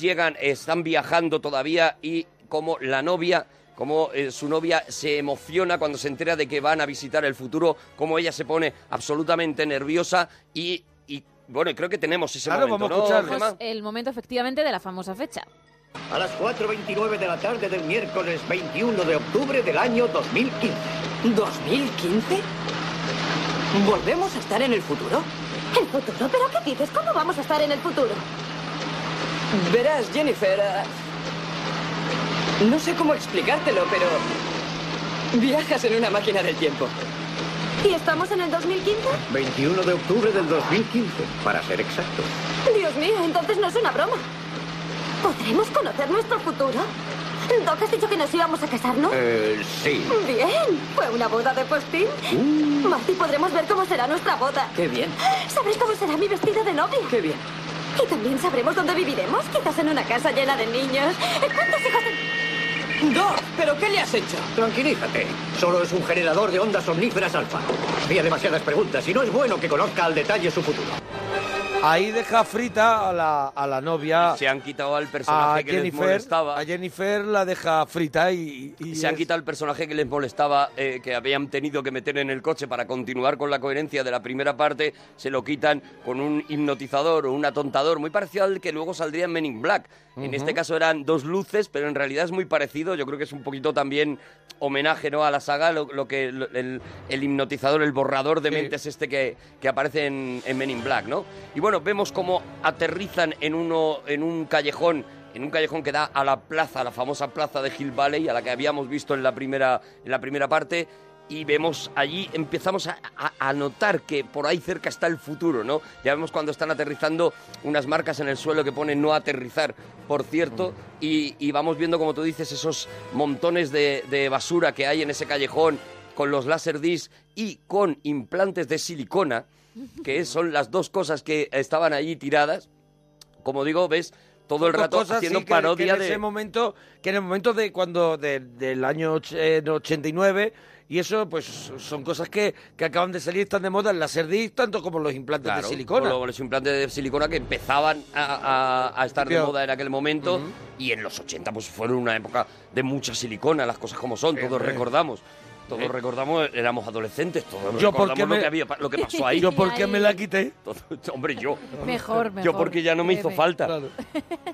D: llegan, están viajando todavía y como la novia, como eh, su novia se emociona cuando se entera de que van a visitar el futuro, como ella se pone absolutamente nerviosa y, y, bueno, creo que tenemos ese
B: Claro,
D: momento,
B: vamos a
D: ¿no,
B: escuchar.
D: Gemma?
C: Pues el momento efectivamente de la famosa fecha.
E: A las 4.29 de la tarde del miércoles 21 de octubre del año 2015.
F: ¿2015? ¿Volvemos a estar en el futuro? ¿El futuro? ¿Pero qué dices? ¿Cómo vamos a estar en el futuro?
E: Verás, Jennifer. ah, No sé cómo explicártelo, pero. Viajas en una máquina del tiempo.
F: ¿Y estamos en el 2015?
E: 21 de octubre del 2015, para ser exactos.
F: Dios mío, entonces no es una broma. ¿Podremos conocer nuestro futuro? Doc, has dicho que nos íbamos a casar, ¿no?
E: Eh, sí.
F: Bien, fue una boda de postín. Marty, podremos ver cómo será nuestra boda.
E: Uh. Qué bien.
F: ¿Sabes cómo será mi vestido de novia?
E: Qué bien.
F: Y también sabremos dónde viviremos, quizás en una casa llena de niños. ¿Cuántos hijos
E: ¡Doc! ¿Pero qué le has hecho? Tranquilízate. Solo es un generador de ondas omníferas alfa. Había demasiadas preguntas y no es bueno que conozca al detalle su futuro.
B: Ahí deja frita a la, a la novia.
D: Se han quitado al personaje
B: a
D: que les
B: Jennifer,
D: molestaba.
B: A Jennifer la deja frita y, y- y
D: se han
B: es-
D: quitado el personaje que les molestaba, eh, que habían tenido que meter en el coche para continuar con la coherencia de la primera parte, se lo quitan con un hipnotizador o un atontador, muy parecido al que luego saldría en Men in Black. En
B: Ujú.
D: este caso eran dos luces, pero en realidad es muy parecido. Yo creo que es un poquito también homenaje ¿no? a la saga, lo, lo que lo- el, el hipnotizador, el borrador de
B: Sí.
D: mentes este que, que aparece en, en Men in Black, ¿no? Y bueno, vemos cómo aterrizan en, uno, en un callejón en un callejón que da a la plaza, a la famosa plaza de Hill Valley, a la que habíamos visto en la primera, en la primera parte. Y vemos allí, empezamos a, a- a notar que por ahí cerca está el futuro, ¿no? Ya vemos cuando están aterrizando unas marcas en el suelo que ponen no aterrizar, por cierto, y, y vamos viendo, como tú dices, esos montones de, de basura que hay en ese callejón con los láser disc y con implantes de silicona, que son las dos cosas que estaban allí tiradas. Como digo, ves todo el
B: Dos
D: rato
B: cosas,
D: haciendo
B: sí, que-
D: parodia
B: que en
D: de...
B: ese momento que en el momento de cuando de- del año och- eh, 89 y eso pues son cosas que, que acaban de salir están de moda en la disc tanto como los implantes
D: Claro,
B: de silicona
D: con los implantes de silicona que empezaban a, a- a estar de
B: Tío.
D: moda en aquel momento y en los 80 pues fueron una época de mucha silicona, las cosas como son, todos
B: hombre.
D: recordamos. Todos
B: Eh.
D: recordamos, éramos adolescentes, todos
B: Yo
D: recordamos
B: porque
D: lo,
B: me-
D: que había, pa- lo que pasó ahí.
B: Yo porque me la quité.
D: Todo- Hombre, yo.
B: Mejor,
D: Yo
B: mejor,
D: porque ya no me hizo
B: créeme.
D: falta.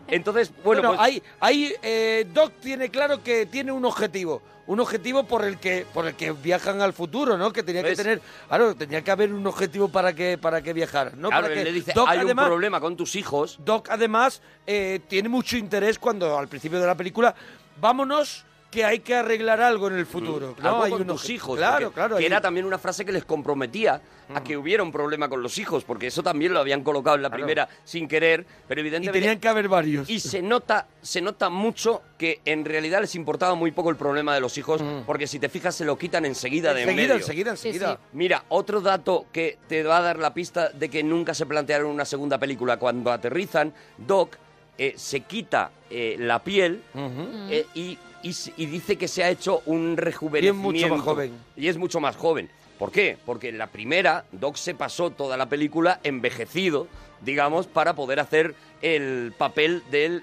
D: Entonces, bueno,
B: bueno,
D: pues-
B: ahí, ahí, eh, Doc tiene claro que tiene un objetivo un objetivo por el que por el que viajan al futuro no que tenía
D: ¿Ves?
B: que tener claro tenía que haber un objetivo para que para que viajar no
D: Claro,
B: para
D: él
B: que
D: le dice,
B: Doc,
D: hay
B: además,
D: un problema con tus hijos.
B: Doc además eh, tiene mucho interés cuando al principio de la película, vámonos que hay que arreglar algo en el futuro. ¿no?
D: Mm, algo
B: hay
D: con
B: unos-
D: tus hijos.
B: Claro,
D: porque-
B: claro.
D: Que
B: hay-
D: era también una frase que les comprometía a que hubiera un problema con los hijos, porque eso también lo habían colocado en la
B: Claro.
D: primera sin querer, pero
B: y
D: evidentemente...
B: tenían que haber varios.
D: Y se nota, se nota mucho que en realidad les importaba muy poco el problema de los hijos, porque si te fijas se lo quitan enseguida de en
B: Mm. Enseguida,
D: medio.
B: enseguida, Sí, enseguida. sí.
D: Mira, otro dato que te va a dar la pista de que nunca se plantearon una segunda película. Cuando aterrizan, Doc eh, se quita eh, la piel eh, y, y s- y dice que se ha hecho un rejuvenecimiento.
B: más joven.
D: Y es mucho más joven. ¿Por qué? Porque en la primera, Doc se pasó toda la película envejecido, digamos, para poder hacer el papel del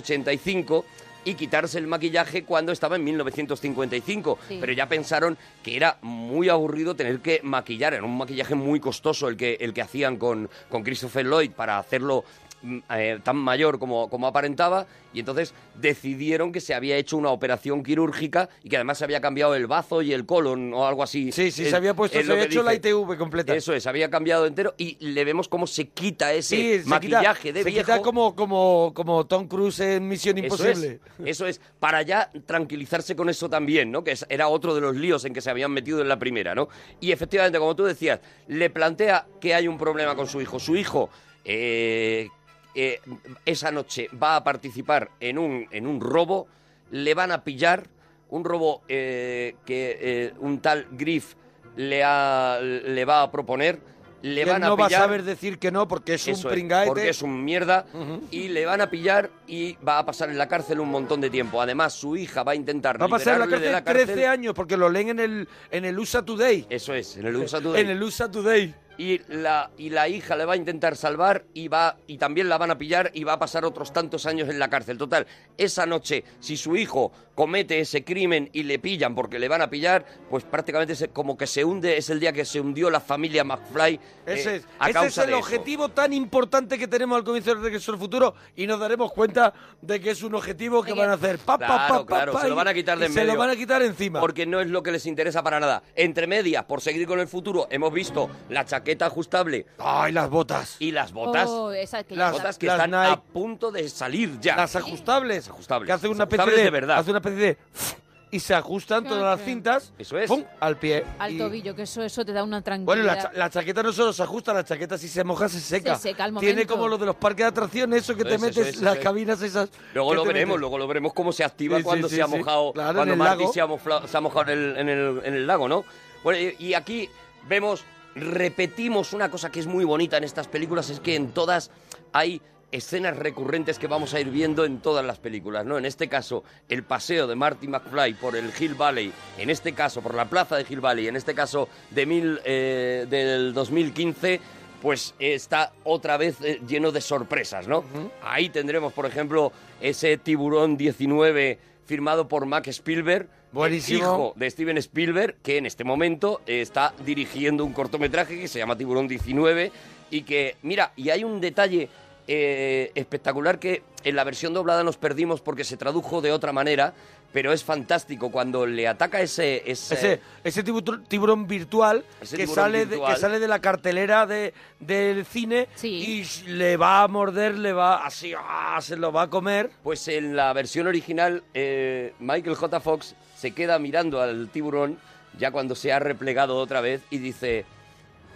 D: 1985 y quitarse el maquillaje cuando estaba en 1955.
B: Sí.
D: Pero ya pensaron que era muy aburrido tener que maquillar. Era un maquillaje muy costoso el que, el que hacían con, con Christopher Lloyd para hacerlo mm, eh, tan mayor como, como aparentaba y entonces decidieron que se había hecho una operación quirúrgica y que además se había cambiado el bazo y el colon o algo así.
B: Sí, sí, se había puesto, se había hecho la ITV completa.
D: Eso es, había cambiado entero y le vemos cómo se quita ese
B: Sí, se
D: maquillaje
B: quita-
D: de
B: se
D: viejo.
B: quita como, como, como Tom Cruise en Misión
D: Eso es,
B: Imposible.
D: Eso es, para ya tranquilizarse con eso también, ¿no? Que es- era otro de los líos en que se habían metido en la primera, ¿no? Y efectivamente, como tú decías, le plantea que hay un problema con su hijo. Su hijo, eh, eh, esa noche va a participar en un, en un robo, le van a pillar, un robo eh, que eh, un tal Griff le, ha- le va a proponer, le
B: Y él
D: van
B: no
D: a
B: va a
D: pillar
B: saber decir que no porque es
D: eso
B: un pringaete.
D: Porque es un mierda. Y le van a pillar y va a pasar en la cárcel un montón de tiempo. Además, su hija va a intentar
B: Va a pasar en la
D: liberarle
B: cárcel,
D: de la cárcel.
B: 13 años porque lo leen en el, en el USA Today.
D: Eso es, en el USA Today.
B: En el USA Today.
D: y la, y la hija le va a intentar salvar y, va, y también la van a pillar y va a pasar otros tantos años en la cárcel. Total, esa noche, si su hijo comete ese crimen y le pillan porque le van a pillar, pues prácticamente se- como que se hunde, es el día que se hundió la familia McFly. eh,
B: Ese es,
D: a
B: ese
D: causa
B: es el
D: de eso.
B: objetivo tan importante que tenemos al comienzo del Regreso al Futuro y nos daremos cuenta de que es un objetivo que van a hacer. Pa, pa, pa, pa,
D: Claro, claro,
B: pa,
D: se lo
B: y-
D: van a quitar
B: y
D: de en
B: Se
D: medio.
B: lo van a quitar encima.
D: Porque no es lo que les interesa para nada. Entre medias, por seguir con el futuro, hemos visto la chaqueta ajustable.
B: ¡Ay, las botas!
D: Y las botas.
C: Oh, esa que ya
D: las
C: está.
D: botas que están a punto de salir ya.
B: Las ajustables.
D: Ajustables.
B: Que hace una especie
D: Ajustables
B: de,
D: de verdad.
B: Hace una especie de... Y se ajustan todas las cintas.
D: Eso es.
B: pum, al pie.
C: Al
B: Y-
C: tobillo, que eso, eso te da una tranquilidad.
B: Bueno, la, cha- la chaqueta no solo se ajusta, la chaqueta si se moja se seca.
C: seca al
B: Tiene
C: momento.
B: como lo de los parques de atracciones, eso que
D: Eso
B: te
D: es,
B: metes,
D: eso es, eso
B: las
D: es.
B: cabinas esas.
D: Luego
B: que
D: lo
B: te
D: veremos,
B: metes.
D: luego lo veremos cómo se activa
B: Sí,
D: cuando
B: sí,
D: se
B: sí,
D: ha
B: sí.
D: mojado,
B: Claro, en
D: cuando
B: el
D: Marty
B: lago.
D: se ha, mofla- se ha mojado en el, en el- en el lago, ¿no? Bueno, y- y aquí vemos, repetimos una cosa que es muy bonita en estas películas, es que en todas hay escenas recurrentes que vamos a ir viendo en todas las películas, ¿no? En este caso, el paseo de Marty McFly por el Hill Valley, en este caso, por la plaza de Hill Valley, en este caso, de mil, eh, del 2015 pues eh, está otra vez eh, lleno de sorpresas, ¿no? Ahí tendremos, por ejemplo, ese tiburón 19 firmado por Mac Spielberg,
B: Buenísimo.
D: hijo de Steven Spielberg, que en este momento eh, está dirigiendo un cortometraje que se llama Tiburón 19 y que, mira, y hay un detalle eh, espectacular que en la versión doblada nos perdimos porque se tradujo de otra manera, pero es fantástico cuando le ataca ese... ese,
B: Ese, ese tiburón, tiburón virtual,
D: Ese
B: que,
D: tiburón
B: sale De,
D: virtual.
B: que sale de la cartelera de, del cine y sh- le va a morder, le va así, ¡ah! se lo va a comer.
D: Pues en la versión original, eh, Michael J. Fox se queda mirando al tiburón ya cuando se ha replegado otra vez y dice,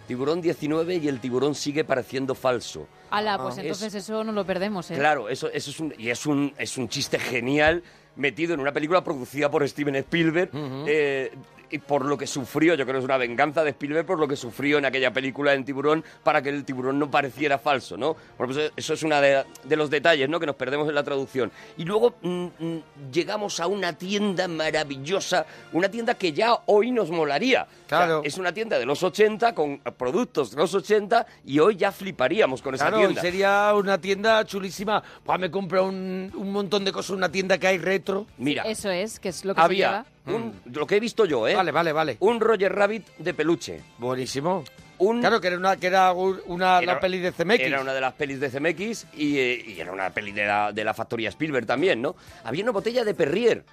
D: tiburón 19 y el tiburón sigue pareciendo falso.
C: Ala, pues
D: Ah.
C: entonces eso no lo perdemos, ¿eh?
D: Claro, eso, eso es un, y es un, es un chiste genial metido en una película producida por Steven Spielberg. eh, y por lo que sufrió, yo creo que es una venganza de Spielberg por lo que sufrió en aquella película en Tiburón para que el tiburón no pareciera falso, ¿no? Bueno, pues eso es uno de, de los detalles, ¿no? Que nos perdemos en la traducción. Y luego mm, mm, llegamos a una tienda maravillosa, una tienda que ya hoy nos molaría. Claro. es una tienda de los 80 con productos de los 80 y hoy ya fliparíamos con esa
B: Claro, y
D: tienda.
B: sería una tienda chulísima. Buah, me compra un, un montón de cosas, una tienda que hay retro.
D: Mira,
C: Eso es, que es lo que se
D: había
C: lleva.
B: Mm.
D: un- lo que he visto yo, ¿eh? Vale,
B: vale, vale.
D: Un Roger Rabbit de peluche.
B: Buenísimo.
D: Un,
B: Claro, que era una, que era un- una la
D: Era-
B: peli de CMX.
D: Era una de las pelis de CMX y, eh, y era una peli de la, de la factoría Spielberg también, ¿no? Había una botella de Perrier,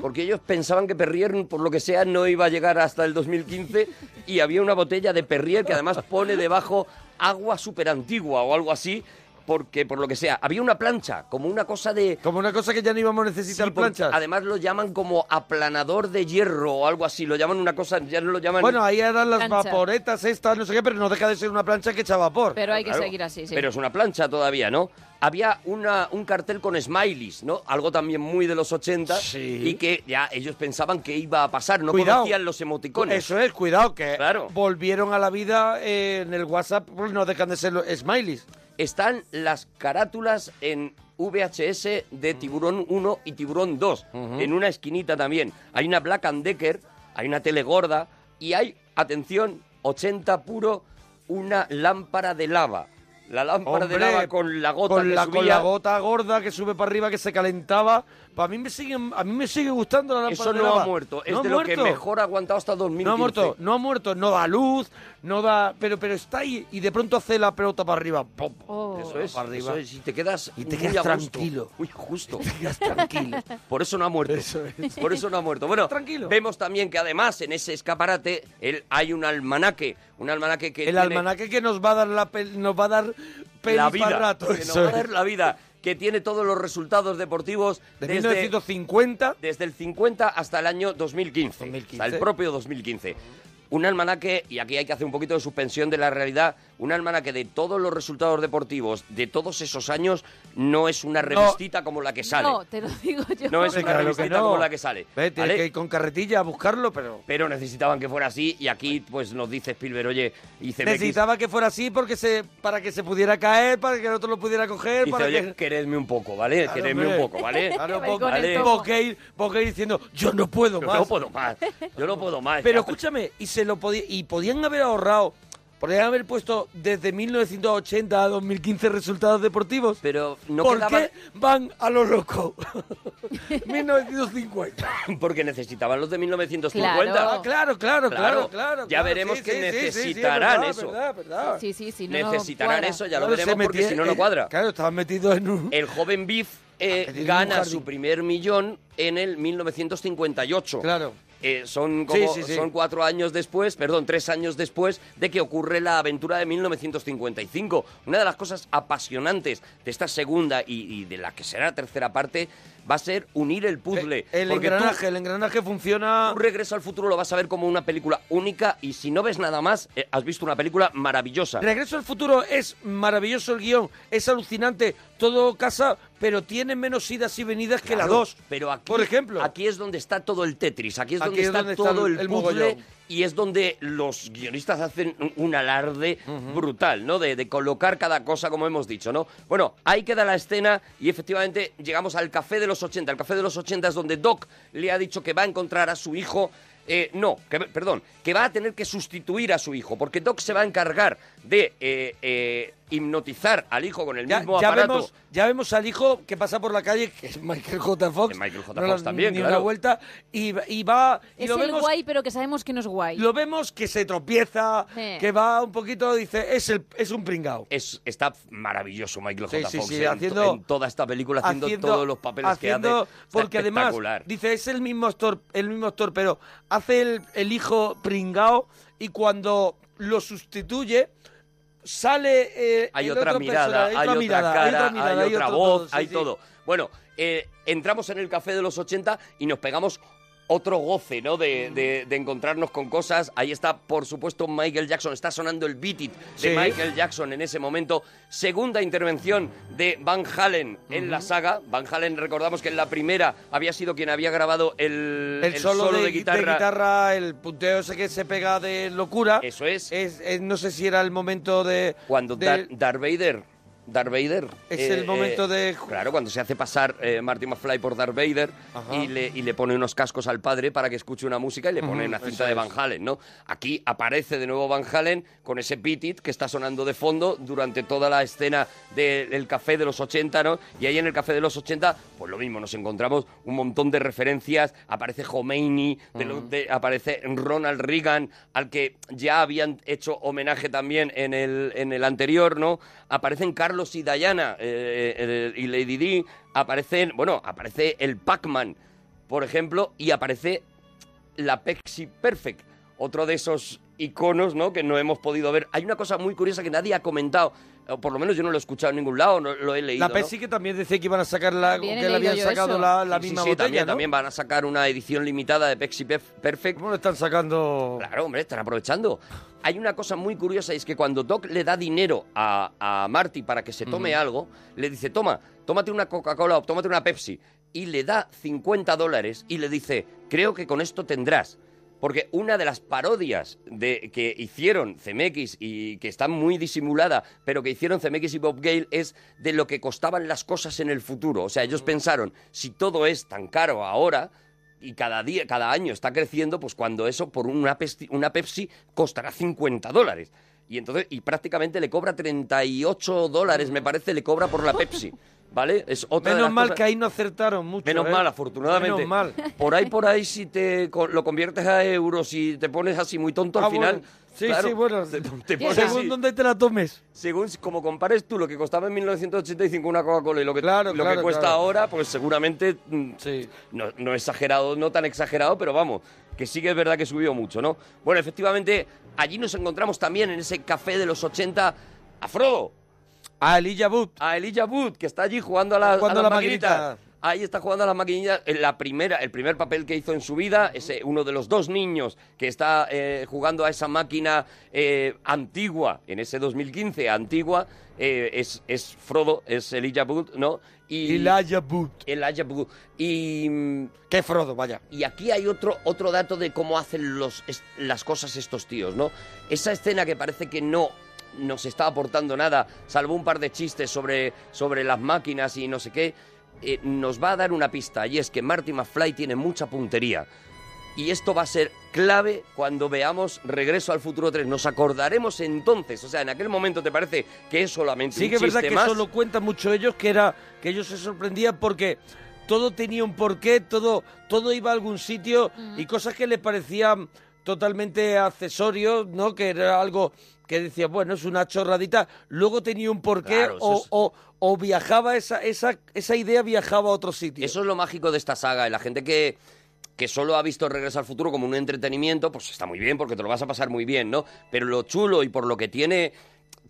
D: porque ellos pensaban que Perrier, por lo que sea, no iba a llegar hasta el 2015 y había una botella de Perrier que además pone debajo agua súper antigua o algo así. Porque, por lo que sea, había una plancha, como una cosa de...
B: Como una cosa que ya no íbamos a necesitar planchas.
D: Además lo llaman como aplanador de hierro o algo así, lo llaman una cosa, ya no lo llaman...
B: Bueno, ahí eran las
D: Plancha.
B: vaporetas estas, no sé qué, pero no deja de ser una plancha que echa vapor.
C: Pero hay que seguir así, sí.
D: Pero es una plancha todavía, ¿no? Había una, un cartel con smileys, ¿no? Algo también muy de los 80 y que ya ellos pensaban que iba a pasar, no
B: Cuidado.
D: conocían los emoticones.
B: Eso es, cuidado, que volvieron a la vida eh, en el WhatsApp, pues no dejan de ser los smileys.
D: Están las carátulas en VHS
B: Mm.
D: de Tiburón 1 y Tiburón 2, en una esquinita también. Hay una Black and Decker, hay una tele gorda y hay, atención, 80 puro, una lámpara de lava. La lámpara de
B: Hombre,
D: lava con la gota
B: con
D: que
B: la,
D: subía.
B: con la gota gorda que sube para arriba, que se calentaba. Para mí me sigue, a mí me sigue gustando la lámpara
D: Eso
B: de
D: no
B: lava.
D: ha muerto. Es
B: No ha
D: de lo
B: muerto.
D: que mejor ha aguantado hasta 2015.
B: No ha muerto, no ha muerto, no da luz, no da... Pero, pero está ahí y de pronto hace la pelota para arriba. pop,
D: Eso es,
B: para arriba.
D: eso es, Y te quedas,
B: Y te
D: muy
B: quedas
D: a gusto,
B: tranquilo.
D: muy justo. tranquilo. Por eso no ha muerto. Por eso no ha muerto. Bueno, vemos también que además en ese escaparate el- hay un almanaque. Un almanaque que
B: El
D: tiene
B: almanaque que nos va a dar la pel- nos va a dar peli
D: la
B: pa'
D: vida.
B: rato.
D: que nos
B: eso
D: va a
B: es.
D: dar la vida. Que tiene todos los resultados deportivos
B: De
D: desde
B: 1950.
D: Desde el 50 hasta el año 2015. Hasta el propio 2015. Un almanaque, y aquí hay que hacer un poquito de suspensión de la realidad, un almanaque de todos los resultados deportivos de todos esos años no es una revistita como la que sale.
C: No, te lo digo yo.
D: No
B: Hombre,
D: es una
B: claro que
D: revistita
B: no.
D: como la que sale.
B: Ve, tienes
D: ¿vale?
B: que ir con carretilla a buscarlo, pero...
D: Pero necesitaban que fuera así y aquí pues nos dice Spielberg, oye, y CMX,
B: Necesitaba que fuera así porque se para que se pudiera caer, para que el otro lo pudiera coger,
D: dice,
B: para
D: oye,
B: que...
D: queredme un poco, ¿vale?
B: Claro,
D: queredme
B: hombre.
D: un poco, ¿vale?
B: Claro,
D: ¿Vale?
B: Bo- Bokeh- Bokeh diciendo, yo no puedo
D: Yo
B: más.
D: no puedo más, yo no puedo más.
B: Pero escúchame, y se lo podía y podían haber ahorrado Podrían haber puesto desde 1980 a 2015 resultados deportivos.
D: Pero no
B: ¿Por
D: quedaba-
B: qué van a lo loco? 1950.
D: Porque necesitaban los de 1950.
B: Ah, Claro, claro, claro, claro. claro,
D: Ya veremos
B: Sí,
D: que
B: sí, sí, sí, sí, es
D: necesitarán
B: verdad,
D: eso.
B: verdad, verdad.
C: Sí, sí, sí. No,
D: necesitarán
C: cuadra.
D: eso, ya lo
B: Claro, se
D: veremos, porque
B: metía-
D: si no, no
B: eh,
D: cuadra.
B: Claro, estaban metidos en un...
D: El joven Biff eh,
B: en un
D: gana
B: jardín.
D: su primer millón en el 1958.
B: Claro.
D: Eh, son,
B: Sí,
D: como-
B: sí, sí.
D: son cuatro años después, perdón, tres años después de que ocurre la aventura de 1955. Una de las cosas apasionantes de esta segunda y, y de la que será tercera parte va a ser unir el puzzle.
B: Eh, El
D: Porque tú-
B: engranaje, el engranaje funciona...
D: un regreso al futuro lo vas a ver como una película única y si no ves nada más, eh, has visto una película maravillosa.
B: Regreso al futuro es maravilloso el guión, es alucinante, todo casa, pero tiene menos idas y venidas que la
D: Claro,
B: 2.
D: Pero aquí,
B: por ejemplo.
D: aquí es donde está todo el Tetris, aquí es
B: Aquí
D: donde
B: es
D: está
B: donde está
D: todo
B: el-
D: el,
B: el
D: puzzle
B: mogollón.
D: y es donde los guionistas hacen un- un alarde brutal, ¿no? De, de colocar cada cosa, como hemos dicho, ¿no? Bueno, ahí queda la escena y efectivamente llegamos al café de los 80. El café de los 80 es donde Doc le ha dicho que va a encontrar a su hijo. eh, no, que- perdón, que va a tener que sustituir a su hijo, porque Doc se va a encargar de eh, eh, hipnotizar al hijo con el
B: Ya,
D: mismo
B: ya
D: aparato.
B: vemos, ya vemos al hijo que pasa por la calle, que es Michael J. Fox. Michael
D: J. Fox también,
B: ni
D: claro.
B: una vuelta, y, va- y va... Y
C: Es
B: lo
C: el
B: vemos,
C: guay, pero que sabemos que no es guay.
B: lo vemos que se tropieza,
C: Sí.
B: que va un poquito, dice, es, el, es un pringao.
D: es, está maravilloso Michael J.
B: Sí, sí,
D: Fox
B: sí,
D: en, to-
B: haciendo-
D: en toda esta película, haciendo, todos los papeles
B: haciendo-
D: que hace. Está
B: Porque además,
D: espectacular.
B: dice, es el mismo actor, el mismo actor, pero hace el, el hijo pringao y cuando lo sustituye, sale eh,
D: hay
B: el
D: otra
B: otro
D: mirada,
B: personaje,
D: hay otra
B: mirada,
D: cara, hay otra,
B: mirada, hay otro
D: voz,
B: todo, sí,
D: hay
B: sí.
D: todo. Bueno, eh, entramos en el café de los 80 y nos pegamos otro goce, ¿no?
B: Mm.
D: De, de- de encontrarnos con cosas. Ahí está, por supuesto, Michael Jackson. Está sonando el Beat It de
B: Sí.
D: Michael Jackson en ese momento. Segunda intervención de Van Halen en la saga. Van Halen, recordamos que en la primera había sido quien había grabado el,
B: El,
D: el
B: solo, de, de guitarra. el punteo ese que se pega de locura.
D: Eso es.
B: es- no sé si era el momento de...
D: Cuando
B: de-
D: Dar- Darth Vader. Darth Vader. eh,
B: Es el momento de-
D: Claro, cuando se hace pasar eh, Marty McFly por Darth Vader y le, y le pone unos cascos al padre para que escuche una música y le pone
B: Ujú,
D: una
B: eso
D: cinta de Van
B: es.
D: Halen, ¿no? Aquí aparece de nuevo Van Halen con ese beat it que está sonando de fondo durante toda la escena de- del café de los 80, ¿no? Y ahí en el café de los 80, pues lo mismo, nos encontramos un montón de referencias. Aparece Khomeini, de lo- de- aparece Ronald Reagan, al que ya habían hecho homenaje también en el, en el anterior, ¿no? Aparecen Carlos y Diana eh, eh, y Lady Di, aparecen, bueno, aparece el Pac-Man, por ejemplo, y aparece la Pepsi Perfect, otro de esos iconos ¿no? que no hemos podido ver. Hay una cosa muy curiosa que nadie ha comentado, o por lo menos yo no lo he escuchado en ningún lado, no lo he leído.
B: La
D: ¿no?
B: Pepsi que también decía que iban a sacar la...
C: También he
B: que le
C: leído
B: habían
C: yo
B: sacado
C: eso.
B: la, la
D: Sí, sí,
B: misma
D: sí,
B: botella,
D: también,
B: ¿no?
D: también van a sacar una edición limitada de Pepsi Pef- Perfect.
B: ¿Cómo lo están sacando?
D: Claro, hombre, están aprovechando. Hay una cosa muy curiosa y es que cuando Doc le da dinero a, a Marty para que se tome
B: Ujú.
D: algo, le dice, toma, tómate una Coca-Cola o tómate una Pepsi. Y le da 50 dólares y le dice, creo que con esto tendrás. Porque una de las parodias de, que hicieron CMX y que está muy disimulada, pero que hicieron CMX y Bob Gale es de lo que costaban las cosas en el futuro. O sea,
B: Mm.
D: ellos pensaron, si todo es tan caro ahora, y cada día, cada año está creciendo, pues cuando eso por una Pepsi, una Pepsi costará 50 dólares. Y entonces, y prácticamente le cobra 38 dólares, me parece, le cobra por la Pepsi. ¿Vale? Es otra
B: Mm.
D: de
B: Menos
D: las
B: mal
D: cosas-
B: que ahí no acertaron mucho.
D: Menos
B: ¿eh?
D: mal, afortunadamente.
B: Menos mal.
D: Por ahí, por ahí, si te co- lo conviertes a euros y te pones así muy tonto al
B: Ah,
D: final.
B: bueno. Sí,
D: claro,
B: sí, bueno.
D: Te, te pones
B: según
D: así.
B: donde te la tomes.
D: Según si- como compares tú lo que costaba en 1985 una Coca-Cola y lo que, lo que
B: claro,
D: cuesta
B: claro.
D: ahora, pues seguramente mm, no, no exagerado, no tan exagerado, pero vamos, que sí que es verdad que subió mucho, ¿no? Bueno, efectivamente, allí nos encontramos también en ese café de los 80 a Frodo.
B: A Elijah Wood.
D: A Elijah Wood, que está allí jugando a las,
B: Jugando
D: a las
B: a la
D: maquinitas.
B: maquinita.
D: Ahí está jugando a las maquinillas. en La primera, el primer papel que hizo en su vida es eh, uno de los dos niños que está eh, jugando a esa máquina eh, antigua, en ese 2015, antigua. eh, es, es Frodo, es Elijah Wood, ¿no? Y,
B: Elijah Wood.
D: Elijah Wood. Y. mm,
B: Qué Frodo, vaya.
D: Y aquí hay otro, otro dato de cómo hacen los, es- las cosas estos tíos, ¿no? Esa escena que parece que no nos está aportando nada, salvo un par de chistes sobre, sobre las máquinas y no sé qué, eh, nos va a dar una pista, y es que Marty McFly tiene mucha puntería. Y esto va a ser clave cuando veamos Regreso al Futuro 3. Nos acordaremos entonces. O sea, en aquel momento te parece que es solamente
B: Sí
D: un
B: que es verdad
D: chiste
B: que
D: más.
B: eso lo cuentan mucho ellos, que era que ellos se sorprendían porque todo tenía un porqué, todo, todo iba a algún sitio y cosas que les parecían totalmente accesorios, ¿no? Que era algo que decía, bueno, es una chorradita, luego tenía un porqué
D: Claro, eso
B: o,
D: es-
B: o- o viajaba esa, esa, esa idea viajaba a otro sitio.
D: Eso es lo mágico de esta saga. y La gente que, que solo ha visto Regreso al Futuro como un entretenimiento, pues está muy bien porque te lo vas a pasar muy bien, ¿no? Pero lo chulo y por lo que tiene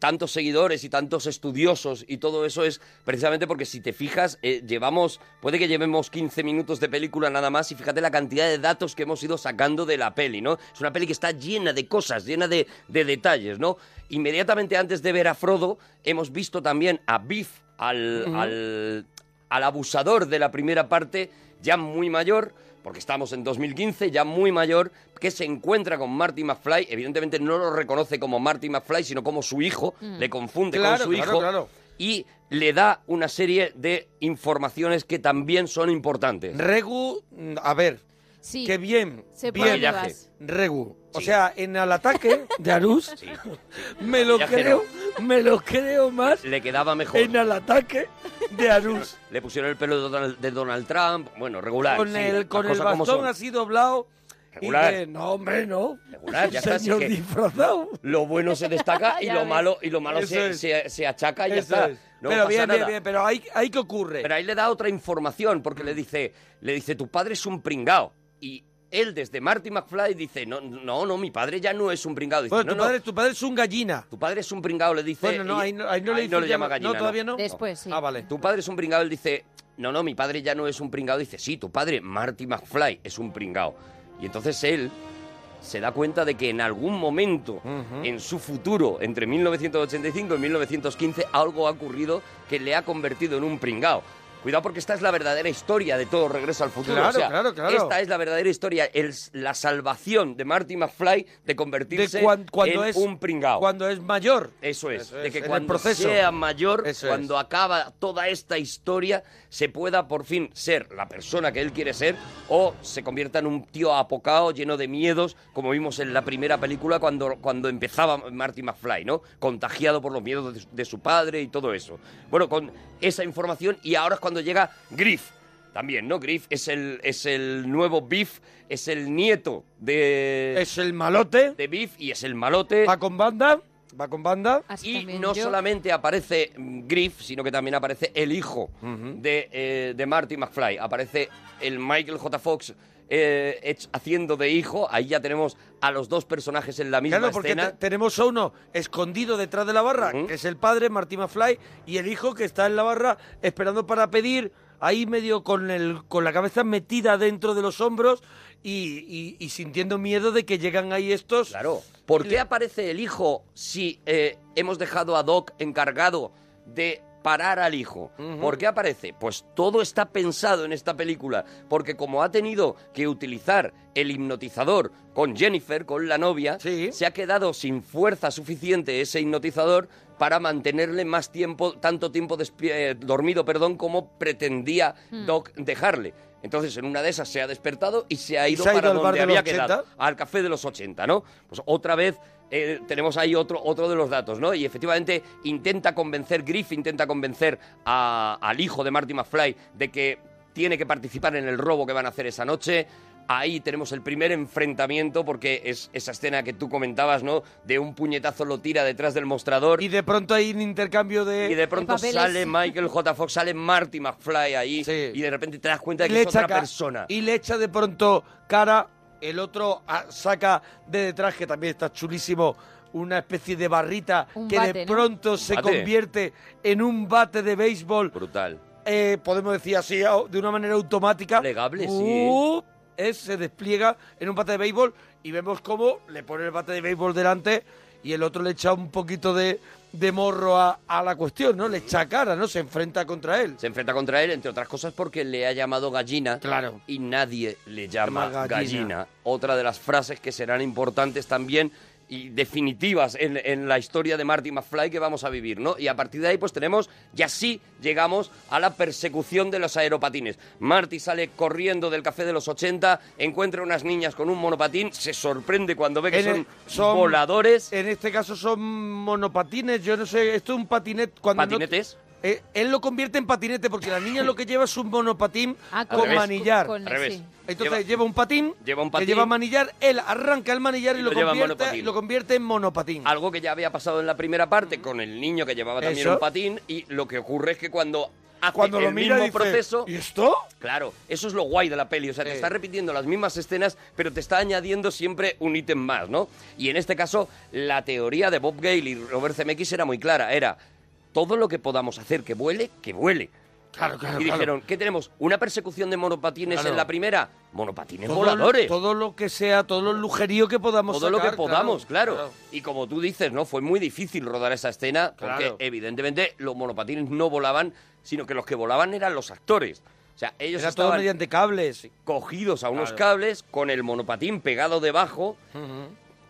D: tantos seguidores y tantos estudiosos y todo eso es precisamente porque si te fijas eh, llevamos puede que llevemos 15 minutos de película nada más y fíjate la cantidad de datos que hemos ido sacando de la peli no es una peli que está llena de cosas llena de, de detalles no inmediatamente antes de ver a Frodo hemos visto también a Biff al,
B: Ujú.
D: al al abusador de la primera parte, ya muy mayor, porque estamos en 2015, ya muy mayor, que se encuentra con Marty McFly. Evidentemente no lo reconoce como Marty McFly, sino como su hijo.
B: Mm.
D: Le confunde
B: Claro,
D: con su
B: claro,
D: hijo.
B: claro.
D: Y le da una serie de informaciones que también son importantes.
B: Regu, mm, a ver,
C: Sí.
B: que bien,
C: Sé por
B: bien,
C: dónde vas.
B: Regu. O sea, en el ataque de Arús, me lo
D: Viaje
B: creo, me lo creo más
D: Le quedaba mejor.
B: en el ataque de Arús.
D: Le pusieron el pelo de Donald, de Donald Trump. Bueno, regular.
B: con
D: sí, las
B: el, con el
D: cosas como
B: bastón
D: son.
B: así doblado.
D: Regular.
B: Y de, no, hombre, no.
D: Regular, ya está, así
B: Señor
D: que-
B: disfrazado.
D: Lo bueno se destaca y
B: Ya
D: lo
B: ves.
D: malo, y lo malo
B: Eso
D: se,
B: es.
D: se- se achaca y ya
B: Eso
D: está.
B: es.
D: No
B: Pero
D: pasa
B: bien, bien,
D: nada.
B: bien, pero ahí, ahí que ocurre.
D: Pero ahí le da otra información, porque le dice, le dice, tu padre es un pringao. Y él desde Marty McFly dice, no, no, no, mi padre ya no es un pringao. Dice,
B: Bueno,
D: "No,
B: tu,
D: Pues no,
B: padre, tu padre es un gallina.
D: tu padre es un pringao, le dice.
B: Bueno, no,
D: y-
B: ahí no- ahí no le dice
D: llama
B: llama-
D: gallina.
B: no, todavía no.
C: Después, sí.
D: Ah, vale. Tu padre es un pringao, él dice, no, no, mi padre ya no es un pringao. Dice, sí, tu padre, Marty McFly, es un pringao. Y entonces él se da cuenta de que en algún momento, en su futuro, entre 1985 y 1915, algo ha ocurrido que le ha convertido en un pringao. Cuidado porque esta es la verdadera historia de todo Regreso al Futuro.
B: Claro,
D: o sea,
B: claro, claro.
D: Esta es la verdadera historia, el- la salvación de Marty McFly de convertirse
B: De cuan- cuando
D: en
B: es-
D: un pringao.
B: Cuando es mayor.
D: Eso es,
B: Eso
D: de
B: es,
D: que
B: en el
D: cuando
B: proceso.
D: sea mayor,
B: Eso
D: cuando acaba toda esta historia, se pueda por fin ser la persona que él quiere ser o se convierta en un tío apocado, lleno de miedos, como vimos en la primera película cuando, cuando empezaba Marty McFly, ¿no? Contagiado por los miedos de, su- de su padre y todo eso. Bueno, con esa información y ahora es cuando llega Griff. También, ¿no? Griff es el, es el nuevo Biff, es el nieto de...
B: Es el malote.
D: De Biff y es el malote.
B: Va con banda, va con banda.
D: Y no solamente aparece mm, Griff, sino que también aparece el hijo de, eh, de Marty McFly. Aparece el Michael J. Fox eh, hech- haciendo de hijo. Ahí ya tenemos a los dos personajes en la misma
B: Claro, porque
D: escena.
B: te- tenemos a uno escondido detrás de la barra, que es el padre, Marty McFly, y el hijo que está en la barra esperando para pedir, ahí medio con, el, con la cabeza metida dentro de los hombros y, y- y sintiendo miedo de que llegan ahí estos.
D: Claro. ¿Por qué aparece el hijo si eh, hemos dejado a Doc encargado de parar al hijo?
B: Ujú.
D: ¿Por qué aparece? Pues todo está pensado en esta película, porque como ha tenido que utilizar el hipnotizador con Jennifer, con la novia, se ha quedado sin fuerza suficiente ese hipnotizador para mantenerle más tiempo, tanto tiempo despi- eh, dormido, perdón, como pretendía
B: Mm.
D: Doc dejarle. Entonces, en una de esas se ha despertado y se ha
B: Y
D: ido
B: se ha ido
D: para
B: al bar
D: donde
B: de los
D: había quedado
B: 80.
D: al café de los 80, ¿no? Pues otra vez eh, tenemos ahí otro, otro de los datos, ¿no? Y efectivamente intenta convencer, Griff intenta convencer a- al hijo de Marty McFly de que tiene que participar en el robo que van a hacer esa noche. Ahí tenemos el primer enfrentamiento porque es esa escena que tú comentabas, ¿no? De un puñetazo lo tira detrás del mostrador.
B: Y de pronto hay un intercambio de.
D: Y de pronto
B: papeles.
D: sale Michael J. Fox, sale Marty McFly ahí y de repente te das cuenta de
B: Y
D: que
B: le
D: es
B: echa
D: otra
B: ca-
D: persona.
B: Y le echa de pronto cara, el otro ah, saca de detrás, que también está chulísimo, una especie de barrita
D: Un
B: que
D: bate,
B: de
D: ¿no?
B: pronto
D: Un
B: se
D: bate.
B: convierte en un bate de béisbol.
D: Brutal.
B: eh, podemos decir así, au- de una manera automática.
D: Plegable, sí.
B: Uh, es- se despliega en un bate de béisbol y vemos cómo le pone el bate de béisbol delante y el otro le echa un poquito de, de morro a, a la cuestión, ¿no? Le echa cara, ¿no? Se enfrenta contra él.
D: Se enfrenta contra él, entre otras cosas, porque le ha llamado gallina. Claro. Y nadie le llama
B: Llama
D: gallina.
B: gallina.
D: Otra de las frases que serán importantes también y definitivas en, en la historia de Marty McFly que vamos a vivir, ¿no? Y a partir de ahí, pues tenemos, y así llegamos a la persecución de los aeropatines. Marty sale corriendo del café de los 80, encuentra unas niñas con un monopatín, se sorprende cuando ve que
B: En el-
D: son, voladores.
B: En este caso son monopatines, yo no sé, esto es un patinete. Cuando no-
D: ¿Patinetes?
B: Eh, él lo convierte en patinete porque la niña lo que lleva es un monopatín
D: Ah,
B: con
D: con- Al revés.
B: manillar.
D: con- con- Al revés. sí.
B: Entonces lleva,
D: Lleva-
B: un patín,
D: lleva un
B: que
D: patín.
B: lleva manillar, él arranca el manillar y,
D: Y
B: lo,
D: lo lleva
B: convierte,
D: monopatín.
B: lo convierte en monopatín.
D: Algo que ya había pasado en la primera parte con el niño que llevaba también
B: Eso.
D: un patín y lo que ocurre es que cuando hace
B: Cuando
D: el
B: lo mira
D: mismo
B: dice,
D: proceso
B: ¿y esto?
D: Claro, eso es lo guay de la peli, o sea, te
B: Eh.
D: está repitiendo las mismas escenas, pero te está añadiendo siempre un ítem más, ¿no? Y en este caso la teoría de Bob Gale y Robert Zemeckis era muy clara, era todo lo que podamos hacer que vuele, que vuele. Claro,
B: claro,
D: Y
B: claro.
D: dijeron, ¿qué tenemos? ¿Una persecución de monopatines
B: Claro.
D: en la primera? Monopatines
B: Todo lo-
D: voladores
B: Todo lo que sea, todo lo lujerío que podamos
D: todo lo
B: sacar,
D: que podamos, claro,
B: claro.
D: Y como tú dices, ¿no? Fue muy difícil rodar esa escena porque
B: Claro.
D: evidentemente los monopatines no volaban, sino que los que volaban eran los actores. O sea, ellos
B: Era todo
D: estaban
B: mediante cables.
D: cogidos a unos
B: Claro.
D: cables con el monopatín pegado debajo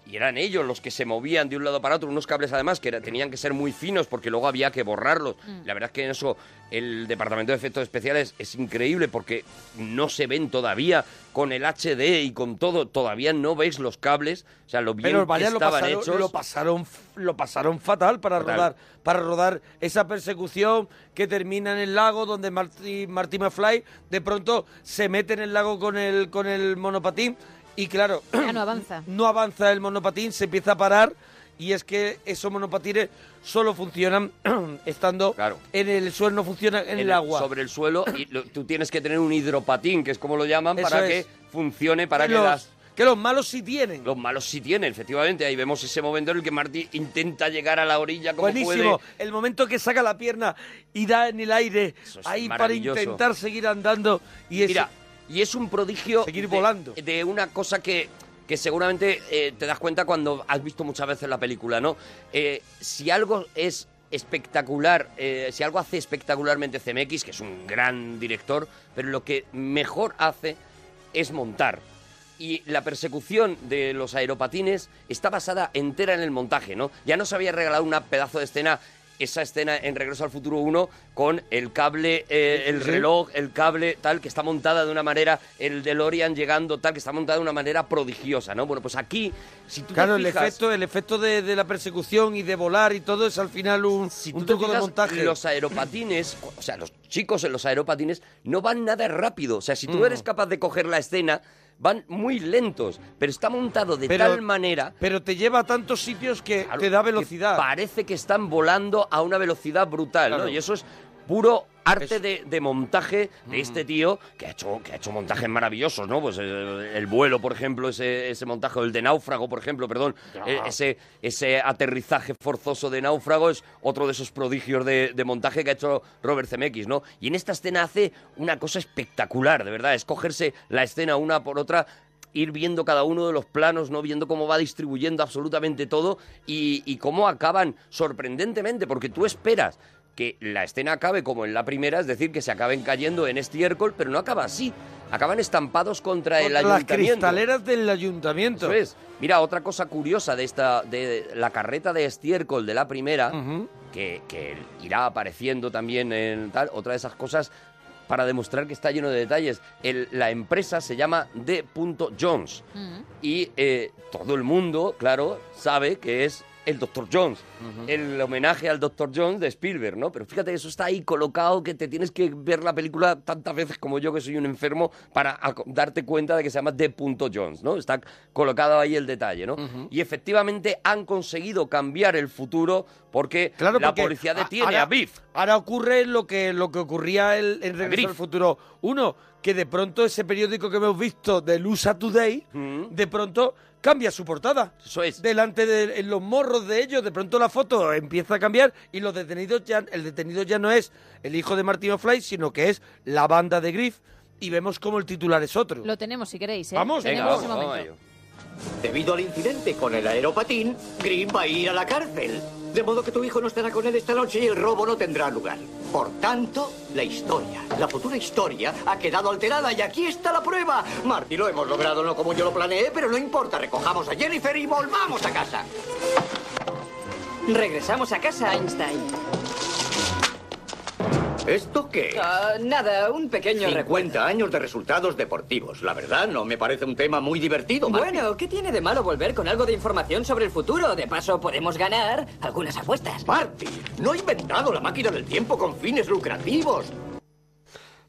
D: y eran ellos los que se movían de un lado para otro, unos cables además que era- tenían que ser muy finos porque luego había que borrarlos.
B: Mm.
D: La verdad es que en eso el departamento de efectos especiales es increíble porque no se ven todavía con el HD y con todo, todavía no veis los cables, o sea, lo bien
B: Pero vaya,
D: que
B: lo
D: estaban
B: pasaron,
D: hechos.
B: lo pasaron, lo pasaron fatal para
D: Fatal.
B: rodar, para rodar esa persecución que termina en el lago donde Marty, Marty McFly de pronto se mete en el lago con el con el monopatín y claro,
C: Ya no avanza.
B: no avanza el monopatín, se empieza a parar y es que esos monopatines solo funcionan estando en el suelo, no funcionan en,
D: en
B: el
D: el-
B: agua.
D: sobre el suelo y lo- tú tienes que tener un hidropatín, que es como lo llaman,
B: Eso
D: para
B: es.
D: que funcione, para que
B: Los-
D: las...
B: Que los malos sí tienen.
D: Los malos sí tienen, efectivamente. Ahí vemos ese momento en el que Marty intenta llegar a la orilla como
B: Buenísimo.
D: puede.
B: El momento que saca la pierna y da en el aire
D: es
B: ahí para
D: maravilloso.
B: intentar seguir andando y es
D: Mira, y es un prodigio seguir volando de una cosa que que seguramente eh, te das cuenta cuando has visto muchas veces la película, ¿no? Eh, si algo es espectacular, eh, si algo hace espectacularmente CMX, que es un gran director, pero lo que mejor hace es montar. Y la persecución de los aeropatines está basada entera en el montaje, ¿no? Ya nos había regalado una pedazo de escena, esa escena en Regreso al Futuro 1, con el cable, eh, el
B: Sí.
D: reloj, el cable, tal, que está montada de una manera, el DeLorean llegando, tal, que está montada de una manera prodigiosa, ¿no? Bueno, pues aquí, si tú te
B: Claro, el
D: fijas-
B: efecto, el efecto de, de la persecución y de volar y todo es al final un, un
D: tú te
B: truco de
D: fijas,
B: montaje.
D: Los aeropatines, o sea, los chicos en los aeropatines no van nada rápido. O sea, si tú
B: Mm.
D: eres capaz de coger la escena, van muy lentos, pero está montado de
B: Pero-
D: tal manera.
B: Pero te lleva a tantos sitios que te da velocidad.
D: parece que están volando a una velocidad brutal,
B: Claro.
D: ¿no? Y eso es puro arte de, de montaje de
B: Mm.
D: este tío que ha hecho que ha hecho montajes maravillosos no pues eh, el, vuelo por ejemplo ese, ese montaje o el de náufrago por ejemplo perdón eh, ese ese aterrizaje forzoso de náufrago es otro de esos prodigios de, de montaje que ha hecho Robert Zemeckis no y en esta escena hace una cosa espectacular de verdad es cogerse la escena una por otra ir viendo cada uno de los planos, no viendo cómo va distribuyendo absolutamente todo y, y cómo acaban sorprendentemente, porque tú esperas que la escena acabe como en la primera, es decir, que se acaben cayendo en estiércol, pero no acaba así, acaban estampados contra, el
B: Contra las
D: ayuntamiento.
B: cristaleras del ayuntamiento.
D: Eso es. Mira, otra cosa curiosa de esta de la carreta de estiércol de la primera, que, que irá apareciendo también en tal, otra de esas cosas para demostrar que está lleno de detalles. El- la empresa se llama D. Jones y eh, todo el mundo, claro, sabe que es el Dr. Jones. El homenaje al Dr. Jones de Spielberg, ¿no? Pero fíjate, eso está ahí colocado, que te tienes que ver la película tantas veces como yo, que soy un enfermo, para aco- darte cuenta de que se llama D. Jones, ¿no? Está colocado ahí el detalle, ¿no? Y efectivamente han conseguido cambiar el futuro porque la
B: porque
D: policía
B: a-
D: detiene
B: ahora-
D: a Biff.
B: Ahora ocurre lo que, lo que ocurría el- en Regreso
D: Griff.
B: al Futuro. Uno, que de pronto ese periódico que hemos visto de Lusa Today, de pronto cambia su portada.
D: Mm. Eso es.
B: Delante de en los morros de ellos, de pronto la foto empieza a cambiar y los detenidos ya, el detenido ya no es el hijo de Martino Fly, sino que es la banda de Griff. Y vemos como el titular es otro.
C: Lo tenemos si queréis, ¿eh?
B: Vamos,
C: tenemos
B: venga,
C: ese
B: vamos,
C: momento.
E: Debido al incidente con el aeropatín, Green va a ir a la cárcel. De modo que tu hijo no estará con él esta noche y el robo no tendrá lugar. Por tanto, la historia, la futura historia, ha quedado alterada y aquí está la prueba. Marty, lo hemos logrado, no como yo lo planeé, pero no importa. Recojamos a Jennifer y volvamos a casa.
F: Regresamos a casa, Einstein.
E: ¿Esto qué?
F: Ah, nada, un pequeño recuerdo.
E: 50 años de resultados deportivos. La verdad, no me parece un tema muy divertido, Marty.
F: Bueno, ¿qué tiene de malo volver con algo de información sobre el futuro? De paso, podemos ganar algunas apuestas.
E: Marty, no he inventado la máquina del tiempo con fines lucrativos.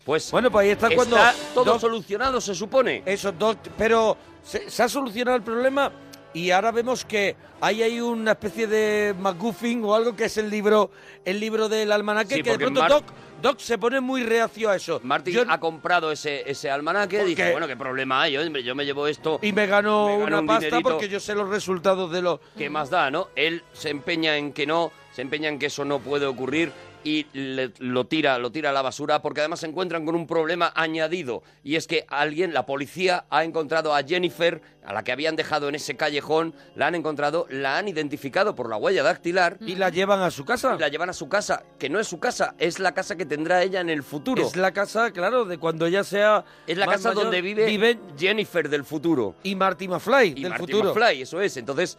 D: Pues
B: bueno, pues ahí está,
D: está
B: cuando
D: todo solucionado, se supone.
B: Eso, dos- pero se, se ha solucionado el problema y ahora vemos que ahí hay una especie de McGuffin o algo que es el libro, el libro del almanaque
D: Sí,
B: que de
D: porque
B: pronto
D: Mar-
B: Doc, Doc se pone muy reacio a eso.
D: Martín ha comprado ese, ese almanaque.
B: ¿Por
D: Dice,
B: qué?
D: bueno, ¿qué problema hay? Hombre, Yo me llevo esto.
B: Y me ganó
D: Me ganó
B: una
D: un
B: pasta
D: dinerito.
B: porque yo sé los resultados de los.
D: ¿Qué más da, no? Él se empeña en que no, se empeña en que eso no puede ocurrir y le- lo tira, lo tira a la basura porque además se encuentran con un problema añadido y es que alguien, la policía, ha encontrado a Jennifer, a la que habían dejado en ese callejón, la han encontrado, la han identificado por la huella dactilar
B: y la llevan a su casa.
D: la llevan a su casa, que no es su casa, es la casa que tendrá ella en el futuro.
B: Es la casa, claro, de cuando ella sea.
D: Es la
B: más
D: casa
B: mayor,
D: donde vive, Jennifer del futuro.
B: Y Marty McFly
D: Y
B: del
D: Marty
B: futuro.
D: McFly, eso es. Entonces,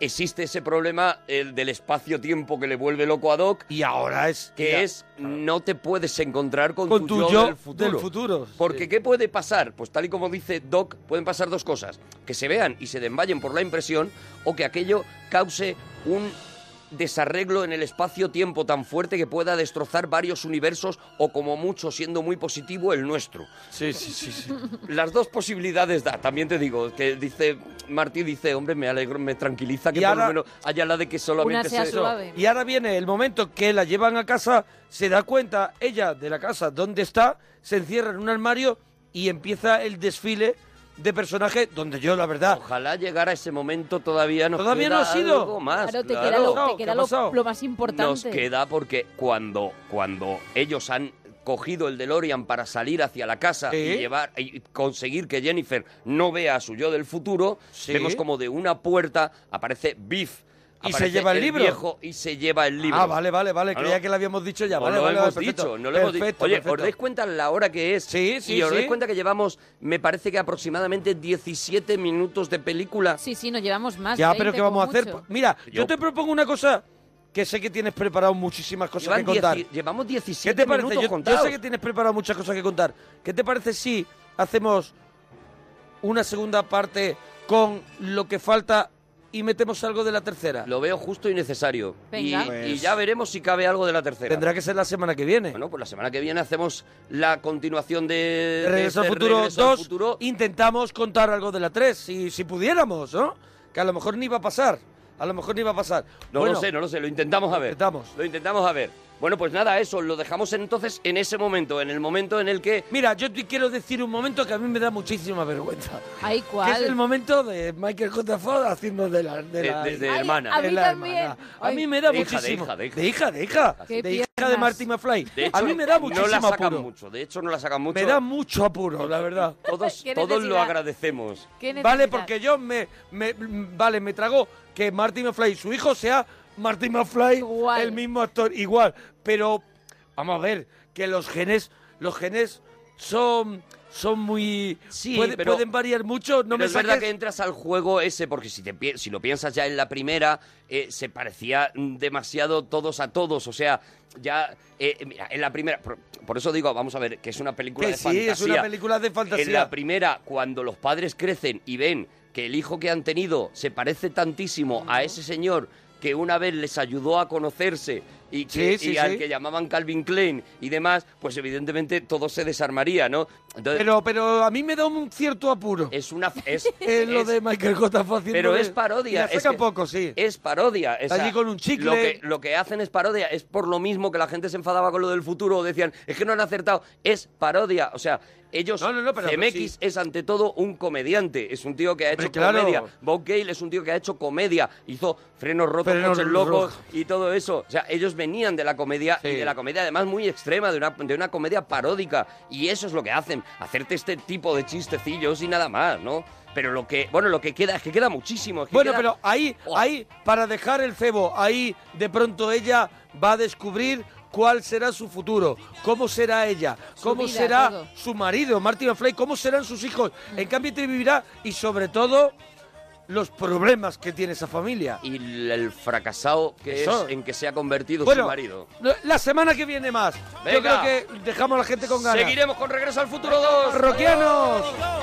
D: existe ese problema el del espacio-tiempo que le vuelve loco a Doc.
B: Y ahora es.
D: Que
B: ya,
D: es, no te puedes encontrar con,
B: Con
D: tu, yo, del futuro.
B: del futuro,
D: Porque, ¿qué puede pasar? Pues tal y como dice Doc, pueden pasar dos cosas. Que se vean y se desmayen por la impresión, o que aquello cause un desarreglo en el espacio-tiempo tan fuerte que pueda destrozar varios universos o como mucho, siendo muy positivo, el nuestro.
B: Sí, sí, sí. sí.
D: Las dos posibilidades da, también te digo, que dice Martí, dice, hombre, me alegro, me tranquiliza que
B: Y
D: por
B: ahora-
D: lo menos haya la de que solamente se...
B: Y ahora viene el momento que la llevan a casa, se da cuenta ella de la casa donde está, se encierra en un armario y empieza el desfile de personajes donde yo, la verdad...
D: Ojalá llegara ese momento todavía no
B: Todavía
D: queda
B: no ha sido.
D: algo más,
C: Claro, te
D: claro.
C: queda lo,
B: ¿Qué ha
C: te queda lo-
B: pasado?
C: lo más importante.
D: Nos queda porque cuando, cuando ellos han cogido el DeLorean para salir hacia la casa
B: Sí.
D: y llevar y conseguir que Jennifer no vea a su yo del futuro, vemos como de una puerta aparece Biff.
B: Y se
D: aparece
B: lleva el libro.
D: viejo y se lleva el libro.
B: Ah, vale, vale, vale,
D: Ah,
B: creía
D: no.
B: que lo habíamos dicho ya.
D: No
B: vale,
D: lo
B: vale,
D: hemos
B: vale, perfecto.
D: dicho, no lo hemos dicho.
B: Perfecto,
D: Oye, ¿os
B: perfecto.
D: dais cuenta la hora que es? Sí,
B: sí,
D: Y os dais
B: sí.
D: cuenta que llevamos, me parece que aproximadamente 17 minutos de película.
C: Sí, sí, nos llevamos más.
B: Ya,
C: 20
B: pero ¿qué vamos a
C: como
B: hacer?
C: mucho.
B: Mira, yo, te propongo una cosa que sé que tienes preparado muchísimas cosas
D: Llevan
B: que contar.
D: dieci- llevamos 17
B: ¿Qué te parece?
D: minutos
B: Yo, yo
D: contados.
B: sé que tienes preparado muchas cosas que contar. ¿Qué te parece si hacemos una segunda parte con lo que falta y metemos algo de la tercera?
D: Lo veo justo y necesario. Y,
B: Venga.
D: y ya veremos si cabe algo de la tercera.
B: Pues Tendrá que ser la semana que viene.
D: Bueno, pues la semana que viene hacemos la continuación de... de
B: Regreso al
D: este
B: futuro
D: Regreso al
B: 2,
D: Futuro.
B: intentamos contar algo de la 3, si, si pudiéramos, ¿no? Que a lo mejor ni va a pasar, a lo mejor ni va a pasar.
D: No
B: Bueno,
D: lo sé, no lo sé, lo intentamos a ver.
B: intentamos.
D: Lo intentamos a ver. Bueno, pues nada, eso, lo dejamos entonces en ese momento, en el momento en el que...
B: Mira, yo te quiero decir un momento que a mí me da muchísima vergüenza.
C: Ay,
B: Que es
C: ¿cuál?
B: el momento de Michael J. Fox haciendo de la, de
D: De-
B: la-
D: de- de Ay, hermana. a
B: de
D: mí
B: la
D: también.
B: hermana. A
D: Ay.
B: mí me da
D: De hija, de
B: muchísimo.
D: hija, de hija.
B: de hija.
D: Qué
B: De hija de
D: piernas.
B: Marty McFly.
D: De hecho,
B: a mí me da
D: No la
B: muchísimo
D: sacan
B: apuro.
D: mucho, de hecho no la sacan mucho.
B: Me da mucho apuro, la verdad.
D: Todos,
C: Qué
D: todos lo
C: necesidad.
D: agradecemos.
C: Qué necesidad.
B: Vale, porque yo me, me- mm, Vale, me trago que Marty McFly, su hijo, sea Marty McFly, el mismo actor, igual. Pero, vamos a ver, que los genes. Los genes son. Son muy. puede-
D: pero-
B: pueden variar mucho. No
D: Pero
B: me
D: es verdad
B: saques-
D: que entras al juego ese, porque si, te, pi- si lo piensas ya en la primera, eh, se parecía mm, demasiado todos a todos. O sea, ya, eh, mira, en la primera, por, por eso digo, vamos a ver, que es una película
B: Que
D: de
B: sí,
D: fantasía.
B: es una película de fantasía.
D: En la primera, cuando los padres crecen y ven que el hijo que han tenido se parece tantísimo a ese señor que una vez les ayudó a conocerse y, que,
B: Sí, sí,
D: y al
B: sí.
D: que llamaban Calvin Klein y demás, pues evidentemente todo se desarmaría, ¿no? Entonces,
B: Pero, pero a mí me da un cierto apuro. Eh,
D: Es una. Es,
B: lo
D: es-
B: de Michael J. Fox haciendo
D: Pero
B: de-
D: es
B: y
D: parodia.
B: La saca
D: es que
B: poco, sí.
D: Es parodia. o sea,
B: Allí con un chicle.
D: Lo que, lo que hacen es parodia. Es por lo mismo que la gente se enfadaba con lo del futuro. o Decían, es que no han acertado. Es parodia. O sea, ellos. No, no, no,
B: pero-
D: CMX
B: sí.
D: es ante todo un comediante. Es un tío que ha hecho
B: claro.
D: comedia. Bob Gale es un tío que ha hecho comedia. Hizo frenos rotos,
B: Frenos
D: coches locos
B: Rojos.
D: y todo eso. O sea, ellos venían de la comedia y de la comedia además muy extrema, de una, de una comedia paródica. Y eso es lo que hacen, hacerte este tipo de chistecillos y nada más, ¿no? Pero lo que, bueno, lo que queda, es que queda muchísimo. es que
B: Bueno,
D: queda- ¡Oh!
B: pero ahí, ahí, para dejar el cebo, ahí de pronto ella va a descubrir cuál será su futuro, cómo será ella, cómo
D: vida,
B: será
D: todo. Mm.
B: su marido, Martin Fly, cómo serán sus hijos. En cambio, te vivirá y sobre todo los problemas que tiene esa familia.
D: Y l- el fracasado que
B: Eso.
D: es en que se ha convertido
B: Bueno,
D: su marido.
B: La semana que viene más.
D: Venga.
B: Yo creo que dejamos a la gente con ganas.
D: Seguiremos con Regreso al Futuro 2.
B: Roquianos.